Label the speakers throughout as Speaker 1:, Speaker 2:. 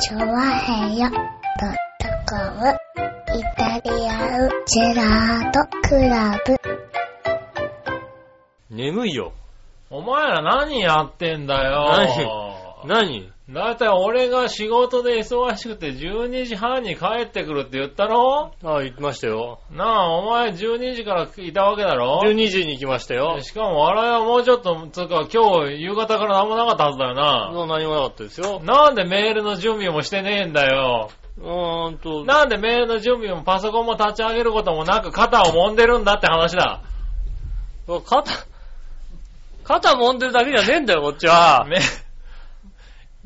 Speaker 1: チョワヘヨドットコムイタリアンジェラートクラブ。
Speaker 2: 眠いよ。
Speaker 3: お前ら何やってんだよ。
Speaker 2: 何
Speaker 3: だいたい俺が仕事で忙しくて12時半に帰ってくるって言ったろ
Speaker 2: ああ、行きましたよ。
Speaker 3: なあ、お前12時からいたわけだろ
Speaker 2: 12時に行きましたよ。
Speaker 3: しかも笑いはもうちょっと、つうか今日夕方から何もなかったはずだよな。
Speaker 2: もう何もなかったですよ。
Speaker 3: なんでメールの準備もしてねえんだよ。
Speaker 2: うーんと、
Speaker 3: なんでメールの準備もパソコンも立ち上げることもなく肩を揉んでるんだって話だ。
Speaker 2: 肩、肩揉んでるだけじゃねえんだよ、こっちは。
Speaker 3: め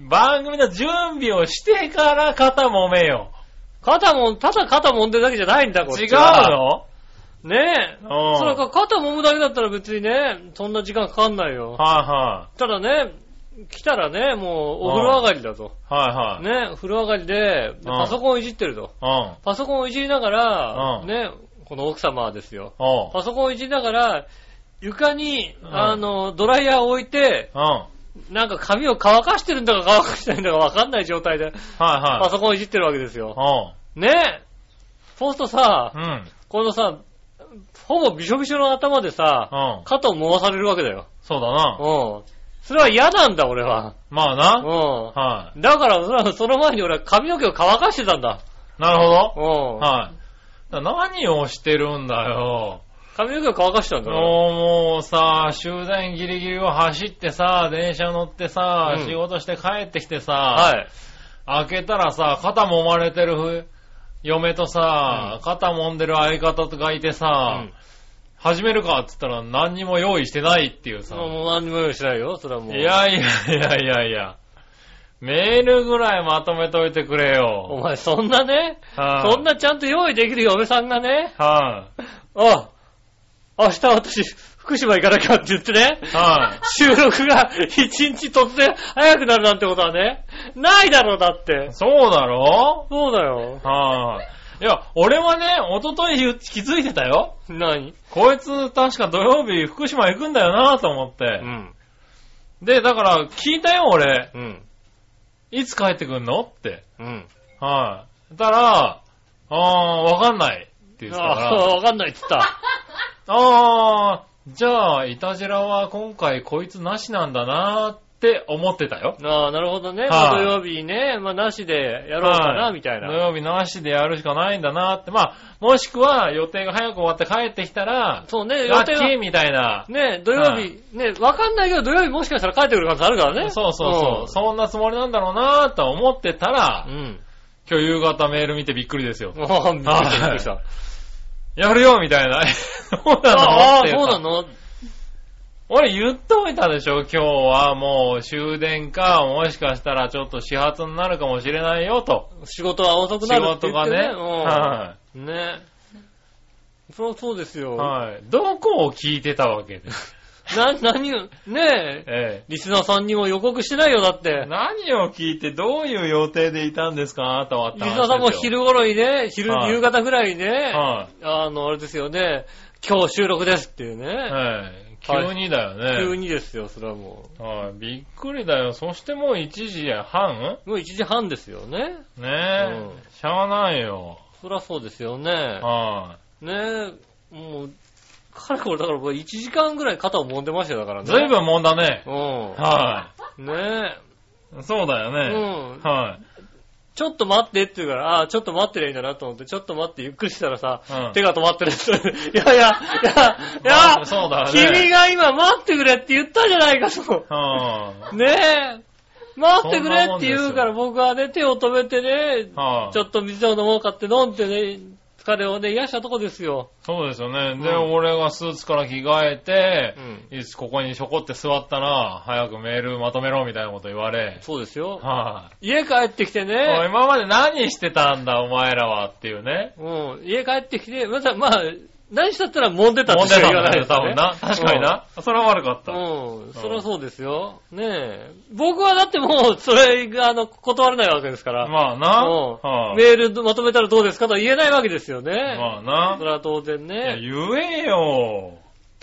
Speaker 3: 番組の準備をしてから肩揉めよ。
Speaker 2: 肩も、ただ肩揉んでるだけじゃないんだ、こっち
Speaker 3: 違う
Speaker 2: は。
Speaker 3: の
Speaker 2: 違うのねえ。
Speaker 3: うん
Speaker 2: それか、肩揉むだけだったら別にね、そんな時間かかんないよ。
Speaker 3: は
Speaker 2: ただね、来たらね、もうお風呂上がりだと。
Speaker 3: いはい。はいはい。
Speaker 2: ね、風呂上がりで、で
Speaker 3: うん
Speaker 2: パソコンをいじってると。
Speaker 3: うん。
Speaker 2: パソコンをいじりながら、
Speaker 3: うん
Speaker 2: ね、この奥様はですよ。
Speaker 3: おう。
Speaker 2: パソコンをいじりながら、床に、
Speaker 3: うん
Speaker 2: あの、ドライヤーを置いて、
Speaker 3: うん。はい
Speaker 2: なんか髪を乾かしてるんだか乾かしてないんだかわかんない状態で、パ
Speaker 3: はい。
Speaker 2: ソコンをいじってるわけですよ。
Speaker 3: おう。
Speaker 2: ねそうするとさ
Speaker 3: う、ん。
Speaker 2: このさ、ほぼびしょびしょの頭でさ、
Speaker 3: うん。
Speaker 2: 肩を回されるわけだよ。
Speaker 3: そうだな。
Speaker 2: うん。それは嫌なんだ、俺は。
Speaker 3: まあ
Speaker 2: う
Speaker 3: な。
Speaker 2: ん。
Speaker 3: は
Speaker 2: だから、そのその前に俺は髪の毛を乾かしてたんだ。
Speaker 3: い。なるほ
Speaker 2: うん。
Speaker 3: ど。はい。だ何をしてるんだよ。
Speaker 2: 髪の毛を乾かしてたんだよ。
Speaker 3: もうもうさ、終電ギリギリを走ってさ、電車乗ってさ、
Speaker 2: うん
Speaker 3: 仕事して帰ってきてさ、
Speaker 2: はい。
Speaker 3: 開けたらさ、肩揉まれてるふ嫁とさ、肩揉んでる相方がいてさ、
Speaker 2: うん
Speaker 3: 始めるかって言ったら何にも用意してないっていうさ。
Speaker 2: もう何も用意しないよ、それはもう。
Speaker 3: い、やいやいやいやいや。メールぐらいまとめといてくれ
Speaker 2: お
Speaker 3: よ。
Speaker 2: 前そんなね、
Speaker 3: はい
Speaker 2: そんなちゃんと用意できる嫁さんがね、
Speaker 3: は
Speaker 2: あ、明日私、福島行かなきゃって言ってね、
Speaker 3: い。はい。
Speaker 2: 収録が一日突然早くなるなんてことはね、ないだろう、だって。
Speaker 3: そうだろ
Speaker 2: そうだよ。
Speaker 3: はい。いや、俺はね、一昨日言う気づいてたよ。
Speaker 2: 何
Speaker 3: こいつ確か土曜日福島行くんだよなと思っ
Speaker 2: う
Speaker 3: て。
Speaker 2: ん。
Speaker 3: で、だから聞いたよ俺。
Speaker 2: うん。
Speaker 3: いつ帰ってくんのって。
Speaker 2: うん。
Speaker 3: はい。たら、ああー、わかんないって言ってたか
Speaker 2: あ
Speaker 3: ら、
Speaker 2: わかんないって言った。
Speaker 3: ああー、じゃあ、イタジラは今回こいつなしなんだなーって思ってたよ。
Speaker 2: ああ、なるほどね。
Speaker 3: い
Speaker 2: まあ土曜日にね、まあなしでやろうか
Speaker 3: は
Speaker 2: な、みたい
Speaker 3: 土
Speaker 2: な。
Speaker 3: 曜日なしでやるしかないんだなーって。まあ、もしくは予定が早く終わって帰ってきたら、
Speaker 2: そうね、予
Speaker 3: ラッキ
Speaker 2: 定は。
Speaker 3: ーみたいな。
Speaker 2: ね、土曜
Speaker 3: は
Speaker 2: 日、ね、わかんないけど土曜日もしかしたら帰ってくる可能性あるからね。
Speaker 3: そうそうそう。そんなつもりなんだろうなーと思ってたら
Speaker 2: う、ん。
Speaker 3: 今日夕方メール見てびっくりですよ
Speaker 2: うん。。ああ、びっくりした。
Speaker 3: やるよみたいな。 そうなの
Speaker 2: あ
Speaker 3: っ
Speaker 2: あ、
Speaker 3: てい
Speaker 2: そううな
Speaker 3: か
Speaker 2: の
Speaker 3: 俺言っておいたでしょ今日はもう終電か、もしかしたらちょっと始発になるかもしれないよと。
Speaker 2: 仕事は遅くな
Speaker 3: 仕
Speaker 2: るって言
Speaker 3: 事
Speaker 2: っ
Speaker 3: が
Speaker 2: て
Speaker 3: ね。
Speaker 2: ね。
Speaker 3: は
Speaker 2: うん。ね。そう、そうです
Speaker 3: い。
Speaker 2: よ。
Speaker 3: はい。どこを聞いてたわけです。
Speaker 2: な、何を、ね え、
Speaker 3: え
Speaker 2: リスナーさんにも予告してないよ、だっ
Speaker 3: え。
Speaker 2: て。
Speaker 3: 何を聞いてどういう予定でいたんですかあなたはって
Speaker 2: リス
Speaker 3: 話
Speaker 2: ナーさんも
Speaker 3: ですよ。
Speaker 2: 昼頃にね、昼、
Speaker 3: はい
Speaker 2: 夕方ぐらいにね、
Speaker 3: は
Speaker 2: あの、あれですよね、今日収録ですっていう
Speaker 3: い。
Speaker 2: ね、
Speaker 3: はい。急にだよね。
Speaker 2: 急にですよ、それはも
Speaker 3: はい。びっくりだよ。そしてもう1時半
Speaker 2: う。もう1時半ですよね。
Speaker 3: ねえ、
Speaker 2: うん
Speaker 3: しゃあないよ。
Speaker 2: そりゃそうですよね。
Speaker 3: は
Speaker 2: ねえ、もう、かれこれだから僕1時間ぐらい肩を揉んでましたよ、だから
Speaker 3: い。
Speaker 2: ね。
Speaker 3: ずいぶんもんだね。
Speaker 2: う
Speaker 3: は
Speaker 2: ん。ね
Speaker 3: い。そうだよ
Speaker 2: え。うん。
Speaker 3: ね。は
Speaker 2: ちょっと待ってって言うから、ああ、ちょっと待ってりゃいいんだなと思って、ちょっと待ってゆっくりしたらさ、
Speaker 3: うん
Speaker 2: 手が止まってる。 いやいや、いや、いや、
Speaker 3: まあそうだね
Speaker 2: 君が今待ってくれって言ったじゃないかと。
Speaker 3: い。 は
Speaker 2: ねえ。待ってくれって言うか
Speaker 3: そんなもんです
Speaker 2: ら
Speaker 3: よ
Speaker 2: 僕はね、手を止めてね
Speaker 3: い。、はい。
Speaker 2: ちょっと水を飲もうかって飲んでね、疲れをね、癒したとこですよ。
Speaker 3: そうですよね。で、
Speaker 2: うん
Speaker 3: 俺がスーツから着替えて
Speaker 2: う、ん。
Speaker 3: いつここにしょこって座ったら、早くメールまとめろみたいなこと言われ、
Speaker 2: そうですよ。
Speaker 3: はい、
Speaker 2: 家帰ってきて
Speaker 3: おい
Speaker 2: ね、
Speaker 3: 今まで何してたんだ、お前らはっていう ね。
Speaker 2: うん、家帰ってきて、また、まあ、何したったら揉んでた
Speaker 3: 問
Speaker 2: としか
Speaker 3: 題
Speaker 2: 言
Speaker 3: な
Speaker 2: わな
Speaker 3: んだ
Speaker 2: い
Speaker 3: よ、
Speaker 2: ですよ
Speaker 3: 多
Speaker 2: ね
Speaker 3: 分な。確かに。な。それは悪かった。
Speaker 2: うん、うん、そり
Speaker 3: う
Speaker 2: ゃ
Speaker 3: ん
Speaker 2: そうですよ。ねえ。僕はだってもう、それが、あの、断れないわけですから。
Speaker 3: まあな。
Speaker 2: うん
Speaker 3: はい、
Speaker 2: メールまとめたらどうですかとは言えないわけですよね。
Speaker 3: まあ
Speaker 2: そ
Speaker 3: な。
Speaker 2: れは当然
Speaker 3: いや、
Speaker 2: ね。
Speaker 3: 言えよ。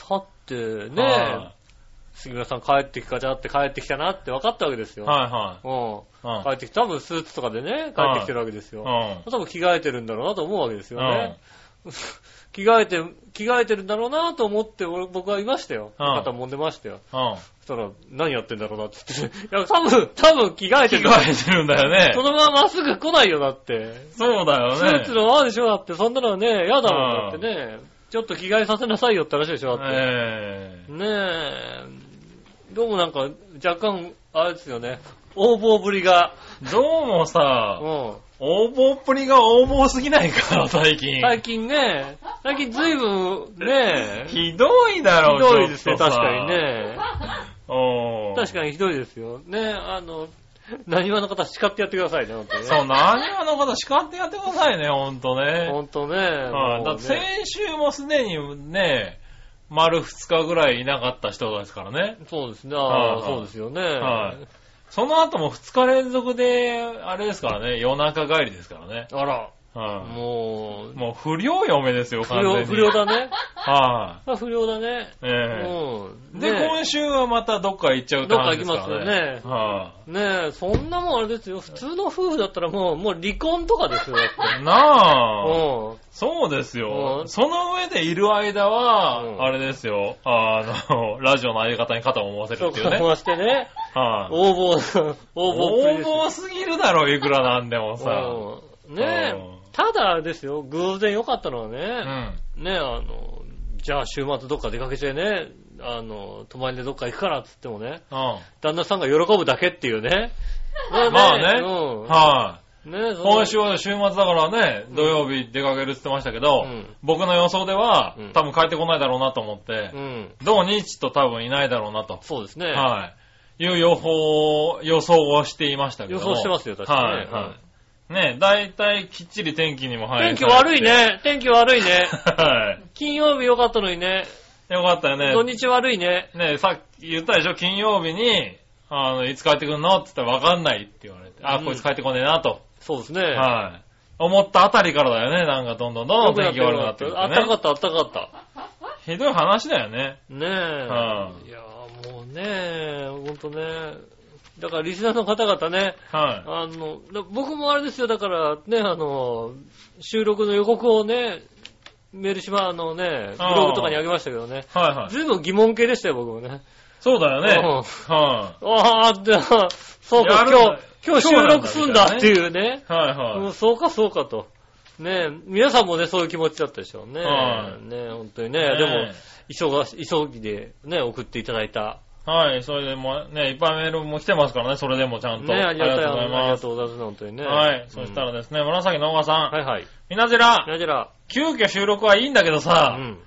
Speaker 2: だってね、
Speaker 3: はい
Speaker 2: 杉村さん帰ってきかじゃって帰ってきたなって分かったわけですよ。
Speaker 3: は
Speaker 2: う
Speaker 3: うん
Speaker 2: ん。帰ってきた。多分スーツとかでね、帰ってきてるわけです
Speaker 3: い
Speaker 2: よ。
Speaker 3: はい。
Speaker 2: 多分着替えてるんだろうなと思うわけですよね。 着替えて、着替えてるんだろうなと思って、俺僕はいましたよ。
Speaker 3: うん
Speaker 2: 肩揉んでましたよ。
Speaker 3: うん。うん。
Speaker 2: そしたら、何やってんだろうなって 言って。いや、多分、多分着替えてる
Speaker 3: 着
Speaker 2: んだ。
Speaker 3: 替えてるんだよね
Speaker 2: そ。のまままっすぐ来ないよ、だって。
Speaker 3: そうだよ
Speaker 2: スーツ
Speaker 3: ね。
Speaker 2: のままでしょだって、そんなのはね、やだもん、だ
Speaker 3: う
Speaker 2: っ
Speaker 3: ん
Speaker 2: てね。ちょっと着替えさせなさいよって話でしょだって。
Speaker 3: ええ
Speaker 2: ねえ、どうもなんか、若干、あれですよね、横暴ぶりが、
Speaker 3: どうもさ、
Speaker 2: う
Speaker 3: 応募っぷりが応募すぎないから、最近
Speaker 2: ん。。最近ね、最近ずいぶん、ねえ、ひ
Speaker 3: ひどいだろ、
Speaker 2: どいですね、
Speaker 3: ちょっ
Speaker 2: 確
Speaker 3: とさ
Speaker 2: かに。ね。
Speaker 3: お
Speaker 2: 確
Speaker 3: に。
Speaker 2: かにひどいですよ。ねえ、あの、何話の方叱ってやってくださいね、ほんとね。
Speaker 3: そう、何話の方叱ってやってくださいね、ほんと
Speaker 2: ほ
Speaker 3: ね。
Speaker 2: んとね。
Speaker 3: はい
Speaker 2: も
Speaker 3: だっ
Speaker 2: う
Speaker 3: て
Speaker 2: ね
Speaker 3: 先週もすでにね、丸2日ぐらいいなかった人ですからね。
Speaker 2: そうですね、ああ、
Speaker 3: はいはい
Speaker 2: そうですよね。
Speaker 3: はいその後も2日連続で、あれですからね、夜中帰りですからね。
Speaker 2: あら、
Speaker 3: はい
Speaker 2: もう、
Speaker 3: もう不良嫁ですよ、
Speaker 2: 不
Speaker 3: 完全
Speaker 2: 良、
Speaker 3: に。
Speaker 2: 不良だね。
Speaker 3: は
Speaker 2: あ不良だね。
Speaker 3: い。
Speaker 2: う
Speaker 3: え
Speaker 2: ん。
Speaker 3: え。で、
Speaker 2: ねえ
Speaker 3: 今週はまたどっか行っちゃうって話ですから
Speaker 2: どっか行
Speaker 3: ね。
Speaker 2: き
Speaker 3: は
Speaker 2: ねえ、そんなもんあれですよ。普通の夫婦だったらもう、もう離婚とかですよ。だって
Speaker 3: い。なあ。
Speaker 2: う
Speaker 3: そうですよ
Speaker 2: う。ん
Speaker 3: その上でいる間
Speaker 2: う
Speaker 3: は、
Speaker 2: ん
Speaker 3: あれですよ。あの、ラジオの相方に肩を回せ
Speaker 2: ん。そ
Speaker 3: る
Speaker 2: う
Speaker 3: っていう
Speaker 2: か、
Speaker 3: ね。
Speaker 2: 回してね。
Speaker 3: はい。
Speaker 2: 応募、応募っぷりで
Speaker 3: 横
Speaker 2: す
Speaker 3: 暴
Speaker 2: よ
Speaker 3: すぎるだろ、いくらなんでもさ。
Speaker 2: うんね
Speaker 3: うん
Speaker 2: え、ただあれですよ。偶然良かったのは
Speaker 3: う
Speaker 2: ね、
Speaker 3: ん。
Speaker 2: ねえ、あの、じゃあ週末どっか出かけてね、あの、泊まりでどっか行くからって言ってもね、
Speaker 3: うん。
Speaker 2: 旦那さんが喜ぶだけっていう ね。
Speaker 3: まあね
Speaker 2: う
Speaker 3: はい。
Speaker 2: ん。ねえ、その
Speaker 3: 今週は週末だからね、土曜日出かけるって言ってましたけど、
Speaker 2: うん
Speaker 3: 僕の予想では、
Speaker 2: うん
Speaker 3: 多分帰ってこないだろうなと思って
Speaker 2: う、ん。
Speaker 3: 土日と多分いないだろうなと、
Speaker 2: そうですね。
Speaker 3: はい、いう予報、予想をしていましたけど
Speaker 2: 予
Speaker 3: も。
Speaker 2: 想してますよ、確かにね。
Speaker 3: はい、はい。ね、大体きっちり天気にも入
Speaker 2: 天
Speaker 3: る。
Speaker 2: 気悪い。ね。天気悪い ね。
Speaker 3: は
Speaker 2: 金曜日良かったのにね。
Speaker 3: い。よかったよね。
Speaker 2: 土日悪いね。
Speaker 3: ね、さっき言ったでしょ、金曜日に、あの、いつ帰ってくるのって言ったらわかんないって言われて、あ、
Speaker 2: うん
Speaker 3: こいつ帰ってこねえなと。
Speaker 2: そうですね。
Speaker 3: はい。思ったあたりからだよね、なんかどんどんどんどん天気悪くなってく
Speaker 2: よく
Speaker 3: る、ね。
Speaker 2: なってるあったかった、あったかっ
Speaker 3: ひどい話だよね。
Speaker 2: た。ねえ。
Speaker 3: はい
Speaker 2: いやーもうねほんとね。だから、リスナーの方々ね、
Speaker 3: は
Speaker 2: あの、だ僕もあれですよ、だから、ね、あの、収録の予告をね、メールしま、あのね、ブ
Speaker 3: あー
Speaker 2: ログとかにあげましたけどね。
Speaker 3: い。はいはい。
Speaker 2: ずいぶん疑問系でしたよ、僕もね。
Speaker 3: そうだよね。
Speaker 2: う
Speaker 3: は
Speaker 2: ああ、でそう
Speaker 3: や
Speaker 2: か、
Speaker 3: るん
Speaker 2: 今
Speaker 3: だ
Speaker 2: 日、今日収録すんだっていうね。
Speaker 3: い。はいはい。
Speaker 2: うんそうか、そうかと。ねえ、皆さんもね、そういう気持ちだったでしょうね。
Speaker 3: は
Speaker 2: ねえ、本当に
Speaker 3: ね
Speaker 2: ね。
Speaker 3: え
Speaker 2: でも、忙し、急ぎでね、送っていただいた。
Speaker 3: はい、それでも、ね、いっぱいメールも来てますからね、それでもちゃんと。
Speaker 2: ねえ、ありがたい、あり
Speaker 3: あり
Speaker 2: が
Speaker 3: がと
Speaker 2: とうご
Speaker 3: う
Speaker 2: ざいます、本当に
Speaker 3: ご
Speaker 2: ね。
Speaker 3: ざいます。はい、そしたらですね、紫のおばさ
Speaker 2: うん
Speaker 3: ん、
Speaker 2: はいはい。
Speaker 3: みなじら、
Speaker 2: なじら、
Speaker 3: 急遽収録はいいんだけど
Speaker 2: う
Speaker 3: さ、
Speaker 2: ん。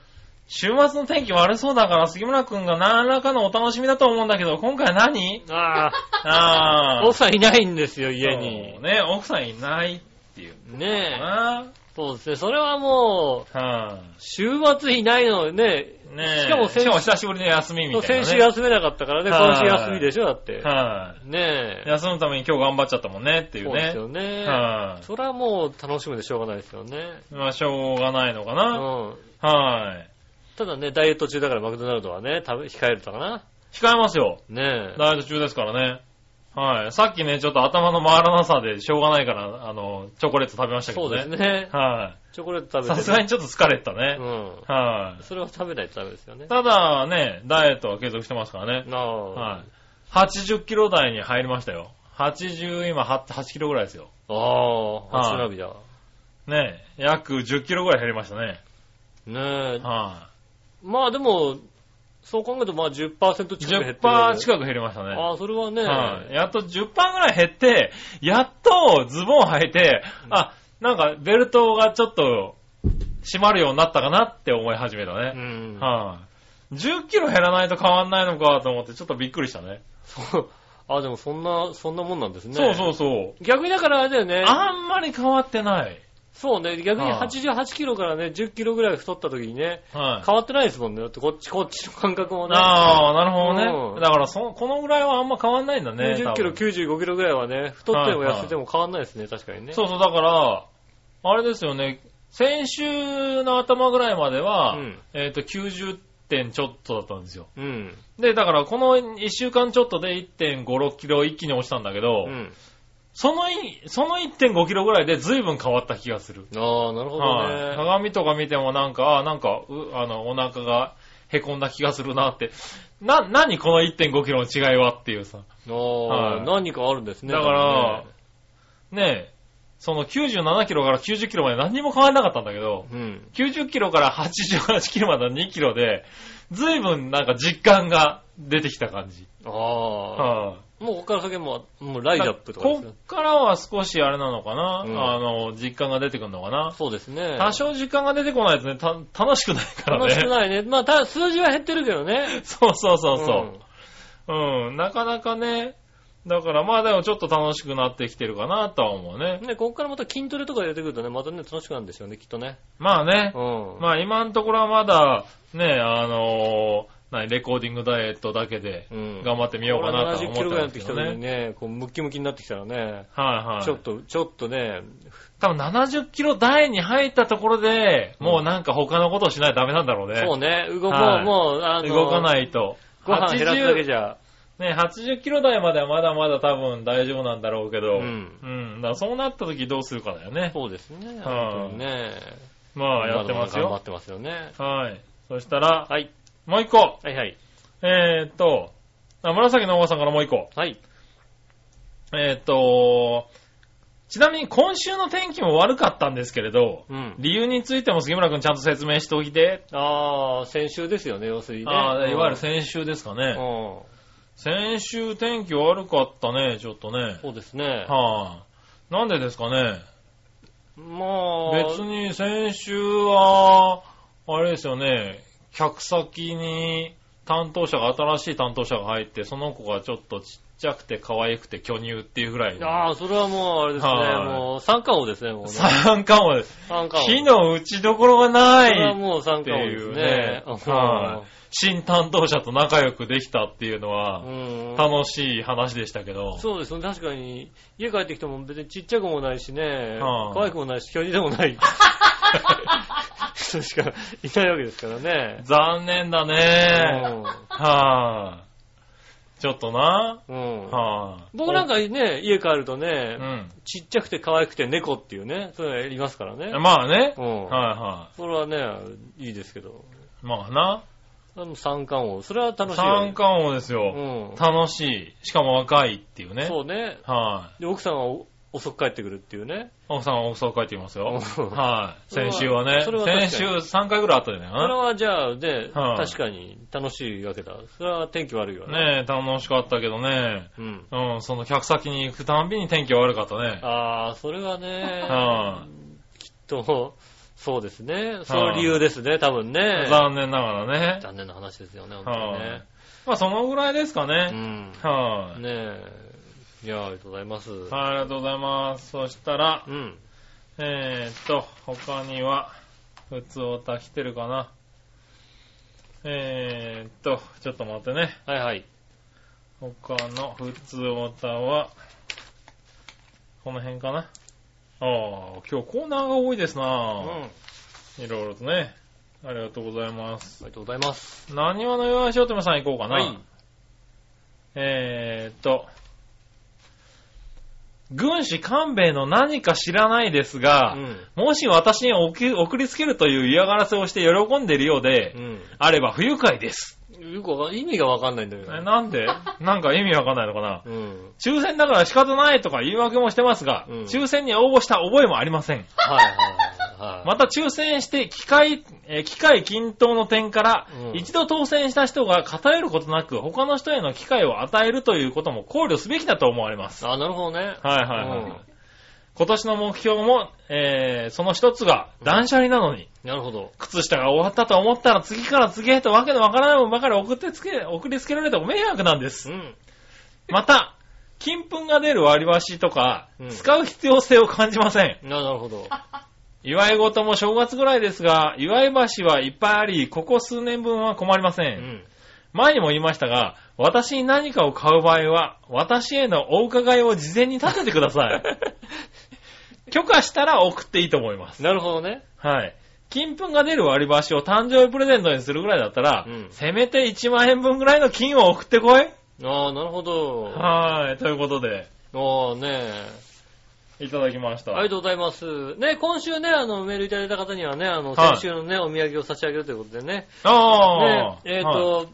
Speaker 3: 週末の天気悪そうだから、杉村くんが何らかのお楽しみだと思うんだけど、今 回何
Speaker 2: ああ、
Speaker 3: あ
Speaker 2: 奥さんいないんですよ、家
Speaker 3: そ
Speaker 2: に
Speaker 3: う。ね、奥さんいないっていうのか
Speaker 2: ねえ、
Speaker 3: な。
Speaker 2: そうですね。それはもう、
Speaker 3: はい、
Speaker 2: 週末いないのね、
Speaker 3: ねえ。
Speaker 2: しかも先
Speaker 3: し久しぶりの休みみたいな、ね。
Speaker 2: 先週休めなかったからね、
Speaker 3: はい
Speaker 2: 今週休みでしょ、だって。
Speaker 3: はい、
Speaker 2: ねえ。
Speaker 3: 休むために今日頑張っちゃったもんねってい
Speaker 2: そううで
Speaker 3: ね。
Speaker 2: すよね。
Speaker 3: はい、
Speaker 2: それはもう楽しむでしょうがないですよね。
Speaker 3: まあ、しょうがないのか
Speaker 2: う
Speaker 3: な。
Speaker 2: ん。
Speaker 3: はい。
Speaker 2: ただね、ダイエット中だからマクドナルドはね、食べ、控えるとかな。
Speaker 3: 控えますよ。
Speaker 2: ねえ。
Speaker 3: ダイエット中ですからね。はい。さっきね、ちょっと頭の回らなさでしょうがないから、あの、チョコレート食べましたけ
Speaker 2: そ
Speaker 3: ど
Speaker 2: うです
Speaker 3: ね。
Speaker 2: ね。
Speaker 3: は
Speaker 2: チョコレート
Speaker 3: い。
Speaker 2: 食べ
Speaker 3: さ
Speaker 2: て。
Speaker 3: すがにちょっと疲れてたね
Speaker 2: う。ん。
Speaker 3: はい。
Speaker 2: それは食べないとダメですよね。
Speaker 3: ただね、ダイエットは継続してますからね。
Speaker 2: なあ。
Speaker 3: はい。80キロ台に入りましたよ。80、今8、8キロぐらいですよ。
Speaker 2: ああ、初並びだ。
Speaker 3: ね約10キロぐらい減りましたね。
Speaker 2: ねえ。
Speaker 3: は
Speaker 2: まあでも、そう考えるとまあ10%
Speaker 3: い。
Speaker 2: 近く減ってる。
Speaker 3: 10%
Speaker 2: く。
Speaker 3: 近く減りましたね。
Speaker 2: ああ、それは
Speaker 3: はい。
Speaker 2: ね。
Speaker 3: やっと10%ぐらい減って、やっとズボン履いて、あ、なんかベルトがちょっと締まるようになったかなって思い始めた
Speaker 2: う
Speaker 3: ね。
Speaker 2: ん。
Speaker 3: はい。10キロ減らないと変わんないのかと思ってちょっとびっくりしたね。
Speaker 2: そう あ、でもそんな、そんなもんなんですね。
Speaker 3: そうそうそう。
Speaker 2: 逆にだからあれだよね。
Speaker 3: あんまり変わってない。
Speaker 2: そうね。逆に
Speaker 3: ああ
Speaker 2: 88キロからね、10キロぐらい太った時にね、
Speaker 3: はい。
Speaker 2: 変わってないですもんね。だってこっち、こっちの感覚もね。
Speaker 3: ああ、なるほど
Speaker 2: う
Speaker 3: ね。
Speaker 2: ん
Speaker 3: だからそ、このぐらいはあんま変わんないんだね。
Speaker 2: 20キロ、
Speaker 3: 多分
Speaker 2: 95キロぐらいはね、太っても
Speaker 3: はいはい
Speaker 2: 痩せても変わんないですね、確かにね。
Speaker 3: そうそう、だから、あれですよね、先週の頭ぐらいまでは、
Speaker 2: うん
Speaker 3: えっ、と、90点ちょっとだったんですよ。
Speaker 2: うん。
Speaker 3: で、だからこの1週間ちょっとで1.5、6キロ一気に落ちたんだけど、
Speaker 2: うん。
Speaker 3: そのい、その1.5キロぐらいで随分変わった気がする。
Speaker 2: ああ、なるほどね。
Speaker 3: はい鏡とか見てもなんか、あなんか、うあの、お腹が凹んだ気がするなって。な、何この1.5キロの違いはっていうさ。
Speaker 2: ああ、
Speaker 3: はい
Speaker 2: 何かあるんですね。
Speaker 3: だから
Speaker 2: 多
Speaker 3: ねえ、その97キロから90キロまで何にも変わらなかったんだけど、
Speaker 2: 分ね
Speaker 3: 90キロから88キロまでの2キロで、随分なんか実感が出てきた感じ。
Speaker 2: うん。ああ、
Speaker 3: はい
Speaker 2: もうここから先はもう、もうライダップとかで
Speaker 3: こ
Speaker 2: すね。
Speaker 3: っからは少しあれなのかな、
Speaker 2: うん
Speaker 3: あの、実感が出てくるのかな、
Speaker 2: そうですね。
Speaker 3: 多少時間が出てこないですね。た、楽しくないからね。
Speaker 2: 楽しくないね。まあ、た数字は減ってるけどね。
Speaker 3: そうそうそうそう、うん。なかなかね、だからまあでもちょっと楽しくなってきてるかなとは思うね
Speaker 2: うん。ね、ここからまた筋トレとか出てくるとね、またね、楽しくなるんでしょうね、きっとね。
Speaker 3: まあね
Speaker 2: う、ん。
Speaker 3: まあ今のところはまだ、ね、あのー何、レコーディングダイエットだけで
Speaker 2: うん
Speaker 3: 頑張ってみようかなとは
Speaker 2: 70キ
Speaker 3: 思って
Speaker 2: ロぐらいに
Speaker 3: ま
Speaker 2: なっ
Speaker 3: す
Speaker 2: て
Speaker 3: け
Speaker 2: きた
Speaker 3: ど
Speaker 2: のに
Speaker 3: ね。
Speaker 2: ね、こう、ムッキムキになってきたらね、
Speaker 3: はいはい。
Speaker 2: ちょっと、ちょっとね、
Speaker 3: 多分70キロ台に入ったところで、もうなんか他のことをしないとダメなんだろうね。
Speaker 2: そうね、動こう、
Speaker 3: はい
Speaker 2: もう、あの、
Speaker 3: 動か
Speaker 2: い。
Speaker 3: ないと。
Speaker 2: ご飯減らすだけ
Speaker 3: 80、
Speaker 2: じゃ、
Speaker 3: ね、80キロ台まではまだまだ多分大丈夫なんだろうけど、
Speaker 2: うん
Speaker 3: うん。だからそうなった時どうするかだよね。
Speaker 2: そうですね、
Speaker 3: い
Speaker 2: 本当にね。
Speaker 3: まあやってます
Speaker 2: 頑張っ
Speaker 3: よ。
Speaker 2: てますよね。
Speaker 3: はい。そしたら、
Speaker 2: はい。
Speaker 3: もう一個。
Speaker 2: はいはい。
Speaker 3: えーっと、あ紫のおばさんからもう一個。
Speaker 2: はい。
Speaker 3: えーっと、ちなみに今週の天気も悪かったんですけれど、
Speaker 2: うん。
Speaker 3: 理由についても杉村くんちゃんと説明しておいて。
Speaker 2: ああ、先週ですよね、要するにね。
Speaker 3: ああ、いわゆる
Speaker 2: 先
Speaker 3: 先週ですか
Speaker 2: 週。う
Speaker 3: ね。
Speaker 2: ん。
Speaker 3: 先週天気悪かったね、ちょっとね。
Speaker 2: そうですね。
Speaker 3: はあ。なんでですかね。
Speaker 2: まあ、
Speaker 3: 別に先週は、あれですよね、客先に担当者が、新しい担当者が入って、その子がちょっとちっちゃくて可愛くて巨乳っていうぐらいの。
Speaker 2: ああ、それはもう、あれですね、
Speaker 3: はい
Speaker 2: もう、三冠王ですね、もうね。
Speaker 3: 三冠王です。
Speaker 2: 三冠王。
Speaker 3: 火の打ちどころがな
Speaker 2: それはいもう三
Speaker 3: って
Speaker 2: 冠王で
Speaker 3: い
Speaker 2: す
Speaker 3: う
Speaker 2: ね
Speaker 3: ね。。はい新担当者と仲良くできたっていうの
Speaker 2: う
Speaker 3: は、
Speaker 2: ん。
Speaker 3: 楽しい話でしたけど。
Speaker 2: そうですね、確かに、家帰ってきても別にちっちゃくもないしね、
Speaker 3: はい
Speaker 2: 可愛くもないし、巨人でもない人しかいないわけですからね。
Speaker 3: 残念だね。はい、ちょっとな。
Speaker 2: うんうん
Speaker 3: はい、
Speaker 2: 僕なんかね、家帰るとね、
Speaker 3: うん。
Speaker 2: ちっちゃくて可愛くて猫っていうね、それいますからね。
Speaker 3: まあね。
Speaker 2: うん
Speaker 3: はいはい。
Speaker 2: それはね、いいですけど。
Speaker 3: まあな。
Speaker 2: あの三冠王、それは楽しいよ、
Speaker 3: 三
Speaker 2: ね。
Speaker 3: 冠王です
Speaker 2: うん。
Speaker 3: よ。楽しい。しかも若いっていうね。
Speaker 2: そうね。
Speaker 3: はい、
Speaker 2: で、奥さんはお遅く帰ってくるっていうね。
Speaker 3: 奥さんは奥さん書いていますよ。
Speaker 2: う
Speaker 3: は
Speaker 2: ん
Speaker 3: い、先週はね。
Speaker 2: それは確かに
Speaker 3: 先週3回ぐらいあったじゃない
Speaker 2: それ
Speaker 3: か
Speaker 2: はじゃあ、ね、
Speaker 3: はい
Speaker 2: 確かに楽しいわけだ。それは天気悪いわね。
Speaker 3: な。ねえ、楽しかったけどね。
Speaker 2: うん。
Speaker 3: うん、その客先に行くたんびに天気悪かったね。
Speaker 2: ああ、それはね、
Speaker 3: は
Speaker 2: と、そうですね。その理由ですね、多分
Speaker 3: い、
Speaker 2: ね。
Speaker 3: 残念ながらね。
Speaker 2: 残念な話ですよね、本当に
Speaker 3: はい、
Speaker 2: ね。
Speaker 3: まあそのぐらいですか
Speaker 2: う
Speaker 3: ね。
Speaker 2: ん。
Speaker 3: はい、
Speaker 2: ねえ。いやあ、ありがとうございます。
Speaker 3: はい、ありがとうございます。そしたら、
Speaker 2: うん。
Speaker 3: えーっと、他には、普通おた来てるかな。えーっと、ちょっと待ってね。
Speaker 2: はいはい。
Speaker 3: 他の普通おたは、この辺かな。ああ、今日コーナーが多いです
Speaker 2: うん。あ
Speaker 3: な、ぁいろいろとね。ありがとうございます。
Speaker 2: りがとうございます。
Speaker 3: 何話の岩橋おとめさん行こうかな。
Speaker 2: はい。
Speaker 3: えーっと、軍師官兵衛の何か知らないですが、
Speaker 2: うん。
Speaker 3: もし私に送り送りつけるという嫌がらせをして喜んでいるようで、あれば不愉快です。
Speaker 2: うん。よくわかん意味がわかんないんだけど。
Speaker 3: えなんで なんか意味わかんないのかな
Speaker 2: うん。
Speaker 3: 抽選だから仕方ないとか言い訳もしてますが、
Speaker 2: うん
Speaker 3: 抽選に応募した覚えもありません。
Speaker 2: はいはいはい。
Speaker 3: また抽選して機械、えー機械均等の点から、
Speaker 2: うん
Speaker 3: 一度当選した人が偏ることなく他の人への機会を与えるということも考慮すべきだと思われます。
Speaker 2: あ、なるほどね。
Speaker 3: はいはいはい。
Speaker 2: うん
Speaker 3: 今年の目標も、えーその一つが断捨離なのに、
Speaker 2: なるほど。
Speaker 3: 靴下が終わったと思ったら次から次へとわけのわからないものばかり送ってつけ、送りつけられても迷惑なんで
Speaker 2: う
Speaker 3: す。
Speaker 2: ん。
Speaker 3: また、金粉が出る割り箸とか
Speaker 2: うん、
Speaker 3: 使う必要性を感じません。
Speaker 2: ななるほど。
Speaker 3: 祝い事も正月ぐらいですが、祝い箸はいっぱいあり、ここ数年分は困りませ。
Speaker 2: うんん。
Speaker 3: 前にも言いましたが、私に何かを買う場合は、私へのお伺いを事前に立て てください。許可したら送っていいと思います。
Speaker 2: なるほどね。
Speaker 3: はい。金粉が出る割り箸を誕生日プレゼントにするぐらいだったら、
Speaker 2: うん
Speaker 3: せめて1万円分ぐらいの金を送ってこい。
Speaker 2: ああ、なるほど。あ
Speaker 3: はーい。ということで、
Speaker 2: あ、ねえ。
Speaker 3: いただきました。
Speaker 2: ありがとうございます。ね、今週ね、あの、メールいただいた方にはね、あの、
Speaker 3: はい
Speaker 2: 先週のね、お土産を差し上げるということでね。
Speaker 3: あ
Speaker 2: ね
Speaker 3: あ、、
Speaker 2: えっ、
Speaker 3: はい、
Speaker 2: と、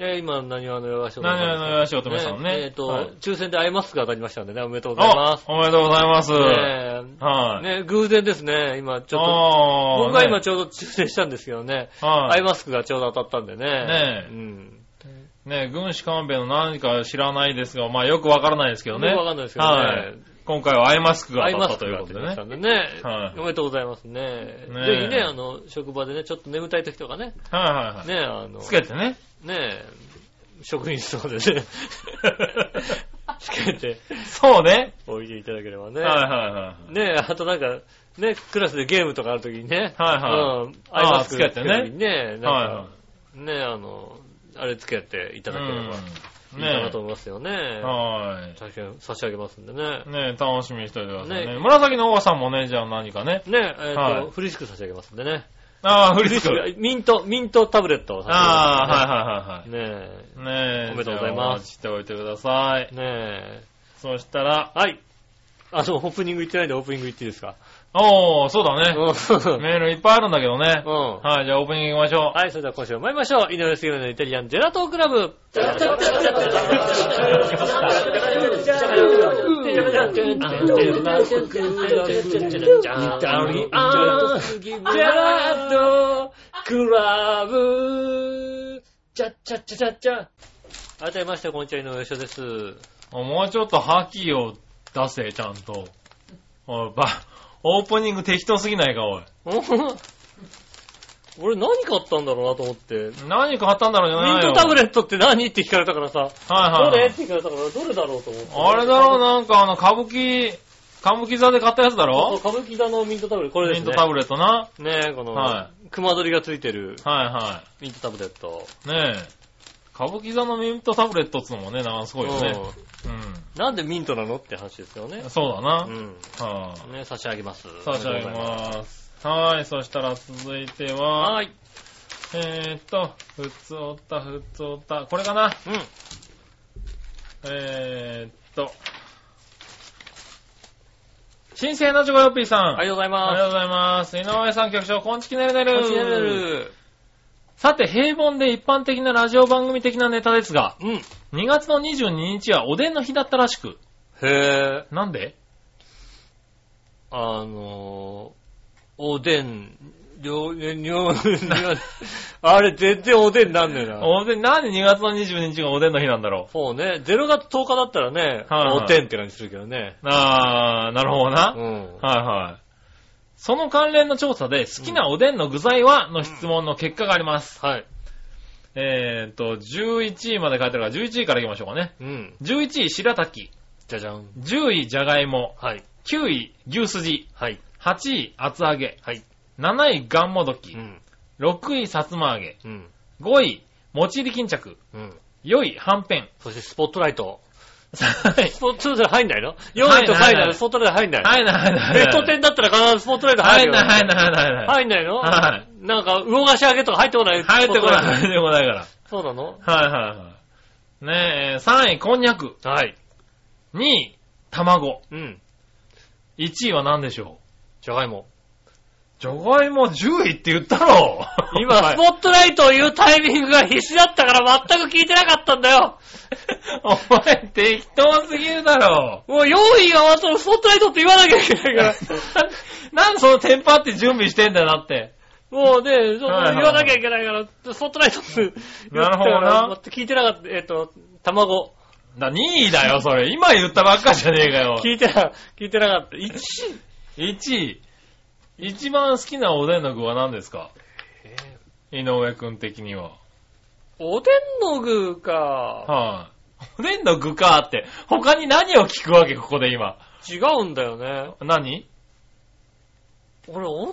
Speaker 2: えー今、何わの弱しお
Speaker 3: 何々の弱しおとめさんね
Speaker 2: えっ、と、
Speaker 3: はい
Speaker 2: 抽選で会いますが当たりましたんでね、おめでとうございま
Speaker 3: あ
Speaker 2: す。
Speaker 3: おめでとうございます。
Speaker 2: ね
Speaker 3: はい。
Speaker 2: ね偶然ですね、今、ちょっと。
Speaker 3: ああ、
Speaker 2: 僕が今
Speaker 3: ね
Speaker 2: ちょうど抽選したんですけどね、
Speaker 3: は
Speaker 2: ア
Speaker 3: い
Speaker 2: イマスクがちょうど当たったんでね。
Speaker 3: ねえ
Speaker 2: うん。
Speaker 3: ね、軍師勘弁の何か知らないですが、まあよくわからないですけどね。
Speaker 2: よくわかんないですけどね
Speaker 3: はい。今回はアイマスクが
Speaker 2: アイ
Speaker 3: 当たっ
Speaker 2: マ
Speaker 3: た
Speaker 2: ス
Speaker 3: と
Speaker 2: ク
Speaker 3: いう
Speaker 2: が
Speaker 3: こ
Speaker 2: 当
Speaker 3: と
Speaker 2: た
Speaker 3: で
Speaker 2: り
Speaker 3: ね。
Speaker 2: ました
Speaker 3: は
Speaker 2: んでね。
Speaker 3: は
Speaker 2: お
Speaker 3: い
Speaker 2: めでとうございますね。ぜひ
Speaker 3: え
Speaker 2: ね、あの、職場でね、ちょっと眠たい時とかね、
Speaker 3: いはいはい。
Speaker 2: ね、あの、
Speaker 3: つけてね。
Speaker 2: ねえ、職員室まで ね、つけて
Speaker 3: そうね。
Speaker 2: 置いていただければね。
Speaker 3: はいはいはい。
Speaker 2: ねえ、あとなんか、ね、クラスでゲームとかあるときにね、
Speaker 3: はいはい
Speaker 2: うん、アイマスク
Speaker 3: ああつけてね
Speaker 2: る時にね、なんか、
Speaker 3: はいは
Speaker 2: ねえ、あの、あれつけていただければい
Speaker 3: うん
Speaker 2: いかな
Speaker 3: ね
Speaker 2: と思いますよね。
Speaker 3: は
Speaker 2: 確かに差し上げますんでね
Speaker 3: い。。ね楽しみにしておいてくださいね。
Speaker 2: ね
Speaker 3: 紫のおばさんもね、じゃあ何かね。
Speaker 2: ねえ、えっ、と、
Speaker 3: はい
Speaker 2: フリスク差し上げますんでね。
Speaker 3: ああ、フリスク。
Speaker 2: ミント、ミントタブレットを差し上
Speaker 3: ああ、は
Speaker 2: げます
Speaker 3: い
Speaker 2: んでね、はいはい。ね
Speaker 3: いはいはいはい。ね
Speaker 2: おめでとうございます
Speaker 3: じゃあお待ちしておいてください
Speaker 2: え、。ねえ。
Speaker 3: そしたら、
Speaker 2: はい。あ、そう、オープニング行ってないんでオープニング行っていいですか。
Speaker 3: おー、そうだね。
Speaker 2: うん
Speaker 3: メールいっぱいあるんだけどね
Speaker 2: う。ん。
Speaker 3: はい、じゃあオープニング行きましょう。
Speaker 2: はい、それでは今週も参りましょう。井上杉村のイタリアンジェラトークラブ。改めまして、こんにちは、井上芳雄です。
Speaker 3: もうちょっと覇気を出せ、ちゃんと。おい、ば、オープニング適当すぎないか、おい。
Speaker 2: 俺何買ったんだろうなと思って。
Speaker 3: 何買ったんだろうじゃ
Speaker 2: ミ
Speaker 3: な
Speaker 2: ン
Speaker 3: いよ。
Speaker 2: トタブレットって何って聞かれたからさ、
Speaker 3: はい
Speaker 2: ど
Speaker 3: はいは
Speaker 2: れ
Speaker 3: い
Speaker 2: っ。て聞かれたから、どれだろうと思って。
Speaker 3: あれだろう、なんかあの、歌舞伎、歌舞伎座で買ったやつだ
Speaker 2: そう
Speaker 3: ろ
Speaker 2: 歌舞伎座のミントタブレット、これで
Speaker 3: ミ
Speaker 2: す
Speaker 3: ン
Speaker 2: ね。
Speaker 3: トタブレットな。
Speaker 2: ねえ、この、
Speaker 3: は
Speaker 2: 熊取りがついてる
Speaker 3: はいは
Speaker 2: ミントタブレット。
Speaker 3: い。ねえ。歌舞伎座のミントタブレットっつうのもね、なんかすごいよね。
Speaker 2: うんなんでミントなのって話ですよね
Speaker 3: うん。。そうだな
Speaker 2: う。ん。
Speaker 3: は
Speaker 2: ね、差し上げます。
Speaker 3: い。差し上げます。はい、そしたら続いては、
Speaker 2: はい。
Speaker 3: えーっと、ふつおた、ふつおた、これかな。
Speaker 2: うん。
Speaker 3: えーっと、新生のジョコヨッピーさん。
Speaker 2: ありがとうござい
Speaker 3: ありが
Speaker 2: ま
Speaker 3: とうございます。井上さん局長、こんちきねるね
Speaker 2: す。
Speaker 3: る。
Speaker 2: こちらる
Speaker 3: さて、平凡で一般的なラジオ番組的なネタですが、
Speaker 2: うん。へ
Speaker 3: 2月の22日はおでんの日だったらしく、
Speaker 2: え。
Speaker 3: なんで
Speaker 2: あのー、おでん、りょう、りょう、あれ、全然おでんなんねえな。
Speaker 3: おでん、なんで2月の22日がおでんの日なんだろ
Speaker 2: そうね。0月10日だったらね、
Speaker 3: はいはい
Speaker 2: おてんって感じするけどね。
Speaker 3: う。あー、なるほど
Speaker 2: う
Speaker 3: な。
Speaker 2: ん。
Speaker 3: はいはい。その関連の調査で、好きなおでんの具材はの質問の結果があります。
Speaker 2: はい。
Speaker 3: えーっと、11位まで書いてあるから、11位からいきましょうかね。
Speaker 2: うん。
Speaker 3: 11位、白滝。
Speaker 2: じゃじゃん。
Speaker 3: 10位、じゃがいも。
Speaker 2: はい。
Speaker 3: 9位、牛すじ。
Speaker 2: はい。
Speaker 3: 8位、厚揚げ。
Speaker 2: はい。
Speaker 3: 7位、がんもど
Speaker 2: う
Speaker 3: き。
Speaker 2: ん。
Speaker 3: 6位、さつま揚げ。
Speaker 2: うん。
Speaker 3: 5位、もちり巾着。
Speaker 2: うん。
Speaker 3: 4位、はん ぺん。
Speaker 2: そしてスポットライト。
Speaker 3: 3位
Speaker 2: ス、ポットライト入んないの ?4 位と入ん
Speaker 3: 入ん
Speaker 2: な
Speaker 3: ない
Speaker 2: い。スポットライト入んない。
Speaker 3: はいな、はいな、はい
Speaker 2: ベ
Speaker 3: な。
Speaker 2: スト10だったら必ずスポットライト
Speaker 3: は
Speaker 2: 入る
Speaker 3: い
Speaker 2: よ。
Speaker 3: な、はいな、はいな、はい
Speaker 2: 入んないの。
Speaker 3: はい
Speaker 2: なんか、魚菓子揚げとか入ってこない
Speaker 3: な。入ってこな
Speaker 2: ス
Speaker 3: い、
Speaker 2: ポットライ
Speaker 3: 入ってこないから。
Speaker 2: トそうなの
Speaker 3: はいはいはい。ねえ、3位、こんにゃく。
Speaker 2: はい。
Speaker 3: 2位、卵。
Speaker 2: うん。
Speaker 3: 1位は何でしょ
Speaker 2: じゃがいも。
Speaker 3: うじゃがいも10位って言ったろ
Speaker 2: 今、スポットライトを言うタイミングが必死だったから全く聞いてなかったんだよ。
Speaker 3: お前適当すぎるだろ
Speaker 2: もう4位が終わったらスポットライトって言わなきゃいけ ないから。
Speaker 3: なんでそのテンパって準備してんだよ、だって。
Speaker 2: もうね、そう
Speaker 3: はいはいはい
Speaker 2: 言わなきゃいけないから、スポットライトって言
Speaker 3: な
Speaker 2: った
Speaker 3: るほ
Speaker 2: か
Speaker 3: どな
Speaker 2: ら、待って聞いてなかった。えっと、卵。
Speaker 3: だ、2位だよ、それ。今言ったばっかじゃねえかよ。
Speaker 2: 聞いてな、聞いてなかった。1
Speaker 3: 1位。一番好きなおでんの具は何ですか井上くん的には。
Speaker 2: おでんの具か。
Speaker 3: はい、おでんの具かって、他に何を聞くわけ、ここで今。
Speaker 2: 違うんだよね。
Speaker 3: 何
Speaker 2: 俺、お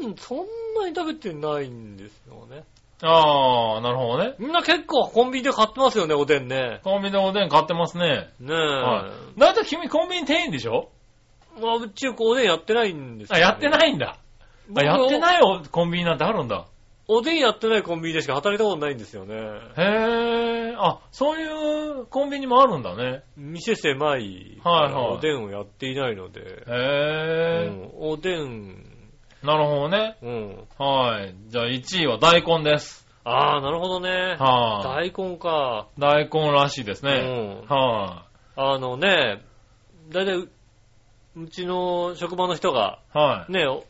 Speaker 2: でんそんなに食べてないんですよね。
Speaker 3: あー、なるほどね。
Speaker 2: みんな結構コンビニで買ってますよね、おでんね。
Speaker 3: コンビニでおでん買ってますね。
Speaker 2: ねえ。
Speaker 3: はい。だいたい君コンビニ店員でしょ
Speaker 2: まあ、うちよくおでんやってないんです
Speaker 3: あ、やって
Speaker 2: い
Speaker 3: ないんだ。あ、やって
Speaker 2: い
Speaker 3: ないよ、コンビニなんてあるんだ。
Speaker 2: おでんやってないコンビニでしか働いたことないんですよね。
Speaker 3: へえ、あ、そういうコンビニもあるんだね。
Speaker 2: 店狭い、
Speaker 3: はいはい
Speaker 2: おでんをやっていないので、
Speaker 3: へえ、
Speaker 2: うんおでん、
Speaker 3: なるほどね。
Speaker 2: うん。
Speaker 3: はい。じゃあ1位は大根です。
Speaker 2: ああ、なるほどね。
Speaker 3: はい、
Speaker 2: 大根か。
Speaker 3: 大根らしいです
Speaker 2: う
Speaker 3: ね。
Speaker 2: ん
Speaker 3: は
Speaker 2: あのね、だいたいううちの職場の人が、
Speaker 3: い、はい、
Speaker 2: ね、お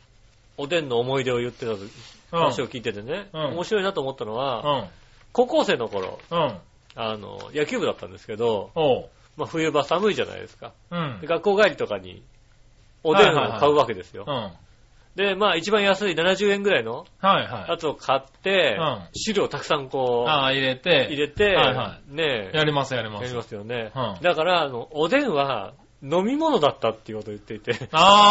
Speaker 2: おでんの思い出を言ってたと
Speaker 3: うん
Speaker 2: 話を聞いててね、
Speaker 3: うん
Speaker 2: 面白いなと思ったのは、
Speaker 3: うん。
Speaker 2: 高校生の頃、
Speaker 3: うん。
Speaker 2: あの、野球部だったんですけど、
Speaker 3: おう。
Speaker 2: まあ、冬場寒いじゃないですか。
Speaker 3: うん
Speaker 2: で。学校帰りとかに、おでんを買うわけですよ
Speaker 3: う。ん。はい
Speaker 2: で、まあ一番安い70円ぐらいの
Speaker 3: は
Speaker 2: や
Speaker 3: い。
Speaker 2: つを買って、
Speaker 3: うん
Speaker 2: 汁をたくさんこ
Speaker 3: ああ、入れ
Speaker 2: う、
Speaker 3: て。
Speaker 2: 入れて、
Speaker 3: はいは
Speaker 2: ねえ
Speaker 3: やります、やりま
Speaker 2: やり
Speaker 3: す。
Speaker 2: ますよね。
Speaker 3: うん
Speaker 2: だから、あの、おでんは飲み物だったっていうことを言っていて、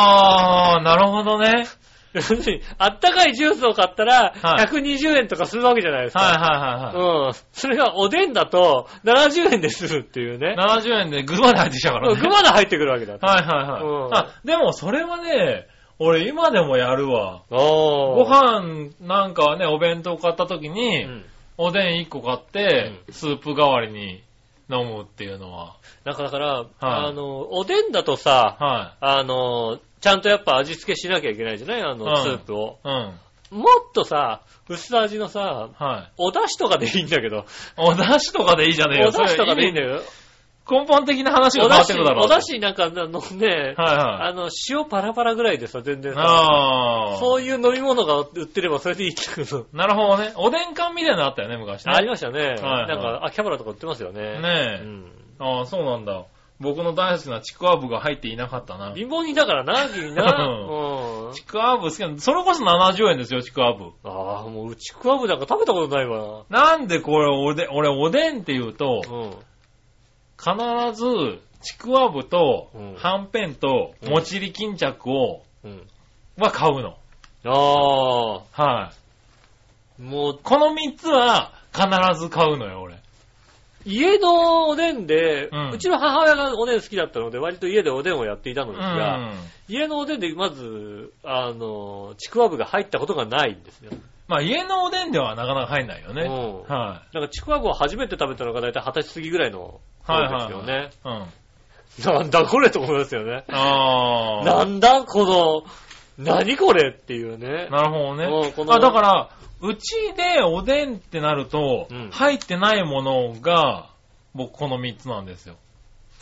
Speaker 3: あー、なるほどね。
Speaker 2: 要するに、 あったかいジュースを買ったら、
Speaker 3: はい
Speaker 2: 120円とかするわけじゃないですか。
Speaker 3: はいはいはいは
Speaker 2: うん。それがおでんだと、70円でするっていうね。
Speaker 3: い。70円で具まで入ってきたから
Speaker 2: うん
Speaker 3: ね。
Speaker 2: 具まで入ってくるわけだ。
Speaker 3: はいはいはい。
Speaker 2: うん
Speaker 3: あ、でもそれはね、俺今でもやるわ。
Speaker 2: ご
Speaker 3: ご飯なんかはね、お弁当買った時に、
Speaker 2: うん。
Speaker 3: おでん1個買って、スープ代わりに飲むっていうのは。
Speaker 2: なんかだから、あの、おでんだとさ、
Speaker 3: は
Speaker 2: あの、ちゃんとやっぱ味付けしなきゃいけないじゃないあ
Speaker 3: うん
Speaker 2: の、スープを。
Speaker 3: い。うん。
Speaker 2: もっとさ、薄味のさ、
Speaker 3: はい。
Speaker 2: お出汁とかでいいんだけど、
Speaker 3: お出汁とかでいいじゃねえよ。
Speaker 2: お出汁とかでいいん
Speaker 3: ね
Speaker 2: だけど、
Speaker 3: 根本的な話が
Speaker 2: お
Speaker 3: 変わ
Speaker 2: 出
Speaker 3: って
Speaker 2: 汁、
Speaker 3: くるだろう。
Speaker 2: お出汁なんかあのね、
Speaker 3: はいはい。
Speaker 2: あの、塩パラパラぐらいでさ、全然さ、
Speaker 3: ああ。
Speaker 2: そういう飲み物が売ってればそれでいいんだけど。
Speaker 3: なるほどね。おでん缶みたいなのあったよね、昔ね。
Speaker 2: ありましたね。
Speaker 3: はい
Speaker 2: なんか、秋葉原とか売ってますよね。
Speaker 3: ねえ
Speaker 2: うん
Speaker 3: ああ、そうなんだ。僕の大好きなちくわぶが入っていなかったな。
Speaker 2: 貧乏人だからな、君な。
Speaker 3: うん
Speaker 2: うん。
Speaker 3: ちくわぶ好きなの。それこそ70円ですよ、ちくわぶ。
Speaker 2: ああ、もううちくわぶなんか食べたことないわ
Speaker 3: なんでこれおで、俺おでんって言うと、
Speaker 2: な。うん。
Speaker 3: 必ず、ちくわぶと
Speaker 2: うん、
Speaker 3: はんぺんと、
Speaker 2: うん
Speaker 3: もちり巾着を、
Speaker 2: うん。
Speaker 3: は買うの。
Speaker 2: ああ、
Speaker 3: はい。
Speaker 2: もう、
Speaker 3: この3つは、必ず買うのよ、俺。
Speaker 2: 家のおでんで、う
Speaker 3: うん
Speaker 2: ちの母親がおでん好きだったので、割と家でおでんをやっていたの
Speaker 3: う
Speaker 2: です
Speaker 3: ん。
Speaker 2: が、家のおでんでまず、あの、ちくわぶが入ったことがないんですよ。
Speaker 3: まあ、家のおでんではなかなか入んないよね。
Speaker 2: うん
Speaker 3: は
Speaker 2: なんかちくわぶを初めて食べたのが大体二十歳過ぎぐらいの
Speaker 3: はい
Speaker 2: 頃
Speaker 3: は
Speaker 2: で
Speaker 3: い
Speaker 2: すよね。
Speaker 3: い。うん。
Speaker 2: なんだこれと思いますよね。
Speaker 3: ああ。
Speaker 2: なんだこの、何これっていうね。
Speaker 3: なる
Speaker 2: う
Speaker 3: ほ
Speaker 2: んこ
Speaker 3: どね。
Speaker 2: の
Speaker 3: あ、だから、うちでおでんってなると、
Speaker 2: うん
Speaker 3: 入ってないものが、僕この3つなんですよ。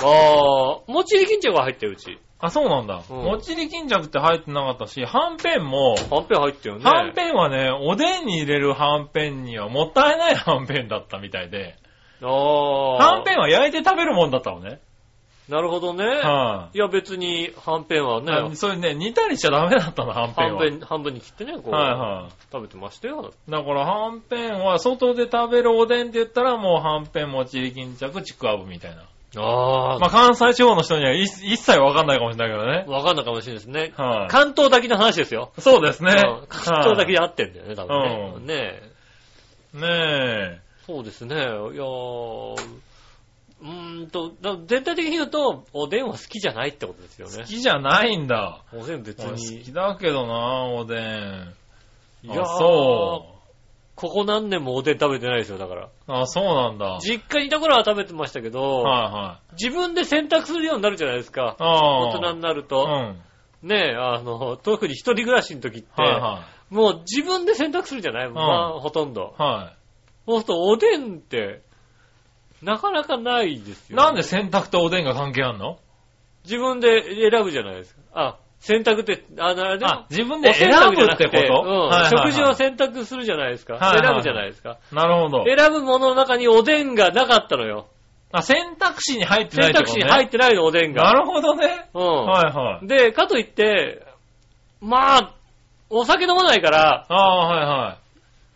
Speaker 2: ああ、もちり巾着が入ってるうち。
Speaker 3: あ、そうなんだ。
Speaker 2: うん
Speaker 3: もちり巾着って入ってなかったし、はんぺんも、
Speaker 2: はんぺん入ってるよね。
Speaker 3: はんぺんはね、おでんに入れるはんぺんにはもったいないはんぺんだったみたいで、
Speaker 2: ああ。
Speaker 3: はんぺんは焼いて食べるもんだったのね。
Speaker 2: なるほどね。
Speaker 3: はい
Speaker 2: や別に、はんぺんはね、
Speaker 3: い。それね、煮たりしちゃダメだったの、はんぺん
Speaker 2: 半
Speaker 3: は。
Speaker 2: 分、半分に切ってね、こう、
Speaker 3: はいはい。
Speaker 2: 食べてましたよ。
Speaker 3: だから、はんぺんは、外で食べるおでんって言ったら、もうはんぺん、もちり巾着、ちくわぶみたいな。
Speaker 2: あ
Speaker 3: まあ、関西地方の人には一一切わかんないかもしれないけどね。
Speaker 2: わかんないかもしれないですね。
Speaker 3: はい、
Speaker 2: 関東だけの話ですよ。
Speaker 3: そうですね。
Speaker 2: うん関東だけで合
Speaker 3: は
Speaker 2: ってんだよね、多分ね。
Speaker 3: うん
Speaker 2: ねえ。
Speaker 3: いね
Speaker 2: そうですね。いやー、うーんと、だ全体的に言うと、おでんは好きじゃないってことですよ
Speaker 3: え。
Speaker 2: ね
Speaker 3: 好。きじゃないんだ。
Speaker 2: おでん別
Speaker 3: 俺好
Speaker 2: に。
Speaker 3: きだけどな、おでん。
Speaker 2: い
Speaker 3: あ、
Speaker 2: ー
Speaker 3: そ
Speaker 2: ここ何年もおでん食べてないですよ、だから。
Speaker 3: う。あ、そうなんだ。はい
Speaker 2: 実家にいた頃は食べてましたけど、
Speaker 3: はい。
Speaker 2: 自分で選択するようになるじゃないですか。
Speaker 3: あ
Speaker 2: 大
Speaker 3: あ。
Speaker 2: 人に
Speaker 3: だ。
Speaker 2: なる
Speaker 3: う
Speaker 2: と。
Speaker 3: ん。
Speaker 2: ねえ、あの、特に一人暮らしの時って、
Speaker 3: はいは
Speaker 2: もう自分で選択するじゃない、
Speaker 3: ん
Speaker 2: まあ、ほとんど。
Speaker 3: い。は
Speaker 2: そうすると、おでんって、なかなかないです
Speaker 3: い。
Speaker 2: よ、
Speaker 3: なんで洗濯とおでんが関係あんの
Speaker 2: 自分で選ぶじゃないですか。あ、選択って、あ、なで
Speaker 3: あ、自分
Speaker 2: お
Speaker 3: で選
Speaker 2: 洗濯じ
Speaker 3: ぶ
Speaker 2: ゃなく
Speaker 3: ってこと
Speaker 2: うん
Speaker 3: はいはいは
Speaker 2: 食
Speaker 3: い
Speaker 2: 事を選択するじゃないですか。
Speaker 3: はいはい
Speaker 2: 選ぶじゃないですか。
Speaker 3: なるほど。
Speaker 2: 選ぶものの中におでんがなかったのよ。
Speaker 3: あ、選択肢に入ってない
Speaker 2: 選
Speaker 3: ってこ
Speaker 2: 択
Speaker 3: と
Speaker 2: 肢
Speaker 3: ね。
Speaker 2: に入ってないの、おでん
Speaker 3: な
Speaker 2: が。
Speaker 3: るほどね。
Speaker 2: うん。
Speaker 3: はいはい。
Speaker 2: で、かといって、まあ、お酒飲まないから、
Speaker 3: ああ、はいはい。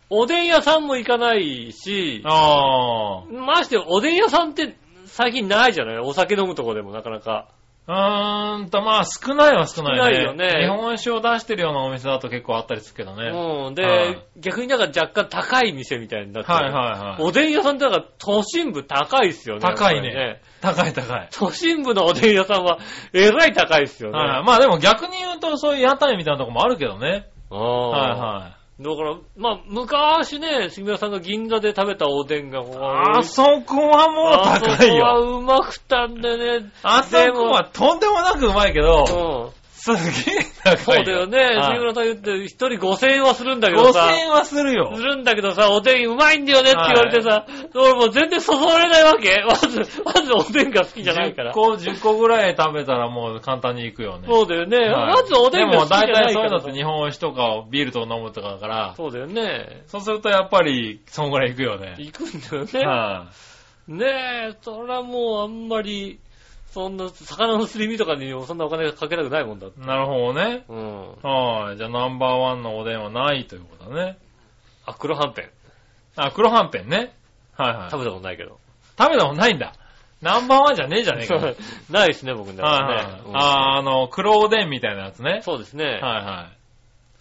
Speaker 2: おでん屋さんも行かないし、
Speaker 3: あ
Speaker 2: ましておでん屋さんって最近ないじゃないお酒飲むとこでもなかなか。
Speaker 3: あ。うーんと、まあ少ないは少ないね。
Speaker 2: 少ないよね
Speaker 3: 日本酒を出してるようなお店だと結構あったりするけどね。はい
Speaker 2: うん。で、
Speaker 3: はい
Speaker 2: 逆になんか若干高い店みたいになってる
Speaker 3: はいはい。
Speaker 2: おでん屋さんってなんか都心部高いっすよね。
Speaker 3: 高いね
Speaker 2: やっぱり
Speaker 3: 高い高い。
Speaker 2: 都心部のおでん屋さんはえらい高いっすよね。
Speaker 3: はい、まあでも逆に言うとそういう屋台みたいなとこもあるけどね。
Speaker 2: あ
Speaker 3: はい
Speaker 2: あ。
Speaker 3: はい。
Speaker 2: い。だから、まあ、昔ね、杉村さんが銀座で食べたおでんが、こう
Speaker 3: あそこはもう高い
Speaker 2: あそ
Speaker 3: よ。
Speaker 2: こはうまくたんでね。
Speaker 3: あそこはとんでもなくうまい
Speaker 2: で
Speaker 3: けど、
Speaker 2: もうん。
Speaker 3: すげえ高
Speaker 2: そう
Speaker 3: い
Speaker 2: だよね。杉村さん言って、一人5000円はするんだけ
Speaker 3: 5000
Speaker 2: どさ。
Speaker 3: 円はするよ
Speaker 2: す。るんだけどさ、おでんうまいんだよねって言われてさ、俺もう全然そそられないわけ。まず、まずおでんが好きじゃないから。
Speaker 3: 10個、10個ぐらい食べたらもう簡単にいくよね。
Speaker 2: そうだよね。
Speaker 3: は
Speaker 2: ま
Speaker 3: い
Speaker 2: ずおでんが好きじゃないから。
Speaker 3: でも大体そういうのって日本酒とかビールと飲むとかだから、
Speaker 2: そうだよね。
Speaker 3: そうするとやっぱり、そんぐらいいくよね。
Speaker 2: 行くんだよね。
Speaker 3: は
Speaker 2: ねえ、それはもうあんまり、そんな、魚のすり身とかにもそんなお金かけたくないもんだって。
Speaker 3: い。なるほどね。
Speaker 2: うん。
Speaker 3: はい。じゃあナンバーワンのおでんはないということだね。
Speaker 2: あ、黒はんぺん。
Speaker 3: あ、黒はんぺんね。はいはい。
Speaker 2: 食べたことないけど。
Speaker 3: 食べたことないんだ。ナンバーワンじゃねえじゃねえか。はい
Speaker 2: ないですね、僕ね。
Speaker 3: はい。
Speaker 2: うん
Speaker 3: あー、あの、黒おでんみたいなやつね。
Speaker 2: そうですね。
Speaker 3: はいは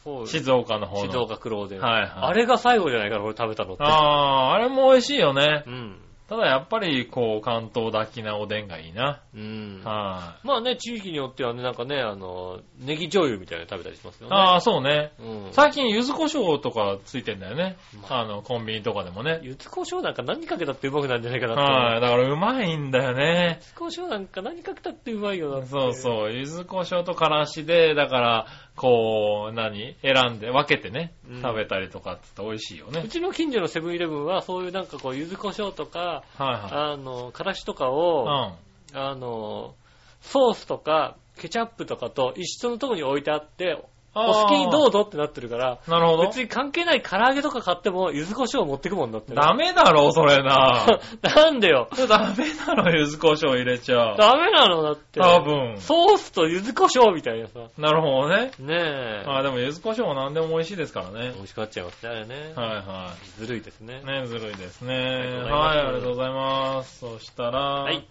Speaker 2: そう
Speaker 3: い。
Speaker 2: です
Speaker 3: 静岡の方の。
Speaker 2: 静岡黒おでん。
Speaker 3: はいはい。
Speaker 2: あれが最後じゃないから、俺食べたのって。
Speaker 3: あー、あれも美味しいよね
Speaker 2: う。ん。
Speaker 3: ただやっぱり、こう、関東だきなおでんがいいな。
Speaker 2: うん。
Speaker 3: は
Speaker 2: まあね、地域によってはね、なんかね、あの、ネギ醤油みたいなの食べたりします
Speaker 3: い。
Speaker 2: よね。
Speaker 3: あー、そうね。
Speaker 2: うん。
Speaker 3: 最近、柚子胡椒とかついてんだよね。あの、コンビニとかでもね。
Speaker 2: ゆずこしょうなんか何かけたってうまくなんじゃないかなって。
Speaker 3: はい。だから、うまいんだよね。
Speaker 2: ゆずこしょうなんか何かけたってうまいよなって。
Speaker 3: そうそう。柚子胡椒とからしで、だから、こう、何選んで、分けてね
Speaker 2: うん、
Speaker 3: 食べたりとかって美味しいよね。
Speaker 2: うちの近所のセブンイレブンは、そういうなんかこう、ゆずこしょうとか、
Speaker 3: は
Speaker 2: あの、からしとか
Speaker 3: い
Speaker 2: を、
Speaker 3: はい。
Speaker 2: あの、ソースとか、ケチャップとかと一緒のとこに置いてあって、
Speaker 3: うん。
Speaker 2: お好きにど
Speaker 3: う
Speaker 2: うぞってなってるから、
Speaker 3: なるほど
Speaker 2: 別。に関係ない唐揚げとか買っても、ゆずこしょう持ってくもんだってね。
Speaker 3: ダメだろ、それな。
Speaker 2: なんでよ。
Speaker 3: ダメだろ、柚子胡椒入れちゃう。
Speaker 2: ダメなのだって。
Speaker 3: 多分。
Speaker 2: ソースと柚子胡椒みたいなさ。
Speaker 3: なるほどね。
Speaker 2: ねえ。
Speaker 3: あーでも柚子胡椒も何でも美味しいですからね
Speaker 2: 美。味しくなっちゃいますね、あれね。
Speaker 3: はいは
Speaker 2: ずるいですね
Speaker 3: い。。ね、ずるいですね。
Speaker 2: あ
Speaker 3: はい、あ
Speaker 2: り
Speaker 3: り
Speaker 2: がと
Speaker 3: がと
Speaker 2: う
Speaker 3: うございます。そしたら、
Speaker 2: はい。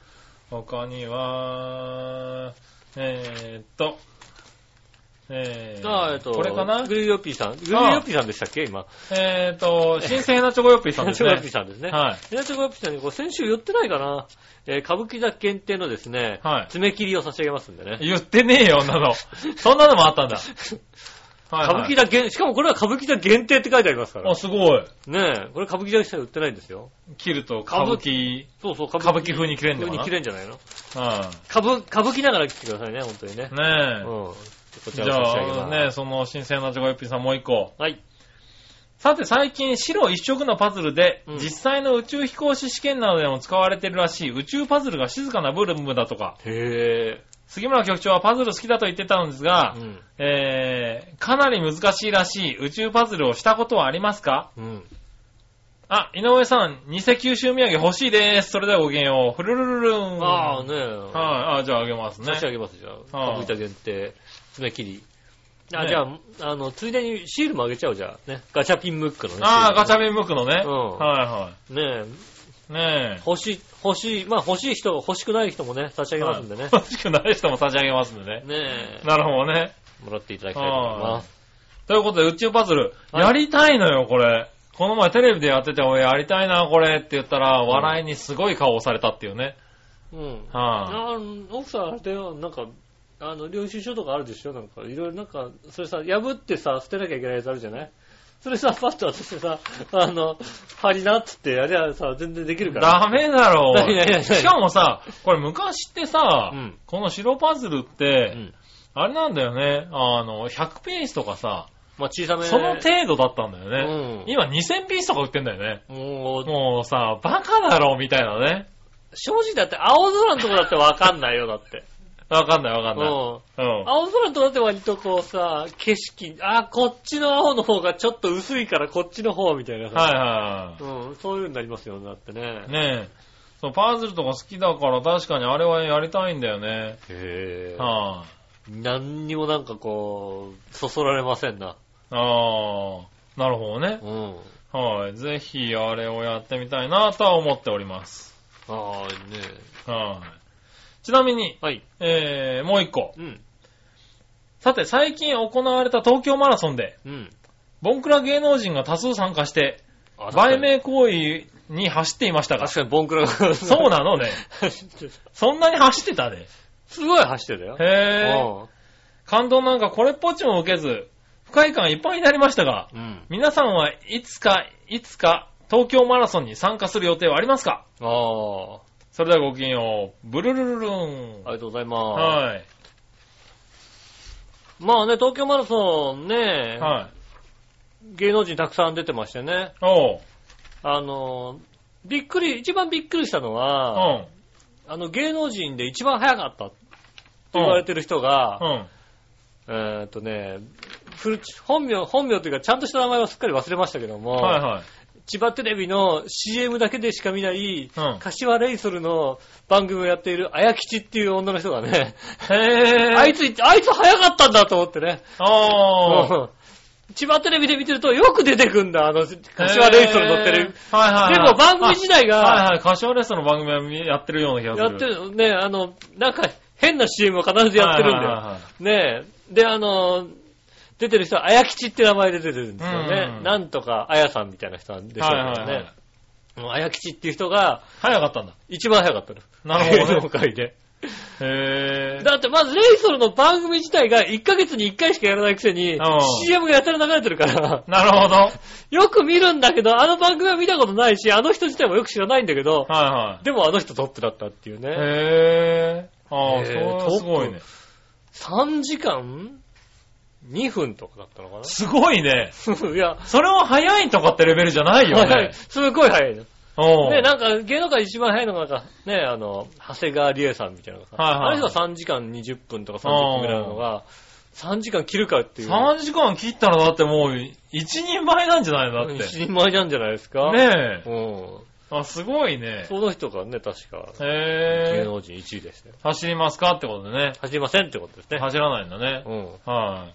Speaker 3: 他には、えーっと、え
Speaker 2: じ
Speaker 3: ー、
Speaker 2: ゃあ、えっと、
Speaker 3: これかな
Speaker 2: グリヨッピーさん。グリヨッピーさんでしたっけ今。
Speaker 3: えーっと、新鮮なチョコヨッピー
Speaker 2: チ
Speaker 3: さんで す
Speaker 2: ョコヨッ
Speaker 3: ね
Speaker 2: ピー。さんですね。
Speaker 3: はい。
Speaker 2: いやチョコヨッピーさんにこう先週言ってないかな。えー歌舞伎座限定のですね、
Speaker 3: はい
Speaker 2: 爪切りを差し上げますんでね。
Speaker 3: 言ってねえよ、なの。そんなのもあったんだ。はい、
Speaker 2: 歌
Speaker 3: は
Speaker 2: 舞伎
Speaker 3: い。
Speaker 2: 座限、しかもこれは歌舞伎座限定って書いてありますから
Speaker 3: あ、。すごい。
Speaker 2: ねえ、これ歌舞伎座にしたら売ってないんですよ。
Speaker 3: 切ると歌舞伎、
Speaker 2: そうそう、歌
Speaker 3: 歌舞伎風に切れんの
Speaker 2: 風
Speaker 3: か
Speaker 2: に
Speaker 3: な
Speaker 2: 切れんじゃないの
Speaker 3: は
Speaker 2: 歌舞歌舞伎ながら切ってくださいね、本当にね
Speaker 3: い。。
Speaker 2: う
Speaker 3: ねえ。
Speaker 2: ん。こち
Speaker 3: じ
Speaker 2: らを差し上げ
Speaker 3: ゃあ、
Speaker 2: ます。
Speaker 3: ね、その新鮮なチョコヨッピーさんもう一個。
Speaker 2: はい。
Speaker 3: さて最近白一色のパズルで、
Speaker 2: うん
Speaker 3: 実際の宇宙飛行士試験などでも使われてるらしい宇宙パズルが静かなブームだとか、
Speaker 2: へ
Speaker 3: 杉村局長はパズル好きだと言ってたのですが
Speaker 2: ぇ、うん。
Speaker 3: えー、かなり難しいらしい宇宙パズルをしたことはありますか
Speaker 2: うん。
Speaker 3: あ、井上さん、偽九州土産欲しいです。それではごきげんよう。ふるるるるん。
Speaker 2: ああねえ。
Speaker 3: はい、あ、じゃああげますね
Speaker 2: 差。し上げますじゃあ。
Speaker 3: あ
Speaker 2: 歌
Speaker 3: あ
Speaker 2: 舞伎座限定、爪切り。あ、
Speaker 3: ね
Speaker 2: じゃあ、あの、ついでにシールもあげちゃおうじゃあ。ね。ガチャピンムックのね。
Speaker 3: ああ、ガチ
Speaker 2: ャ
Speaker 3: ャピンムックのね。
Speaker 2: うん
Speaker 3: は
Speaker 2: ねえ、
Speaker 3: いはい。ねえ。
Speaker 2: 欲しい、欲しい、まあ欲しい人、欲しくない人もね、差し上げますんでね。
Speaker 3: はい欲しくない人も差し上げますんでね。
Speaker 2: ね
Speaker 3: なるほどね。
Speaker 2: え、もらっていただきたいと思います。
Speaker 3: ということで、宇宙パズル、
Speaker 2: はい
Speaker 3: やりたいのよ、これ。この前テレビでやってて、おいやりたいな、これって言ったら、笑いにすごい顔をされたっていうね。
Speaker 2: うん。
Speaker 3: は
Speaker 2: あの奥さんあれだよ、なんか、あの、領収書とかあるでしょなんか、いろいろなんか、それさ、破ってさ、捨てなきゃいけないやつあるじゃないそれさ、パッと渡してさ、あの、針なっつってやりゃさ、全然できる
Speaker 3: い
Speaker 2: から。
Speaker 3: ダメだ ろ。
Speaker 2: ないないないうない
Speaker 3: しかもさ、これ昔ってさ、
Speaker 2: うん
Speaker 3: この白パズルっ
Speaker 2: う
Speaker 3: て、
Speaker 2: ん。
Speaker 3: あれなんだよね、あの、100ピースとかさ、
Speaker 2: まあ、小さめ
Speaker 3: その程度だったんだよね。
Speaker 2: ね。
Speaker 3: 今2000ピースとか売ってんだよね。
Speaker 2: うん。もう、
Speaker 3: もうさ、バカだろうみたいなね。
Speaker 2: 正直だって、青空のとこだってわかんないよ、だって。
Speaker 3: わかんないわかん
Speaker 2: う
Speaker 3: な
Speaker 2: ん。
Speaker 3: い。うん。
Speaker 2: 青空とだって割とこうさ、景色、あ、こっちの青の方がちょっと薄いからこっちの方みたいなさ。
Speaker 3: はいはい。
Speaker 2: うん、そういうのになりますよね、だってね。
Speaker 3: ねえ。そう、パズルとか好きだから確かにあれはやりたいんだよね。
Speaker 2: へぇ
Speaker 3: は
Speaker 2: 何にもなんかこう、そそられませんな。
Speaker 3: あ。ああ。なるほどね。
Speaker 2: うん。
Speaker 3: はい。ぜひあれをやってみたいなとは思っております。
Speaker 2: ああ、ね
Speaker 3: はい。ちなみに、
Speaker 2: はい。
Speaker 3: えー、もう一個。
Speaker 2: うん。
Speaker 3: さて、最近行われた東京マラソンで、
Speaker 2: うん。
Speaker 3: ボンクラ芸能人が多数参加して、売名行為に走っていましたが
Speaker 2: 確、かにボンクラが。
Speaker 3: そうなのね。
Speaker 2: 走ってた
Speaker 3: そんなに走ってたね。
Speaker 2: すごい走ってたよ。
Speaker 3: へえ。
Speaker 2: うん
Speaker 3: 感動なんかこれっぽっちも受けず、快感いっぱいになりましたが、
Speaker 2: うん。
Speaker 3: 皆さんはいつか、いつか、東京マラソンに参加する予定はありますか
Speaker 2: ああ、
Speaker 3: それではごきげんよう。ブルルルルーン
Speaker 2: あ。りがとうございます。
Speaker 3: はい。
Speaker 2: まあね、東京マラソンね、
Speaker 3: はい。
Speaker 2: 芸能人たくさん出てましてね、
Speaker 3: おう。
Speaker 2: あの、びっくり、一番びっくりしたの
Speaker 3: う
Speaker 2: は、
Speaker 3: ん。
Speaker 2: あの芸能人で一番早かったって言われてる人が、
Speaker 3: うん。
Speaker 2: えーっとね、フル本名、本名というかちゃんとした名前はすっかり忘れましたけども、
Speaker 3: はいはい。
Speaker 2: 千葉テレビの CM だけでしか見ない、
Speaker 3: うん
Speaker 2: 柏レイソルの番組をやっているあや吉っていう女の人がね、
Speaker 3: へぇー。
Speaker 2: あいつ、あいつ早かったんだと思ってね。
Speaker 3: おー。
Speaker 2: うん千葉テレビで見てるとよく出てくんだ、あの、 柏レイソルのテレビ。
Speaker 3: へー。はいはいはい。
Speaker 2: でも番組自体
Speaker 3: あ
Speaker 2: が、
Speaker 3: はいはい。柏レッソの番組はやってるような気がする。
Speaker 2: やってる、ね、あの、なんか変な CM を必ずやってるんだよ。
Speaker 3: はいはいはい
Speaker 2: ねえ。で、あの、出てる人は、あやきちって名前で出てるんですよね。
Speaker 3: うん
Speaker 2: なんとか、あやさんみたいな人なんでしょうけどね。
Speaker 3: はいはいはい
Speaker 2: もうあやきちっていう人が、
Speaker 3: 早かったんだ。
Speaker 2: 一番早かったの。
Speaker 3: なるほどね
Speaker 2: 芸能界で。
Speaker 3: へぇー。
Speaker 2: だってまずレイソルの番組自体が1ヶ月に1回しかやらないくせに
Speaker 3: ん、
Speaker 2: CM がやたら流れてるから、
Speaker 3: なるほど。はい
Speaker 2: よく見るんだけど、あの番組は見たことないし、あの人自体もよく知らないんだけど、
Speaker 3: は
Speaker 2: でもあの人トップだったっていうね。
Speaker 3: い。へぇー。あ
Speaker 2: へー
Speaker 3: ー、それはすごいね。
Speaker 2: 3時間2分とかだったのか
Speaker 3: すごいね。
Speaker 2: ないや、
Speaker 3: それは早いとかってレベルじゃないよ
Speaker 2: 早
Speaker 3: ね
Speaker 2: い。すごい早いの。
Speaker 3: おう。
Speaker 2: ね、なんか芸能界で一番早いのが、なんかね、あの、長谷川理恵さんみたいなのがさ、
Speaker 3: はいはい
Speaker 2: あの人は3時間20分とか30分ぐらいなのが、3時間切るかっていう。
Speaker 3: 3時間切ったらだってもう、一人前なんじゃないのだっ
Speaker 2: 一
Speaker 3: て。
Speaker 2: 人前なんじゃないですか。
Speaker 3: ね
Speaker 2: う
Speaker 3: え。
Speaker 2: ん。
Speaker 3: あ、すごいね。
Speaker 2: その人がね、確か、芸
Speaker 3: へぇー。
Speaker 2: 能人1位でしたよ。
Speaker 3: 走りますかってことでね。
Speaker 2: 走りませんってことですね。
Speaker 3: 走らないんだね
Speaker 2: う。ん。
Speaker 3: はい。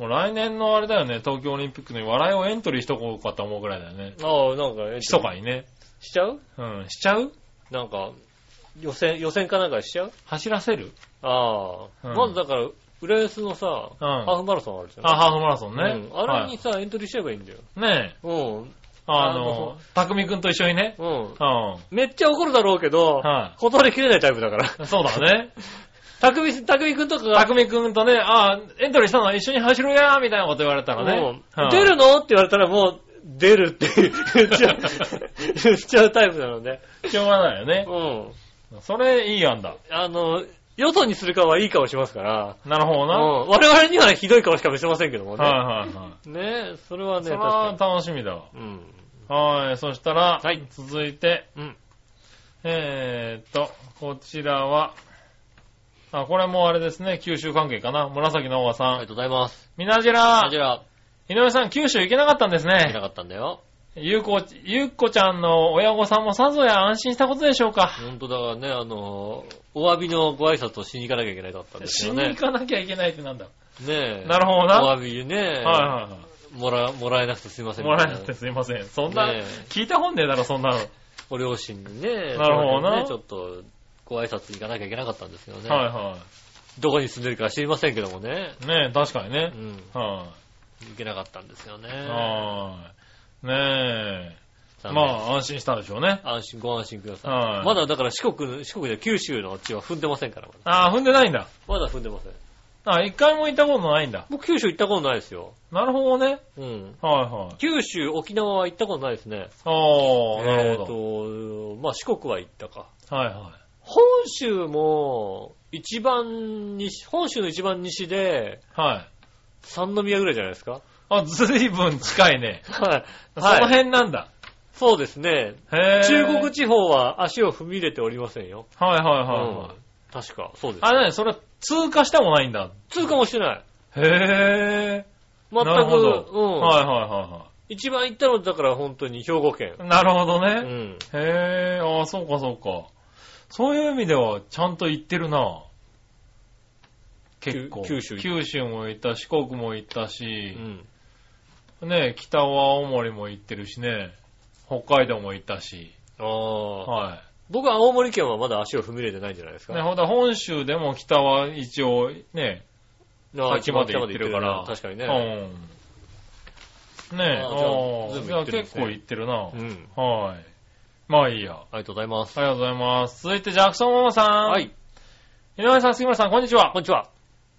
Speaker 3: もう来年のあれだよね、東京オリンピックに笑いをエントリーしとこうかと思うぐらいだよね。
Speaker 2: ああ、なんか、え
Speaker 3: 密かにね。
Speaker 2: しちゃう
Speaker 3: うん。しちゃう
Speaker 2: なんか、予選、予選かなんかしちゃう
Speaker 3: 走らせる
Speaker 2: ああ、
Speaker 3: うん
Speaker 2: まずだから、浦安のさ、ハーフマラソンあるじゃん。
Speaker 3: あ、ハーフマラソンね。
Speaker 2: うんあれにさ、エントリーしちゃえばいいんだよ。
Speaker 3: はいねえ。
Speaker 2: うん。
Speaker 3: あ
Speaker 2: あの
Speaker 3: の、たくみくんと一緒にね。
Speaker 2: うん。
Speaker 3: う
Speaker 2: めっちゃ怒るだろうけど、
Speaker 3: は
Speaker 2: 断りきれないタイプだから。
Speaker 3: ん。そうだね。
Speaker 2: たくみ、たくみくんとか
Speaker 3: た
Speaker 2: が、
Speaker 3: くみくんとね、あエントリーしたの一緒に走ろうやみたいなこと言われたらね。
Speaker 2: うん
Speaker 3: はい
Speaker 2: 出るのって言われたらもう、出るって言っち ゃう、言っちゃうタイプなので。
Speaker 3: しょうがないよね
Speaker 2: う。ん。
Speaker 3: それ、いい案だ。
Speaker 2: あの、よそにする顔はいい顔しますから、
Speaker 3: なるほど
Speaker 2: うん、
Speaker 3: な。
Speaker 2: 我々にはひどい顔しか見せませんけどもね。
Speaker 3: はいはいはい。
Speaker 2: ねえ、それはね、
Speaker 3: それ
Speaker 2: 確
Speaker 3: は
Speaker 2: か
Speaker 3: 楽しみだわ。
Speaker 2: に。うん。
Speaker 3: はい、そしたら、
Speaker 2: はい
Speaker 3: 続いて、
Speaker 2: うん。
Speaker 3: えーっと、こちらは、あ、これもあれですね、九州関係かな。紫のおばさ
Speaker 2: ありが
Speaker 3: ん。
Speaker 2: とうございます。
Speaker 3: みなじ
Speaker 2: こ
Speaker 3: ら
Speaker 2: ち、ら、
Speaker 3: 井上さん、九州行けなかったんです
Speaker 2: 見な
Speaker 3: ね。
Speaker 2: かったんだよ。
Speaker 3: ゆうこ、ゆうこちゃんの親御さんもさぞや安心したことでしょうか。
Speaker 2: 本当だからね、あの、お詫びのご挨拶をしに行かなきゃいけないだったんです
Speaker 3: 死
Speaker 2: よ
Speaker 3: に行
Speaker 2: ね。
Speaker 3: かなきゃいけないってなんだ。
Speaker 2: ねえ。
Speaker 3: なるほどな。
Speaker 2: お
Speaker 3: はい
Speaker 2: 詫びね、
Speaker 3: はいは
Speaker 2: もら、もらえなくてすいませ
Speaker 3: い。
Speaker 2: ん。
Speaker 3: もらえなくてすいません。そんな
Speaker 2: ね、
Speaker 3: 聞いた本ねえだろ、そんなの。
Speaker 2: ご両親にね、
Speaker 3: なるほどな
Speaker 2: その辺ねちょっと、ご挨拶に行かなきゃいけなかったんですけどね。
Speaker 3: はいは
Speaker 2: どこに住んでるか知りませんけどもね。
Speaker 3: い。ねえ、確かに
Speaker 2: う
Speaker 3: ね。
Speaker 2: ん。
Speaker 3: は
Speaker 2: 行けなかったんですよね。
Speaker 3: い。はい。ねえ。
Speaker 2: 残念
Speaker 3: まあ、安心したでしょうね。
Speaker 2: 安心、ご安心ください。
Speaker 3: はい
Speaker 2: まだだから四国、四国で九州の地は踏んでませんから、まだ。
Speaker 3: ああ、踏んでないんだ。
Speaker 2: まだ踏んでません。
Speaker 3: あ、一回も行ったことないんだ。
Speaker 2: 僕九州行ったことないですよ。
Speaker 3: なるほどね。
Speaker 2: うん。
Speaker 3: はいはい。
Speaker 2: 九州、沖縄は行ったことないですね。
Speaker 3: ああ、なるほど。
Speaker 2: えーと、まあ四国は行ったか。
Speaker 3: はいは
Speaker 2: 本州も、一番西、本州の一番西で、
Speaker 3: い。はい。
Speaker 2: 三宮ぐらいじゃないですか。
Speaker 3: あ、ずいぶん近いね。
Speaker 2: はい。
Speaker 3: その
Speaker 2: はい。
Speaker 3: 辺なんだ。
Speaker 2: そうですね。
Speaker 3: へえ。
Speaker 2: 中国地方は足を踏み入れておりませんよ。
Speaker 3: はいはいは
Speaker 2: う
Speaker 3: いはい
Speaker 2: ん。。確か、そうです。
Speaker 3: あ、なに、それ通過してもないんだ。
Speaker 2: 通過もしてない。
Speaker 3: へえ。
Speaker 2: 全く、
Speaker 3: なるほど
Speaker 2: うん。
Speaker 3: はいはいは
Speaker 2: 一番行ったのだから本当に兵庫県
Speaker 3: い。はい。なるほど
Speaker 2: う
Speaker 3: ね。
Speaker 2: ん。
Speaker 3: へえ、ああ、そうかそうか。そういう意味では、ちゃんと行ってるな。結構。
Speaker 2: 九州
Speaker 3: 九州も行った、四国も行った
Speaker 2: う
Speaker 3: し、
Speaker 2: ん。
Speaker 3: ね、北は青森も行ってるしね、北海道も行ったし、
Speaker 2: ああ。
Speaker 3: は
Speaker 2: 僕は青森県はまだ足を踏み入れてないんじゃないです
Speaker 3: い。ね、
Speaker 2: か。
Speaker 3: ほんと本州でも北は一応ね、
Speaker 2: ああ
Speaker 3: 先まで行ってるから
Speaker 2: 一番北まで行ってる
Speaker 3: う
Speaker 2: ね確かに
Speaker 3: ん。
Speaker 2: ね。
Speaker 3: ねえ、
Speaker 2: あ
Speaker 3: あ
Speaker 2: じゃあ
Speaker 3: あ
Speaker 2: 全部
Speaker 3: じゃ
Speaker 2: 行っ
Speaker 3: あ
Speaker 2: てるんで
Speaker 3: 結
Speaker 2: すね
Speaker 3: 構行ってるな
Speaker 2: う。ん。
Speaker 3: はい。まあいいや。あ
Speaker 2: ありがとうございます。
Speaker 3: りがとうございます。続いてジャクソンママさん。
Speaker 2: はい。
Speaker 3: 井上さん、杉村さん、こんにちは
Speaker 2: こん。にちは。